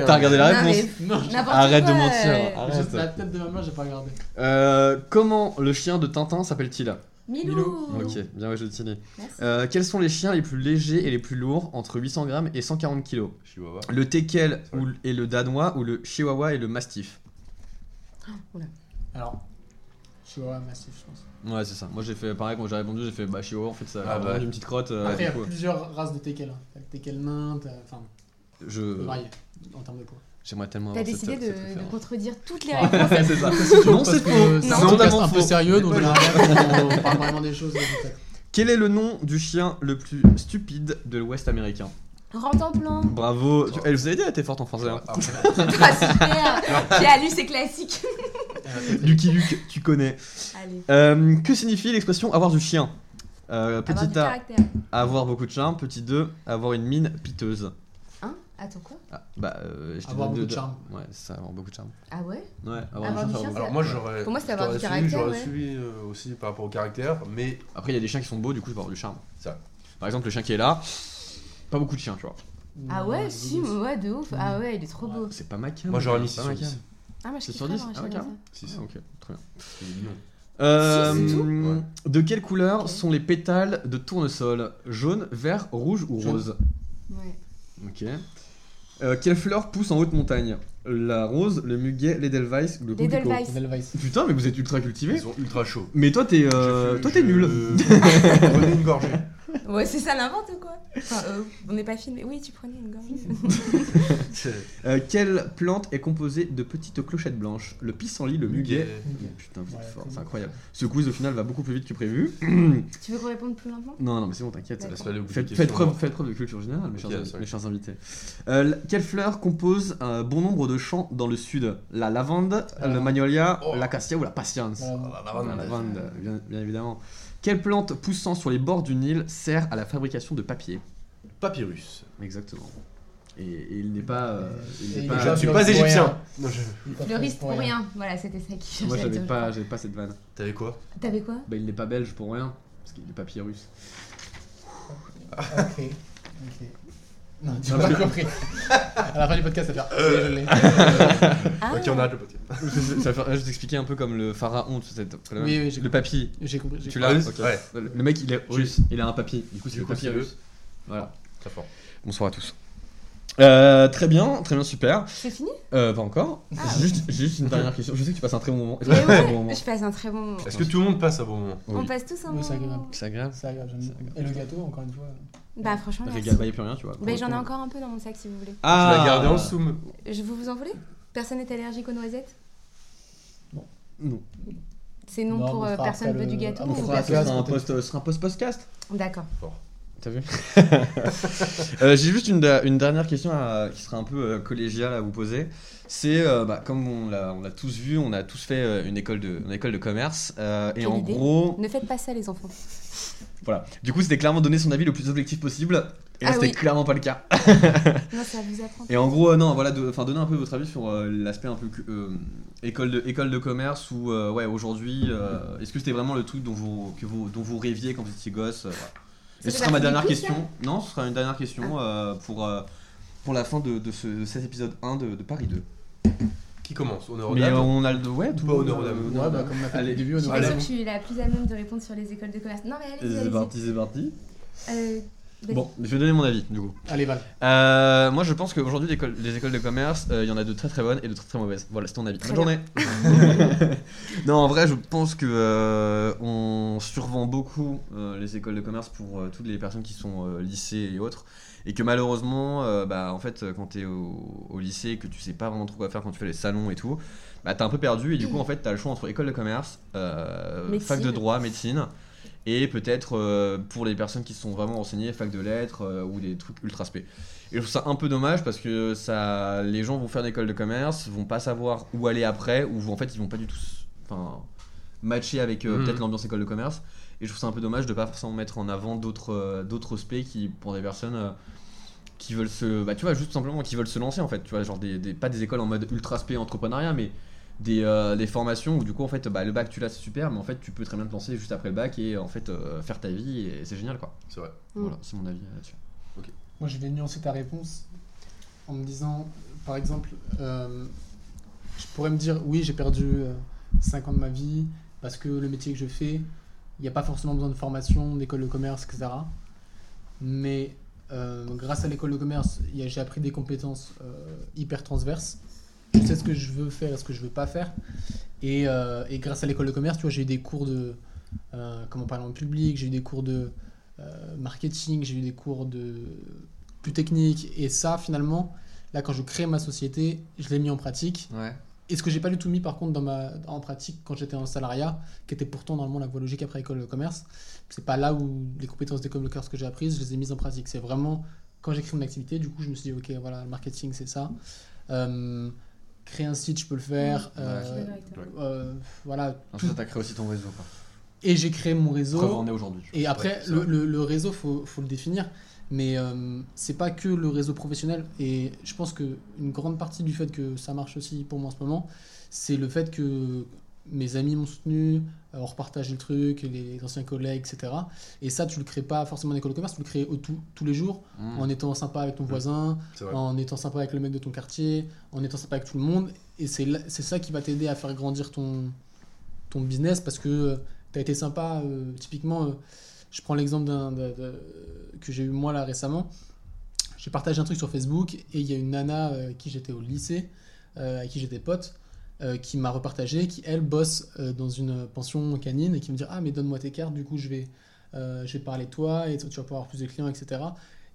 B: hein.
A: T'as regardé la
E: Non,
A: réponse
E: mais
D: Non, j'ai-
E: n'importe
A: Arrête
E: quoi,
A: de mentir,
E: euh,
A: arrête.
D: j'ai- la tête de ma mère, j'ai pas regardé.
A: Euh, Comment le chien de Tintin s'appelle-t-il
E: Milou.
A: Ok, bien joué Tini.
E: Merci.
A: Euh, quels sont les chiens les plus légers et les plus lourds entre 800 grammes et 140 kg
B: Chihuahua.
A: Le teckel
B: Ouais.
A: ou- et le danois ou le chihuahua et le mastiff
D: Alors, tu vois, massif, je pense.
A: Ouais, c'est ça. Moi j'ai fait pareil quand j'ai répondu, j'ai fait bah chihuahua en fait ça
B: Ah,
A: a
B: bah.
A: vraiment une petite crotte. euh,
D: Après, il y
A: du
D: a
A: coup,
D: plusieurs races de teckel. hein. T'as le teckel nain, t'as- enfin,
A: je
D: varié en termes de poids.
A: j'aimerais tellement
E: T'as
A: avoir
E: décidé
A: cette,
E: de,
A: cette
E: de
A: référence.
E: contredire toutes les
D: Ouais.
E: réponses.
A: (laughs) c'est ça. Non,
D: Non,
A: c'est
D: c'est
A: faux.
D: C'est
A: Non,
D: un podcast
A: totalement
D: un peu
A: faux.
D: sérieux, donc on a rien, on parle vraiment des choses. euh,
A: Quel est le nom du chien le plus stupide de l'Ouest américain
E: Rentre en plan.
A: Bravo. Tu- Elle vous avez dit, elle était forte en français. hein.
E: Ah, super. J'ai allu, c'est classique.
A: Lucky Luke, tu connais.
E: Allez.
A: Euh, que signifie l'expression avoir du chien Euh,
E: Avoir du
A: Petit A,
E: caractère.
A: avoir beaucoup de charme. Petit 2, avoir une mine piteuse.
E: Hein Attends quoi
A: Ah, bah, euh, je t'ai
D: Avoir
A: donné
D: beaucoup
A: deux-
D: de charme.
A: Ouais, c'est ça, avoir beaucoup de charme.
E: Ah ouais
A: Ouais,
E: Avoir du
A: c'est
E: chien,
A: beaucoup-
B: Alors, moi j'aurais.
E: Pour moi, c'est
B: je
E: avoir du
B: t'aurais suivi,
E: caractère,
B: J'aurais
E: ouais.
B: suivi euh, aussi par rapport au caractère, mais
A: Après, il y a des chiens qui sont beaux, du coup, ils peuvent avoir du charme.
B: Ça.
A: Par exemple, le chien qui est là, pas beaucoup de chiens, tu vois.
E: Ah
D: Euh,
E: ouais, si, mais ouais, de ouf. Ah ouais, il est trop
D: Ouais.
E: beau.
A: C'est pas ma cam.
B: moi j'aurais mis
A: c'est
B: 6
A: pas ma
B: sur
A: cam.
B: 10.
E: Ah, moi je
A: C'est
E: kiffe
A: sur
E: pas
A: dix
E: avoir un
A: Ah
E: chien
A: ouais,
E: comme
A: carrément.
E: ça.
A: Ah, ok, très bien.
B: Non.
A: Euh,
E: Si, c'est tout
B: Ouais.
A: De quelle couleur
E: Ok.
A: sont les pétales de tournesol Jaune, vert, rouge ou
D: Jaune.
A: rose
E: Ouais.
A: Ok. Euh, quelle fleur pousse en haute montagne La rose, le muguet, l'edelweiss ou le coquelicot
E: L'Edelweiss.
D: Edelweiss.
A: Putain, mais vous êtes ultra cultivé.
B: Ils ont ultra chaud.
A: Mais toi, t'es euh,
B: Je-
A: toi, t'es
B: je- (laughs)
A: nul.
B: Prenez une gorgée.
C: Ouais, c'est ça n'importe quoi. Enfin, euh, on n'est pas filmé. Oui, tu prenais une
A: (laughs)
C: gorgée.
B: C'est-
A: Euh, quelle plante est composée de petites clochettes blanches Le pissenlit, le muguet.
B: Muguet.
A: Putain, vous êtes
D: Ouais,
A: fort,
D: c'est
A: c'est
D: bon.
A: incroyable. Ce quiz au final va beaucoup plus vite que prévu.
E: (laughs) Tu veux qu'on réponde plus lentement
A: Non, non, mais c'est bon, t'inquiète.
B: Laisse aller au bout
A: Faites,
B: des
A: faites
B: questions.
A: preuve, faites preuve de culture générale, mes,
B: Ok,
A: chers,
B: sorry.
A: mes chers invités. Euh, l- quelle fleur compose un bon nombre de champs dans le sud La lavande,
D: Ah.
A: le magnolia,
B: Oh.
A: l'acacia ou la patience
D: La lavande.
B: Ah, la lavande.
A: La lavande, bien, bien évidemment. Quelle plante poussant sur les bords du Nil sert à la fabrication de papier
B: Papyrus.
A: Exactement. Et, et il n'est pas. euh, il n'est
D: Et
A: pas-
D: il est
B: suis
D: pas
B: pas
D: pour
B: égyptien.
D: rien.
B: Non, je-
D: Il est pas
C: Le risque pour
D: rien.
C: rien. Voilà, c'était ça qui
A: Moi,
C: cherchait à
A: j'avais
C: dire.
A: pas, j'avais pas cette vanne.
B: T'avais quoi
A: (laughs)
C: T'avais quoi
A: Bah, il n'est pas belge pour rien, parce qu'il est papyrus.
D: Ok. Ok. Non, Euh. tu m'as pas compris. À la fin du podcast, ça va faire. Oui, je l'ai.
C: Ah,
B: Ok, on arrête le podcast.
A: Ça va faire- là, je vais t'expliquer un peu comme le pharaon, tu sais, t'as-
D: Oui, oui, j'ai
A: le papy.
D: J'ai compris. j'ai
A: Tu l'as
D: compris.
B: Russe
A: Ok.
B: Ouais.
A: Le le mec, il est russe, il a un papy. Du coup, c'est
B: Du
A: le
B: coup,
A: papy
B: c'est
A: russe. Voilà.
B: Très fort.
A: Bonsoir à tous. Euh, très bien, très bien, super.
E: C'est fini
A: Euh, pas encore.
E: Ah.
A: J'ai juste, j'ai juste une dernière question. Je sais que tu passes un (laughs) très bon moment. Est-ce que
E: Mais
A: tu passes un
E: ouais,
A: bon moment
E: Je passe un très bon moment.
B: Est-ce que tout le monde passe à bon moment
A: Oui.
E: On passe tous un
D: Oui, c'est
E: bon
D: agréable.
E: moment.
A: C'est agréable.
D: C'est agréable, j'aime
A: C'est
D: bien.
A: agréable.
D: Et le gâteau, encore une fois.
E: Bah franchement,
A: J'ai
E: merci.
A: gagné, bah, y a plus rien, tu vois.
E: Mais j'en ai encore un peu dans mon sac si vous voulez.
A: Ah,
B: Tu l'as gardé en soum.
E: Je vous vous en voulez Personne n'est allergique aux noisettes
A: Non.
E: C'est non,
D: Non,
E: pour
D: on
E: euh,
D: fera
E: personne
D: après
E: veut du
D: le-
E: gâteau
D: Ah,
A: On
E: ou
D: fera
A: fera
E: personne-
A: ce sera un post, ce sera un post podcast.
E: D'accord.
A: T'as vu (laughs) Euh, J'ai juste une, da- une dernière question à- qui sera un peu euh, collégiale à vous poser. C'est, euh, bah, comme on l'a on l'a tous vu, on a tous fait euh, une, école de, une école de commerce. euh, et
E: Quelle
A: en
E: idée.
A: gros,
E: Ne faites pas ça les enfants.
A: voilà. Du coup, c'était clairement donner son avis le plus objectif possible. Et là,
E: Ah
A: c'était
E: oui.
A: clairement pas le cas.
E: Non, ça va vous apprendre.
A: Et en gros, euh, non, voilà, de- enfin, donnez un peu votre avis sur euh, l'aspect un peu cu- euh, école, de, école de commerce ou, euh, ouais, aujourd'hui, euh, est-ce que c'était vraiment le truc dont vous, que vous, dont vous rêviez quand vous étiez gosse euh, voilà.
E: Ça
A: Et ce
E: fait
A: sera ma
E: partie du
A: dernière
E: quiz,
A: question. Non, ce sera une dernière
E: Ah.
A: question euh, pour, euh, pour la fin de, de ce, de cet épisode 1 de, de Paris 2.
B: Qui commence Honneur aux
A: Mais
B: dames
A: euh, on a le. Ouais, tout
B: Pas honneur aux dames.
A: euh,
D: Ouais, bah, comme on a fait
A: Allez.
D: le début,
E: Je
D: on
E: suis
D: aura
E: pas
D: la
E: sûre que je suis la plus à même de répondre sur les écoles de commerce. Non mais allez,
A: euh, C'est
E: allez.
A: parti, c'est parti.
E: Euh, vas-y.
A: Bon, je vais donner mon avis du coup.
D: Allez, Val.
A: Euh, moi je pense qu'aujourd'hui, l'école- les écoles de commerce, euh, il y en a de très très bonnes et de très très mauvaises. Voilà, c'est ton avis.
E: Très
A: Bonne journée. (laughs) non, en vrai, je pense que euh, on survend beaucoup euh, les écoles de commerce pour euh, toutes les personnes qui sont euh, lycées et autres. Et que malheureusement, euh, bah, en fait, euh, quand t'es au, au lycée et que tu sais pas vraiment trop quoi faire quand tu fais les salons et tout, bah t'es un peu perdu et du coup, en fait, t'as le choix entre école de commerce, euh, fac de
E: Médecine.
A: droit, médecine. Et peut-être euh, pour les personnes qui sont vraiment renseignées, fac de lettres euh, ou des trucs ultra spé. Et je trouve ça un peu dommage parce que ça, les gens vont faire une école de commerce, vont pas savoir où aller après, ou en fait ils vont pas du tout s- enfin, matcher avec euh,
B: Mhm.
A: peut-être l'ambiance école de commerce. Et je trouve ça un peu dommage de pas forcément mettre en avant d'autres euh, d'autres spé qui, pour des personnes euh, qui veulent se. Bah tu vois, juste simplement qui veulent se lancer en fait. Tu vois, genre des, des- pas des écoles en mode ultra spé entrepreneuriat, mais des, euh, des formations où du coup en fait bah, le bac tu l'as c'est super mais en fait tu peux très bien te lancer juste après le bac et en fait euh, faire ta vie et c'est génial quoi
B: C'est vrai.
E: Mm.
A: voilà c'est mon avis euh, là-dessus
D: Moi, je vais nuancer ta réponse en me disant, par exemple, euh, je pourrais me dire, oui, j'ai perdu 5 ans de ma vie parce que le métier que je fais, il n'y a pas forcément besoin de formation, d'école de commerce, etc. Mais euh, grâce à l'école de commerce, il y a- j'ai appris des compétences euh, hyper transverses. Je sais ce que je veux faire et ce que je veux pas faire. Et, euh, et grâce à l'école de commerce, tu vois, j'ai eu des cours de euh, comment parler en public, j'ai eu des cours de euh, marketing, j'ai eu des cours de plus technique. Et ça, finalement, là, quand je crée ma société, je l'ai mis en pratique.
A: ouais
D: Et ce que j'ai pas du tout mis, par contre, dans ma, en pratique quand j'étais en salariat, qui était pourtant normalement la voie logique après école de commerce, c'est pas là où les compétences d'école de commerce que j'ai apprises, je les ai mises en pratique. C'est vraiment quand j'ai créé mon activité, du coup, je me suis dit, ok, voilà, le marketing, c'est ça. Euh, créer un site, je peux le faire.
A: Ouais,
D: Euh, euh, voilà. tout.
A: ça t'as créé aussi ton réseau quoi
D: Et j'ai créé mon réseau.
A: preuve en est aujourd'hui
D: Et après,
B: Ouais, c'est
D: le,
B: vrai.
D: le- le réseau, faut, faut le définir. Mais euh, c'est pas que le réseau professionnel. Et je pense que une grande partie du fait que ça marche aussi pour moi en ce moment, c'est le fait que mes amis m'ont soutenu, euh, on repartage le truc, les anciens collègues, etc. Et ça, tu le crées pas forcément en école de commerce, tu le crées au tout- tous les jours,
A: Mm.
D: en étant sympa avec ton voisin,
B: Hmm. C'est vrai.
D: en étant sympa avec le mec de ton quartier, en étant sympa avec tout le monde. Et c'est là- c'est ça qui va t'aider à faire grandir ton, ton business parce que tu as été sympa. euh, typiquement, euh, je prends l'exemple d'un- d'un- d'un- que j'ai eu moi là récemment. J'ai j'ai partagé un truc sur Facebook et il y a une nana euh, qui j'étais au lycée, euh, à qui j'étais pote, euh, qui m'a repartagé, qui elle bosse euh, dans une pension canine et qui me dit Ah, mais donne-moi tes cartes, du coup je vais, euh, je vais parler de toi et tu vas pouvoir avoir plus de clients, etc.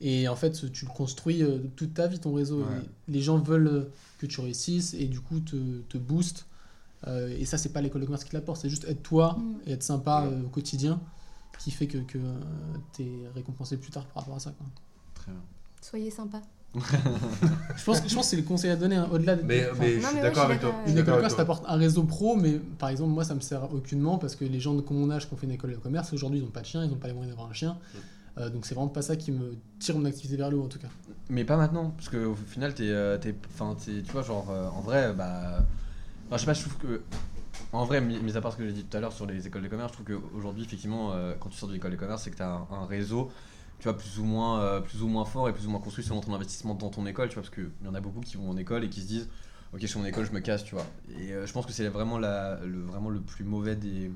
D: Et en fait, tu le construis euh, toute ta vie, ton réseau.
B: Ouais.
D: Et Les gens veulent euh, que tu réussisses et du coup te, te boostent. Euh, et ça, c'est pas l'école de commerce qui te l'apporte, c'est juste être toi
C: Mm.
D: et être sympa
B: Ouais.
D: euh, au quotidien qui fait que, que euh, t'es récompensé plus tard par rapport à ça. quoi.
A: Très bien.
C: Soyez sympa.
D: Je pense, je pense que c'est le conseil à donner hein, au-delà de.
B: Mais,
D: enfin,
B: mais
C: Non,
B: je suis
C: mais
B: d'accord
C: ouais,
B: avec
C: je suis
B: toi.
C: d'accord,
B: Je suis
D: Une école de
B: d'accord
D: commerce
B: avec toi.
D: t'apporte un réseau pro, mais par exemple, moi, ça me sert aucunement parce que les gens de comme mon âge qui ont fait une école de commerce, aujourd'hui, ils n'ont pas de chien, ils n'ont pas les moyens d'avoir un chien. Euh, donc, c'est vraiment pas ça qui me tire mon activité vers le haut, en tout cas.
A: Mais pas maintenant, parce que au final, t'es, euh, t'es, enfin, t'es- tu vois, genre, euh, en vrai, bah, enfin, je sais pas, je trouve que, en vrai, mis mis à part ce que j'ai dit tout à l'heure sur les écoles de commerce, je trouve qu'aujourd'hui, effectivement, euh, quand tu sors de l'école de commerce, c'est que t'as un, un réseau, tu vois, plus ou moins, euh, plus ou moins fort et plus ou moins construit selon ton investissement dans ton école, tu vois, parce qu'il y en a beaucoup qui vont en école et qui se disent, ok, je suis en école, je me casse, tu vois. Et euh, je pense que c'est vraiment la, le, vraiment le plus mauvais des,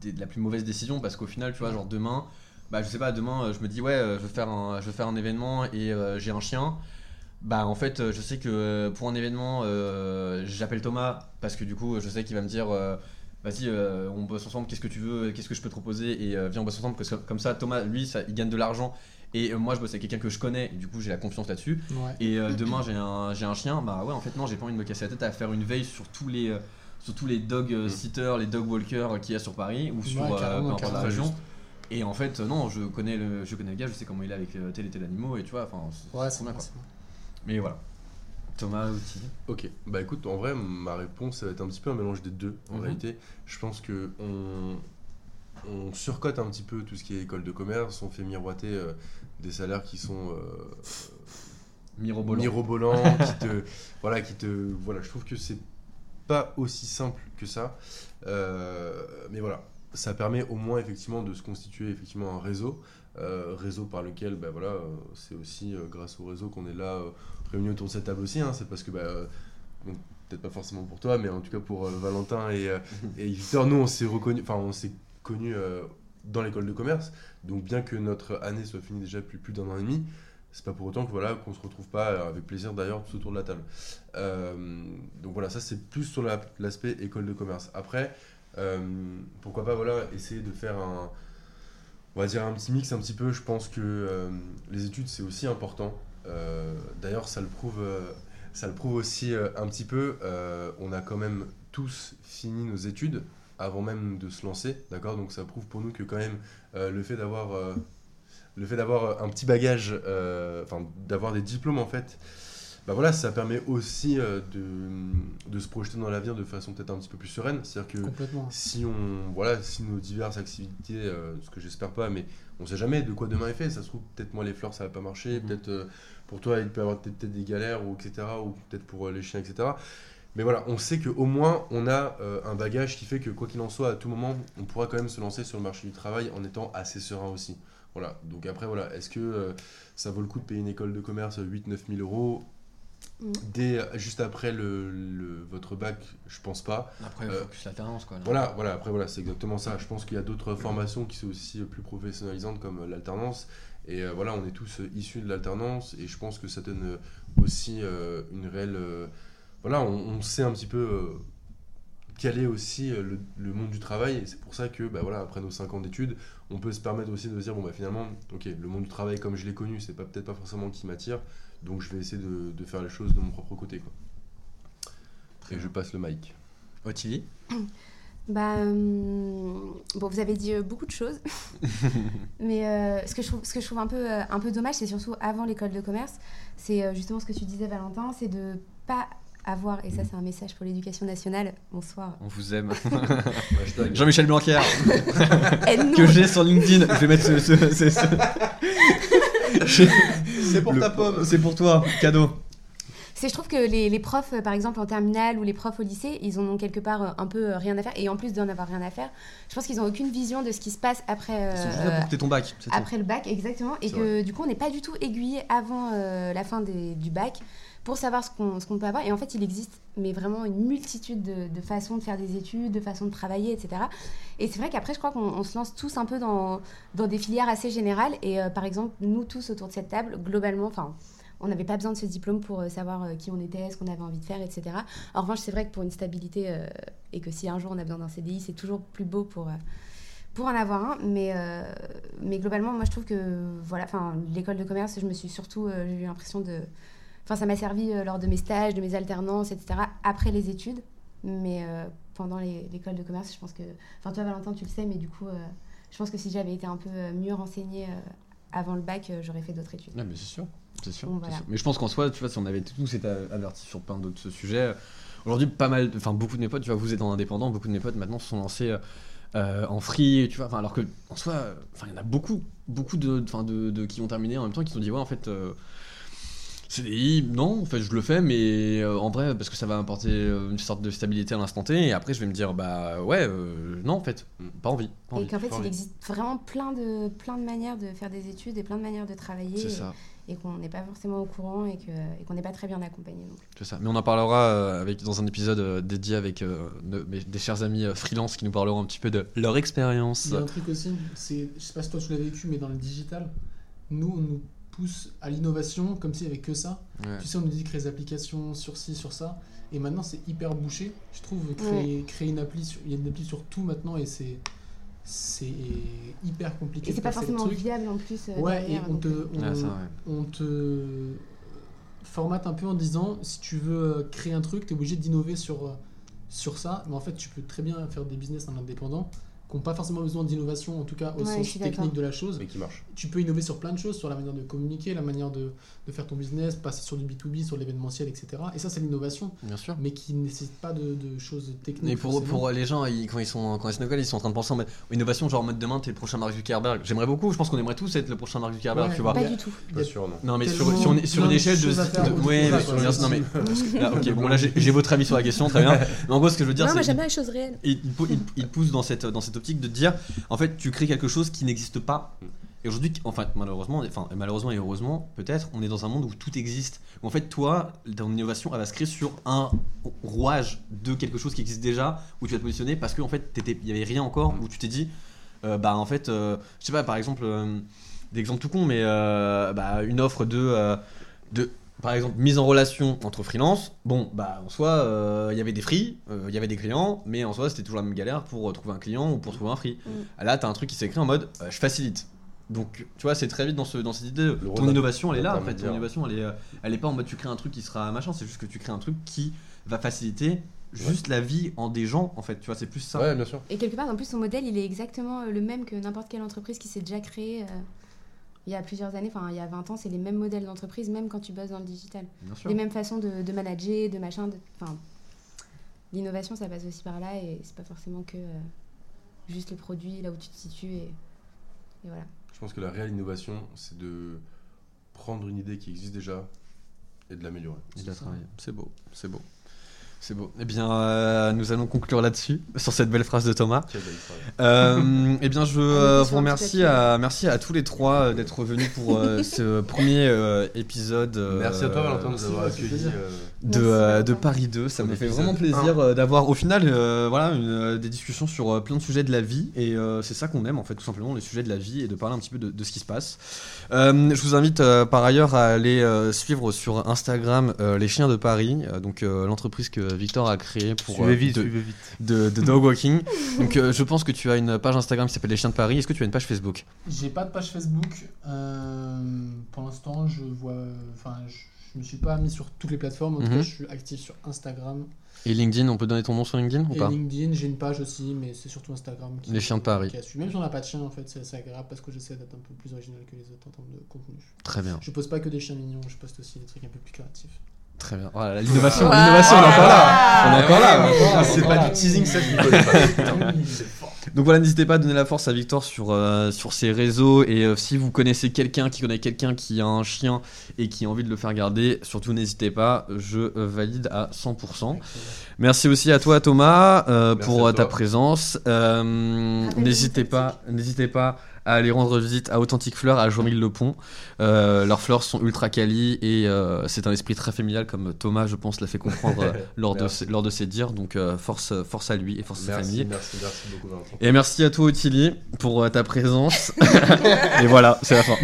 A: des- la plus mauvaise décision, parce qu'au final, tu vois, genre demain bah je sais pas demain euh, je me dis ouais euh, je veux faire un je veux faire un événement et euh, j'ai un chien bah en fait euh, je sais que euh, pour un événement euh, j'appelle Thomas parce que du coup je sais qu'il va me dire euh, vas-y euh, on bosse ensemble qu'est-ce que tu veux qu'est-ce que je peux te proposer et euh, viens on bosse ensemble parce que comme ça Thomas lui ça, il gagne de l'argent et euh, moi je bosse avec quelqu'un que je connais et du coup j'ai la confiance là-dessus
D: Ouais.
A: et euh, demain j'ai un, j'ai un chien, bah ouais en fait non j'ai pas envie de me casser la tête à faire une veille sur tous les euh, sur tous les dog euh,
B: Mm.
A: sitters, les dog walkers euh, qu'il y a sur Paris ou sur
D: Ouais,
A: euh,
D: carrément,
A: peu importe
D: carrément.
A: la région. Et en fait euh, non je connais le je connais le gars, je sais comment il est avec euh, tel et tel animaux et tu vois enfin c'est-
D: Ouais,
A: c'est trop
D: c'est
A: bien,
D: bien.
A: quoi. Mais voilà. Thomas aussi.
B: Ok, bah écoute, en vrai, ma réponse, ça va être un petit peu un mélange des deux, en
A: Mhm.
B: réalité. Je pense que on, on surcote un petit peu tout ce qui est école de commerce, on fait miroiter euh, des salaires qui sont euh,
A: Mirobolant.
B: mirobolants, qui te... Voilà, qui te... Voilà, je trouve que c'est pas aussi simple que ça. Euh, mais voilà, ça permet au moins, effectivement, de se constituer, effectivement, un réseau. Euh, réseau par lequel, bah voilà, euh, c'est aussi euh, grâce au réseau qu'on est là, euh, réunis autour de cette table aussi, hein, c'est parce que... Bah, euh, donc, peut-être pas forcément pour toi, mais en tout cas pour euh, Valentin et, euh, et Victor, nous on s'est reconnus, enfin on s'est connus euh, dans l'école de commerce, donc bien que notre année soit finie déjà depuis plus d'un an et demi, c'est pas pour autant que voilà qu'on se retrouve pas euh, avec plaisir d'ailleurs tout autour de la table. Euh, donc voilà, ça c'est plus sur la- l'aspect école de commerce. Après, euh, pourquoi pas voilà essayer de faire un on va dire un petit mix un petit peu. Je pense que euh, les études c'est aussi important. Euh, d'ailleurs ça le prouve euh, ça le prouve aussi euh, un petit peu. euh, on a quand même tous fini nos études avant même de se lancer, d'accord Donc ça prouve pour nous que quand même euh, le fait d'avoir euh, le fait d'avoir un petit bagage, euh, enfin d'avoir des diplômes en fait, bah voilà, ça permet aussi euh, de, de se projeter dans l'avenir de façon peut-être un petit peu plus sereine. C'est-à-dire que
D: Complètement. hein.
B: si on voilà si nos diverses activités euh, ce que j'espère pas mais on sait jamais de quoi demain est fait ça se trouve peut-être moi les fleurs ça va pas marcher
A: Mhm.
B: peut-être euh, pour toi il peut y avoir peut-être peut-être des galères ou etc ou peut-être pour euh, les chiens etc mais voilà on sait que au moins on a euh, un bagage qui fait que quoi qu'il en soit à tout moment on pourra quand même se lancer sur le marché du travail en étant assez serein aussi voilà donc après voilà est-ce que euh, ça vaut le coup de payer une école de commerce 8 9 000 euros
C: Mhm.
B: dès juste après le, le- votre bac je pense pas
A: Après
B: Euh,
A: focus l'alternance quoi. là.
B: voilà, voilà, après voilà, c'est exactement ça. Je pense qu'il y a d'autres formations qui sont aussi euh, plus professionnalisantes comme euh, l'alternance. Et euh, voilà, on est tous euh, issus de l'alternance et je pense que ça donne euh, aussi euh, une réelle... euh, voilà, on, on sait un petit peu euh, quel est aussi euh, le, le monde du travail et c'est pour ça que, bah, voilà, après nos 5 ans d'études, on peut se permettre aussi de se dire, bon bah finalement, ok, le monde du travail comme je l'ai connu, c'est pas peut-être pas forcément qui m'attire, donc je vais essayer de, de faire les choses de mon propre côté. Quoi.
A: Très
B: Et je
A: bien.
B: passe le mic.
A: Ottilie.
C: Bah, hum, bon, vous avez dit euh, beaucoup
A: (laughs)
C: de choses, mais euh, ce, que je trouve, ce que je trouve un peu, euh, un peu dommage, c'est surtout avant l'école de commerce, c'est euh, justement ce que tu disais, Valentin, c'est de pas avoir,
A: Mm.
C: et ça c'est un message pour l'éducation nationale,
A: (laughs)
C: bonsoir,
A: On vous aime.
B: Hashtag.
A: Jean-Michel Blanquer
C: aide-nous
A: que j'ai sur LinkedIn. Je vais mettre ce, ce, ce- ce-
K: C'est pour
A: Le-
K: ta pomme.
A: C'est pour toi, cadeau.
C: C'est, je trouve que les, les profs, euh, par exemple, en terminale ou les profs au lycée, ils en ont quelque part euh, un peu euh, rien à faire. Et en plus d'en avoir rien à faire, je pense qu'ils n'ont aucune vision de ce qui se passe après,
A: Ils sont juste
C: euh,
A: là pour que t'aies ton bac. c'est tout.
C: après le bac, exactement. Et
B: C'est
C: que du coup, on n'est pas du tout aiguillé avant euh, la fin des- du bac pour savoir ce qu'on, ce qu'on peut avoir. Et en fait, il existe mais vraiment une multitude de, de façons de faire des études, de façons de travailler, etc. Et c'est vrai qu'après, je crois qu'on on se lance tous un peu dans, dans des filières assez générales. Et euh, par exemple, nous tous autour de cette table, globalement, enfin, on n'avait pas besoin de ce diplôme pour euh, savoir euh, qui on était, ce qu'on avait envie de faire, etc. En revanche, c'est vrai que pour une stabilité, euh, et que si un jour on a besoin d'un CDI, c'est toujours plus beau pour, euh, pour en avoir un. Mais, euh, mais globalement, moi, je trouve que voilà, enfin, l'école de commerce, je me suis surtout, euh, j'ai eu l'impression de... Enfin, ça m'a servi euh, lors de mes stages, de mes alternances, etc., après les études. Mais euh, pendant les- l'école de commerce, je pense que... Enfin, toi, Valentin, tu le sais, mais du coup, euh, je pense que si j'avais été un peu euh, mieux renseignée euh, avant le bac, euh, j'aurais fait d'autres études.
L: Ouais, mais c'est sûr. C'est sûr,
C: Bon,
L: c'est
C: voilà.
L: sûr. Mais je pense qu'en soi, tu vois, si on avait été tous été avertis sur plein d'autres sujets, euh, aujourd'hui, pas mal, enfin, beaucoup de mes potes, tu vois, vous êtes en indépendant, beaucoup de mes potes maintenant se sont lancés euh, en free, tu vois, enfin, alors que, en soi, euh, enfin, il y en a beaucoup, beaucoup de, enfin, de, de- qui ont terminé en même temps, qui se sont dit, ouais, en fait, euh, CDI, non, en fait, je le fais, mais euh, en vrai, parce que ça va apporter euh, une sorte de stabilité à l'instant T, et après, je vais me dire, bah, ouais, euh, non, en fait, pas envie, pas
C: Et
L: envie.
C: qu'en fait,
L: pas
C: il
L: envie.
C: existe vraiment plein de, plein de manières de faire des études et plein de manières de travailler.
L: C'est
C: et-
L: ça.
C: Et, qu'on n'est pas forcément au courant et que- et qu'on n'est pas très bien accompagné. non plus.
L: C'est ça. Mais on en parlera euh, avec, dans un épisode euh, dédié avec euh, nos- mes- des chers amis euh, freelance qui nous parleront un petit peu de leur expérience.
D: Il y a un truc aussi, c'est, je sais pas si toi tu l'as vécu, mais dans le digital, nous on nous pousse à l'innovation comme s'il n'y avait que ça.
L: Ouais.
D: Tu sais, on nous dit créer des applications sur ci, sur ça, et maintenant c'est hyper bouché. Je trouve créer, créer une appli, sur- il y a une appli sur tout maintenant et c'est c'est hyper compliqué.
C: Et c'est
D: de
C: pas
D: percer le
C: forcément
D: truc.
C: viable en plus. euh,
D: Ouais, et
C: derrière,
D: on
C: donc,
D: te,
C: euh,
D: on-
A: Ah,
L: Ouais, Ah, ça, ouais.
D: on te formate un peu en disant si tu veux euh, créer un truc, tu es obligé d'innover sur, euh, sur ça. Mais en fait, tu peux très bien faire des business en indépendant qui n'ont pas forcément besoin d'innovation, en tout cas au
C: Ouais, je
D: sens
C: suis d'accord.
D: technique de la chose.
B: Mais qui marche.
D: Tu peux innover sur plein de choses, sur la manière de communiquer, la manière de, de faire ton business, passer sur du B2B, sur l'événementiel, etc. Et ça, c'est l'innovation,
L: Bien sûr.
D: mais qui ne nécessite pas de, de choses techniques.
L: Mais pour,
D: forcément.
L: pour euh, les gens, ils- quand ils sont quand ils se collent, ils sont en train de penser en mode innovation, genre en mode demain, t'es le prochain Mark Zuckerberg. J'aimerais beaucoup, je pense qu'on aimerait tous être le prochain Mark Zuckerberg,
D: Ouais.
L: tu vois.
C: Pas
D: Il y a-
C: du tout.
D: il y a
B: Pas sûr, non.
L: Non, mais sur,
D: Tellement
L: sur une, sur une
D: plein de
L: échelle de.
D: choses à faire
L: de-
D: autour
L: ouais,
D: de ça,
L: mais sur-
D: quoi.
L: bien sûr, non, mais. là, ok, bon, là, j'ai j'ai votre avis sur la
C: (laughs)
L: question, très bien. Mais en gros, ce que je veux dire,
C: non, moi
L: c'est.
C: j'aime bien les choses réelles.
L: Et il, pou- il- il pousse dans cette, dans cette optique de dire en fait tu crées quelque chose qui n'existe pas et aujourd'hui enfin malheureusement on est- enfin malheureusement et heureusement peut-être on est dans un monde où tout existe où en fait toi ton innovation elle va se créer sur un rouage de quelque chose qui existe déjà où tu vas te positionner parce qu'en fait t'étais- il y avait rien encore où tu t'es dit euh, bah en fait euh, je sais pas par exemple euh, des exemples tout con mais euh, bah, une offre de euh, de par exemple, mise en relation entre freelance, bon, bah en soi, euh, il y avait des free, euh, il y avait des clients, mais en soi, c'était toujours la même galère pour euh, trouver un client ou pour trouver un free.
C: Mm.
L: Là, t'as un truc qui s'est écrit en mode euh, je facilite. Donc, tu vois, c'est très vite dans, ce, dans cette idée. de-
B: rôle
L: Ton
B: d'un-
L: innovation, elle est là, en fait.
B: d'intermédiaire.
L: Ton innovation, elle est, euh, elle est pas en mode tu crées un truc qui sera machin, c'est juste que tu crées un truc qui va faciliter juste la vie en des gens, en fait. Tu vois, c'est plus ça.
B: Ouais, bien sûr.
C: Et quelque part, en plus, son modèle il est exactement euh, le même que n'importe quelle entreprise qui s'est déjà créée euh, il y a plusieurs années. Enfin, il y a 20 ans, c'est les mêmes modèles d'entreprise, même quand tu bosses dans le digital.
L: Bien sûr.
C: Les mêmes façons de, de manager, de machin. de- Enfin, l'innovation ça passe aussi par là et c'est pas forcément que euh, juste le produit, là où tu te situes et, et voilà.
B: Je pense que la réelle innovation, c'est de prendre une idée qui existe déjà et de l'améliorer.
L: Il a travaillé. C'est beau, c'est beau. C'est beau. Eh bien, euh, nous allons conclure là-dessus, sur cette belle phrase de Thomas.
B: Quel bel travail.
L: Euh, eh bien, je euh, vous
C: sur un petit
L: remercie
C: papier.
L: à, merci à tous les trois euh, d'être venus pour euh, ce premier euh, épisode euh,
B: Merci à toi, Valentin, de nous avoir
D: ça fait
B: accueillis.
D: plaisir.
B: euh,
L: de,
C: Merci,
L: euh,
C: Valentin.
L: de Paris 2. Ça
B: Pour
L: me fait
B: l'épisode
L: vraiment plaisir euh, d'avoir au final euh, voilà, une, euh, des discussions sur euh, plein de sujets de la vie. Et euh, c'est ça qu'on aime, en fait, tout simplement, les sujets de la vie et de parler un petit peu de, de ce qui se passe. Euh, je vous invite euh, par ailleurs à aller euh, suivre sur Instagram euh, les chiens de Paris, euh, donc euh, l'entreprise que Victor a créée pour euh, de-
M: vite.
L: de, de dog walking. Donc euh, je pense que tu as une page Instagram qui s'appelle Les Chiens de Paris. Est-ce que tu as une page Facebook
D: J'ai pas de page Facebook. euh, pour l'instant, je vois. Enfin, je, je me suis pas mis sur toutes les plateformes. En tout
L: Mhm.
D: cas, je suis actif sur Instagram
L: Et LinkedIn, on peut donner ton nom sur LinkedIn ou
D: et
L: pas
D: LinkedIn. J'ai une page aussi, mais c'est surtout Instagram. Qui,
L: Les chiens de Paris.
D: qui a su. Même si on n'a pas de chien, en fait, c'est assez agréable parce que j'essaie d'être un peu plus original que les autres en termes de contenu.
L: Très bien,
D: Je pose pas que des chiens mignons, je poste aussi des trucs un peu plus créatifs.
L: très bien. Oh là là, l'innovation, l'innovation, on est encore là. On est encore là. on est encore là, on est
B: Ah, C'est
L: encore
B: pas
L: là.
B: du teasing, ça,
L: (laughs)
B: je m'y connais pas. Putain.
L: Donc voilà, n'hésitez pas à donner la force à Victor sur, euh, sur ses réseaux. Et euh, si vous connaissez quelqu'un qui connaît quelqu'un qui a un chien et qui a envie de le faire garder, surtout n'hésitez pas, je euh, valide à 100%. Merci aussi à toi Thomas euh,
B: Merci
L: pour
B: à
L: euh, ta
B: toi.
L: présence. Euh,
C: Rappelle-nous
L: n'hésitez
C: ta
L: pas, n'hésitez pas à
A: à aller rendre visite à Authentique Fleur à Jean-Mille Lepont. Euh, leurs fleurs sont ultra quali et euh, c'est un esprit très familial comme Thomas, je pense, l'a fait comprendre
B: (laughs)
A: euh, lors, de
B: Merci.
A: ses, lors de ses dires. Donc euh, force, force à lui et force à sa
B: Merci,
A: famille.
B: merci, merci beaucoup Valentin.
A: Et merci à toi, Ottilie, pour euh, ta
L: (laughs)
A: présence. et voilà, c'est la fin.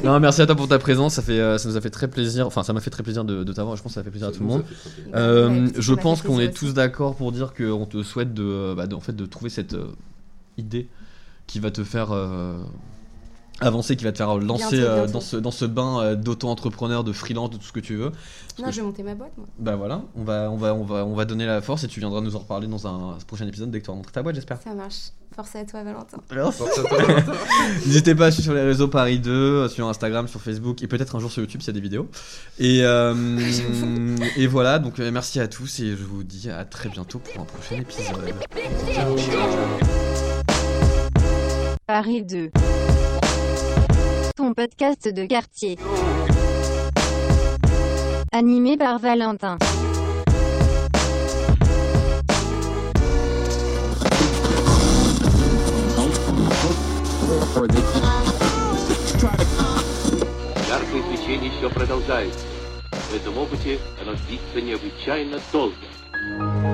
A: (laughs) non, merci à toi pour ta présence. Ça, fait, euh, ça nous a fait très plaisir. Enfin, ça m'a fait très plaisir de, de t'avoir. Je pense que ça a fait plaisir à tout le monde.
E: Ouais,
A: Euh,
E: parce que
A: je
E: ça m'a
A: pense
E: fait
A: qu'on
E: plaisir
A: est tous
E: aussi.
A: d'accord pour dire qu'on te souhaite de, euh, bah, de- en fait, de trouver cette euh, idée qui va te faire euh, avancer, qui va te faire lancer
E: Bientôt,
A: euh,
E: bientôt.
A: dans, ce, dans ce bain euh, d'auto-entrepreneur, de freelance, de tout ce que tu veux. Parce
E: Non,
A: que
E: je vais monter ma boîte, moi.
A: Bah voilà, on va, on, va, on, va, on va donner la force et tu viendras nous en reparler dans un prochain épisode dès que tu auras montré ta boîte, j'espère.
E: Ça marche. Force à toi, Valentin.
B: Force à toi, Valentin.
A: (laughs) N'hésitez pas à suivre sur les réseaux Paris 2, euh, sur Instagram, sur Facebook et peut-être un jour sur YouTube s'il y a des vidéos. Et, euh, et voilà, donc euh, merci à tous et je vous dis à très bientôt pour un prochain épisode.
N: Paris 2. Ton podcast de quartier. Animé par Valentin.
O: Яркое свечение еще продолжается. В этом опыте оно длится необычайно долго.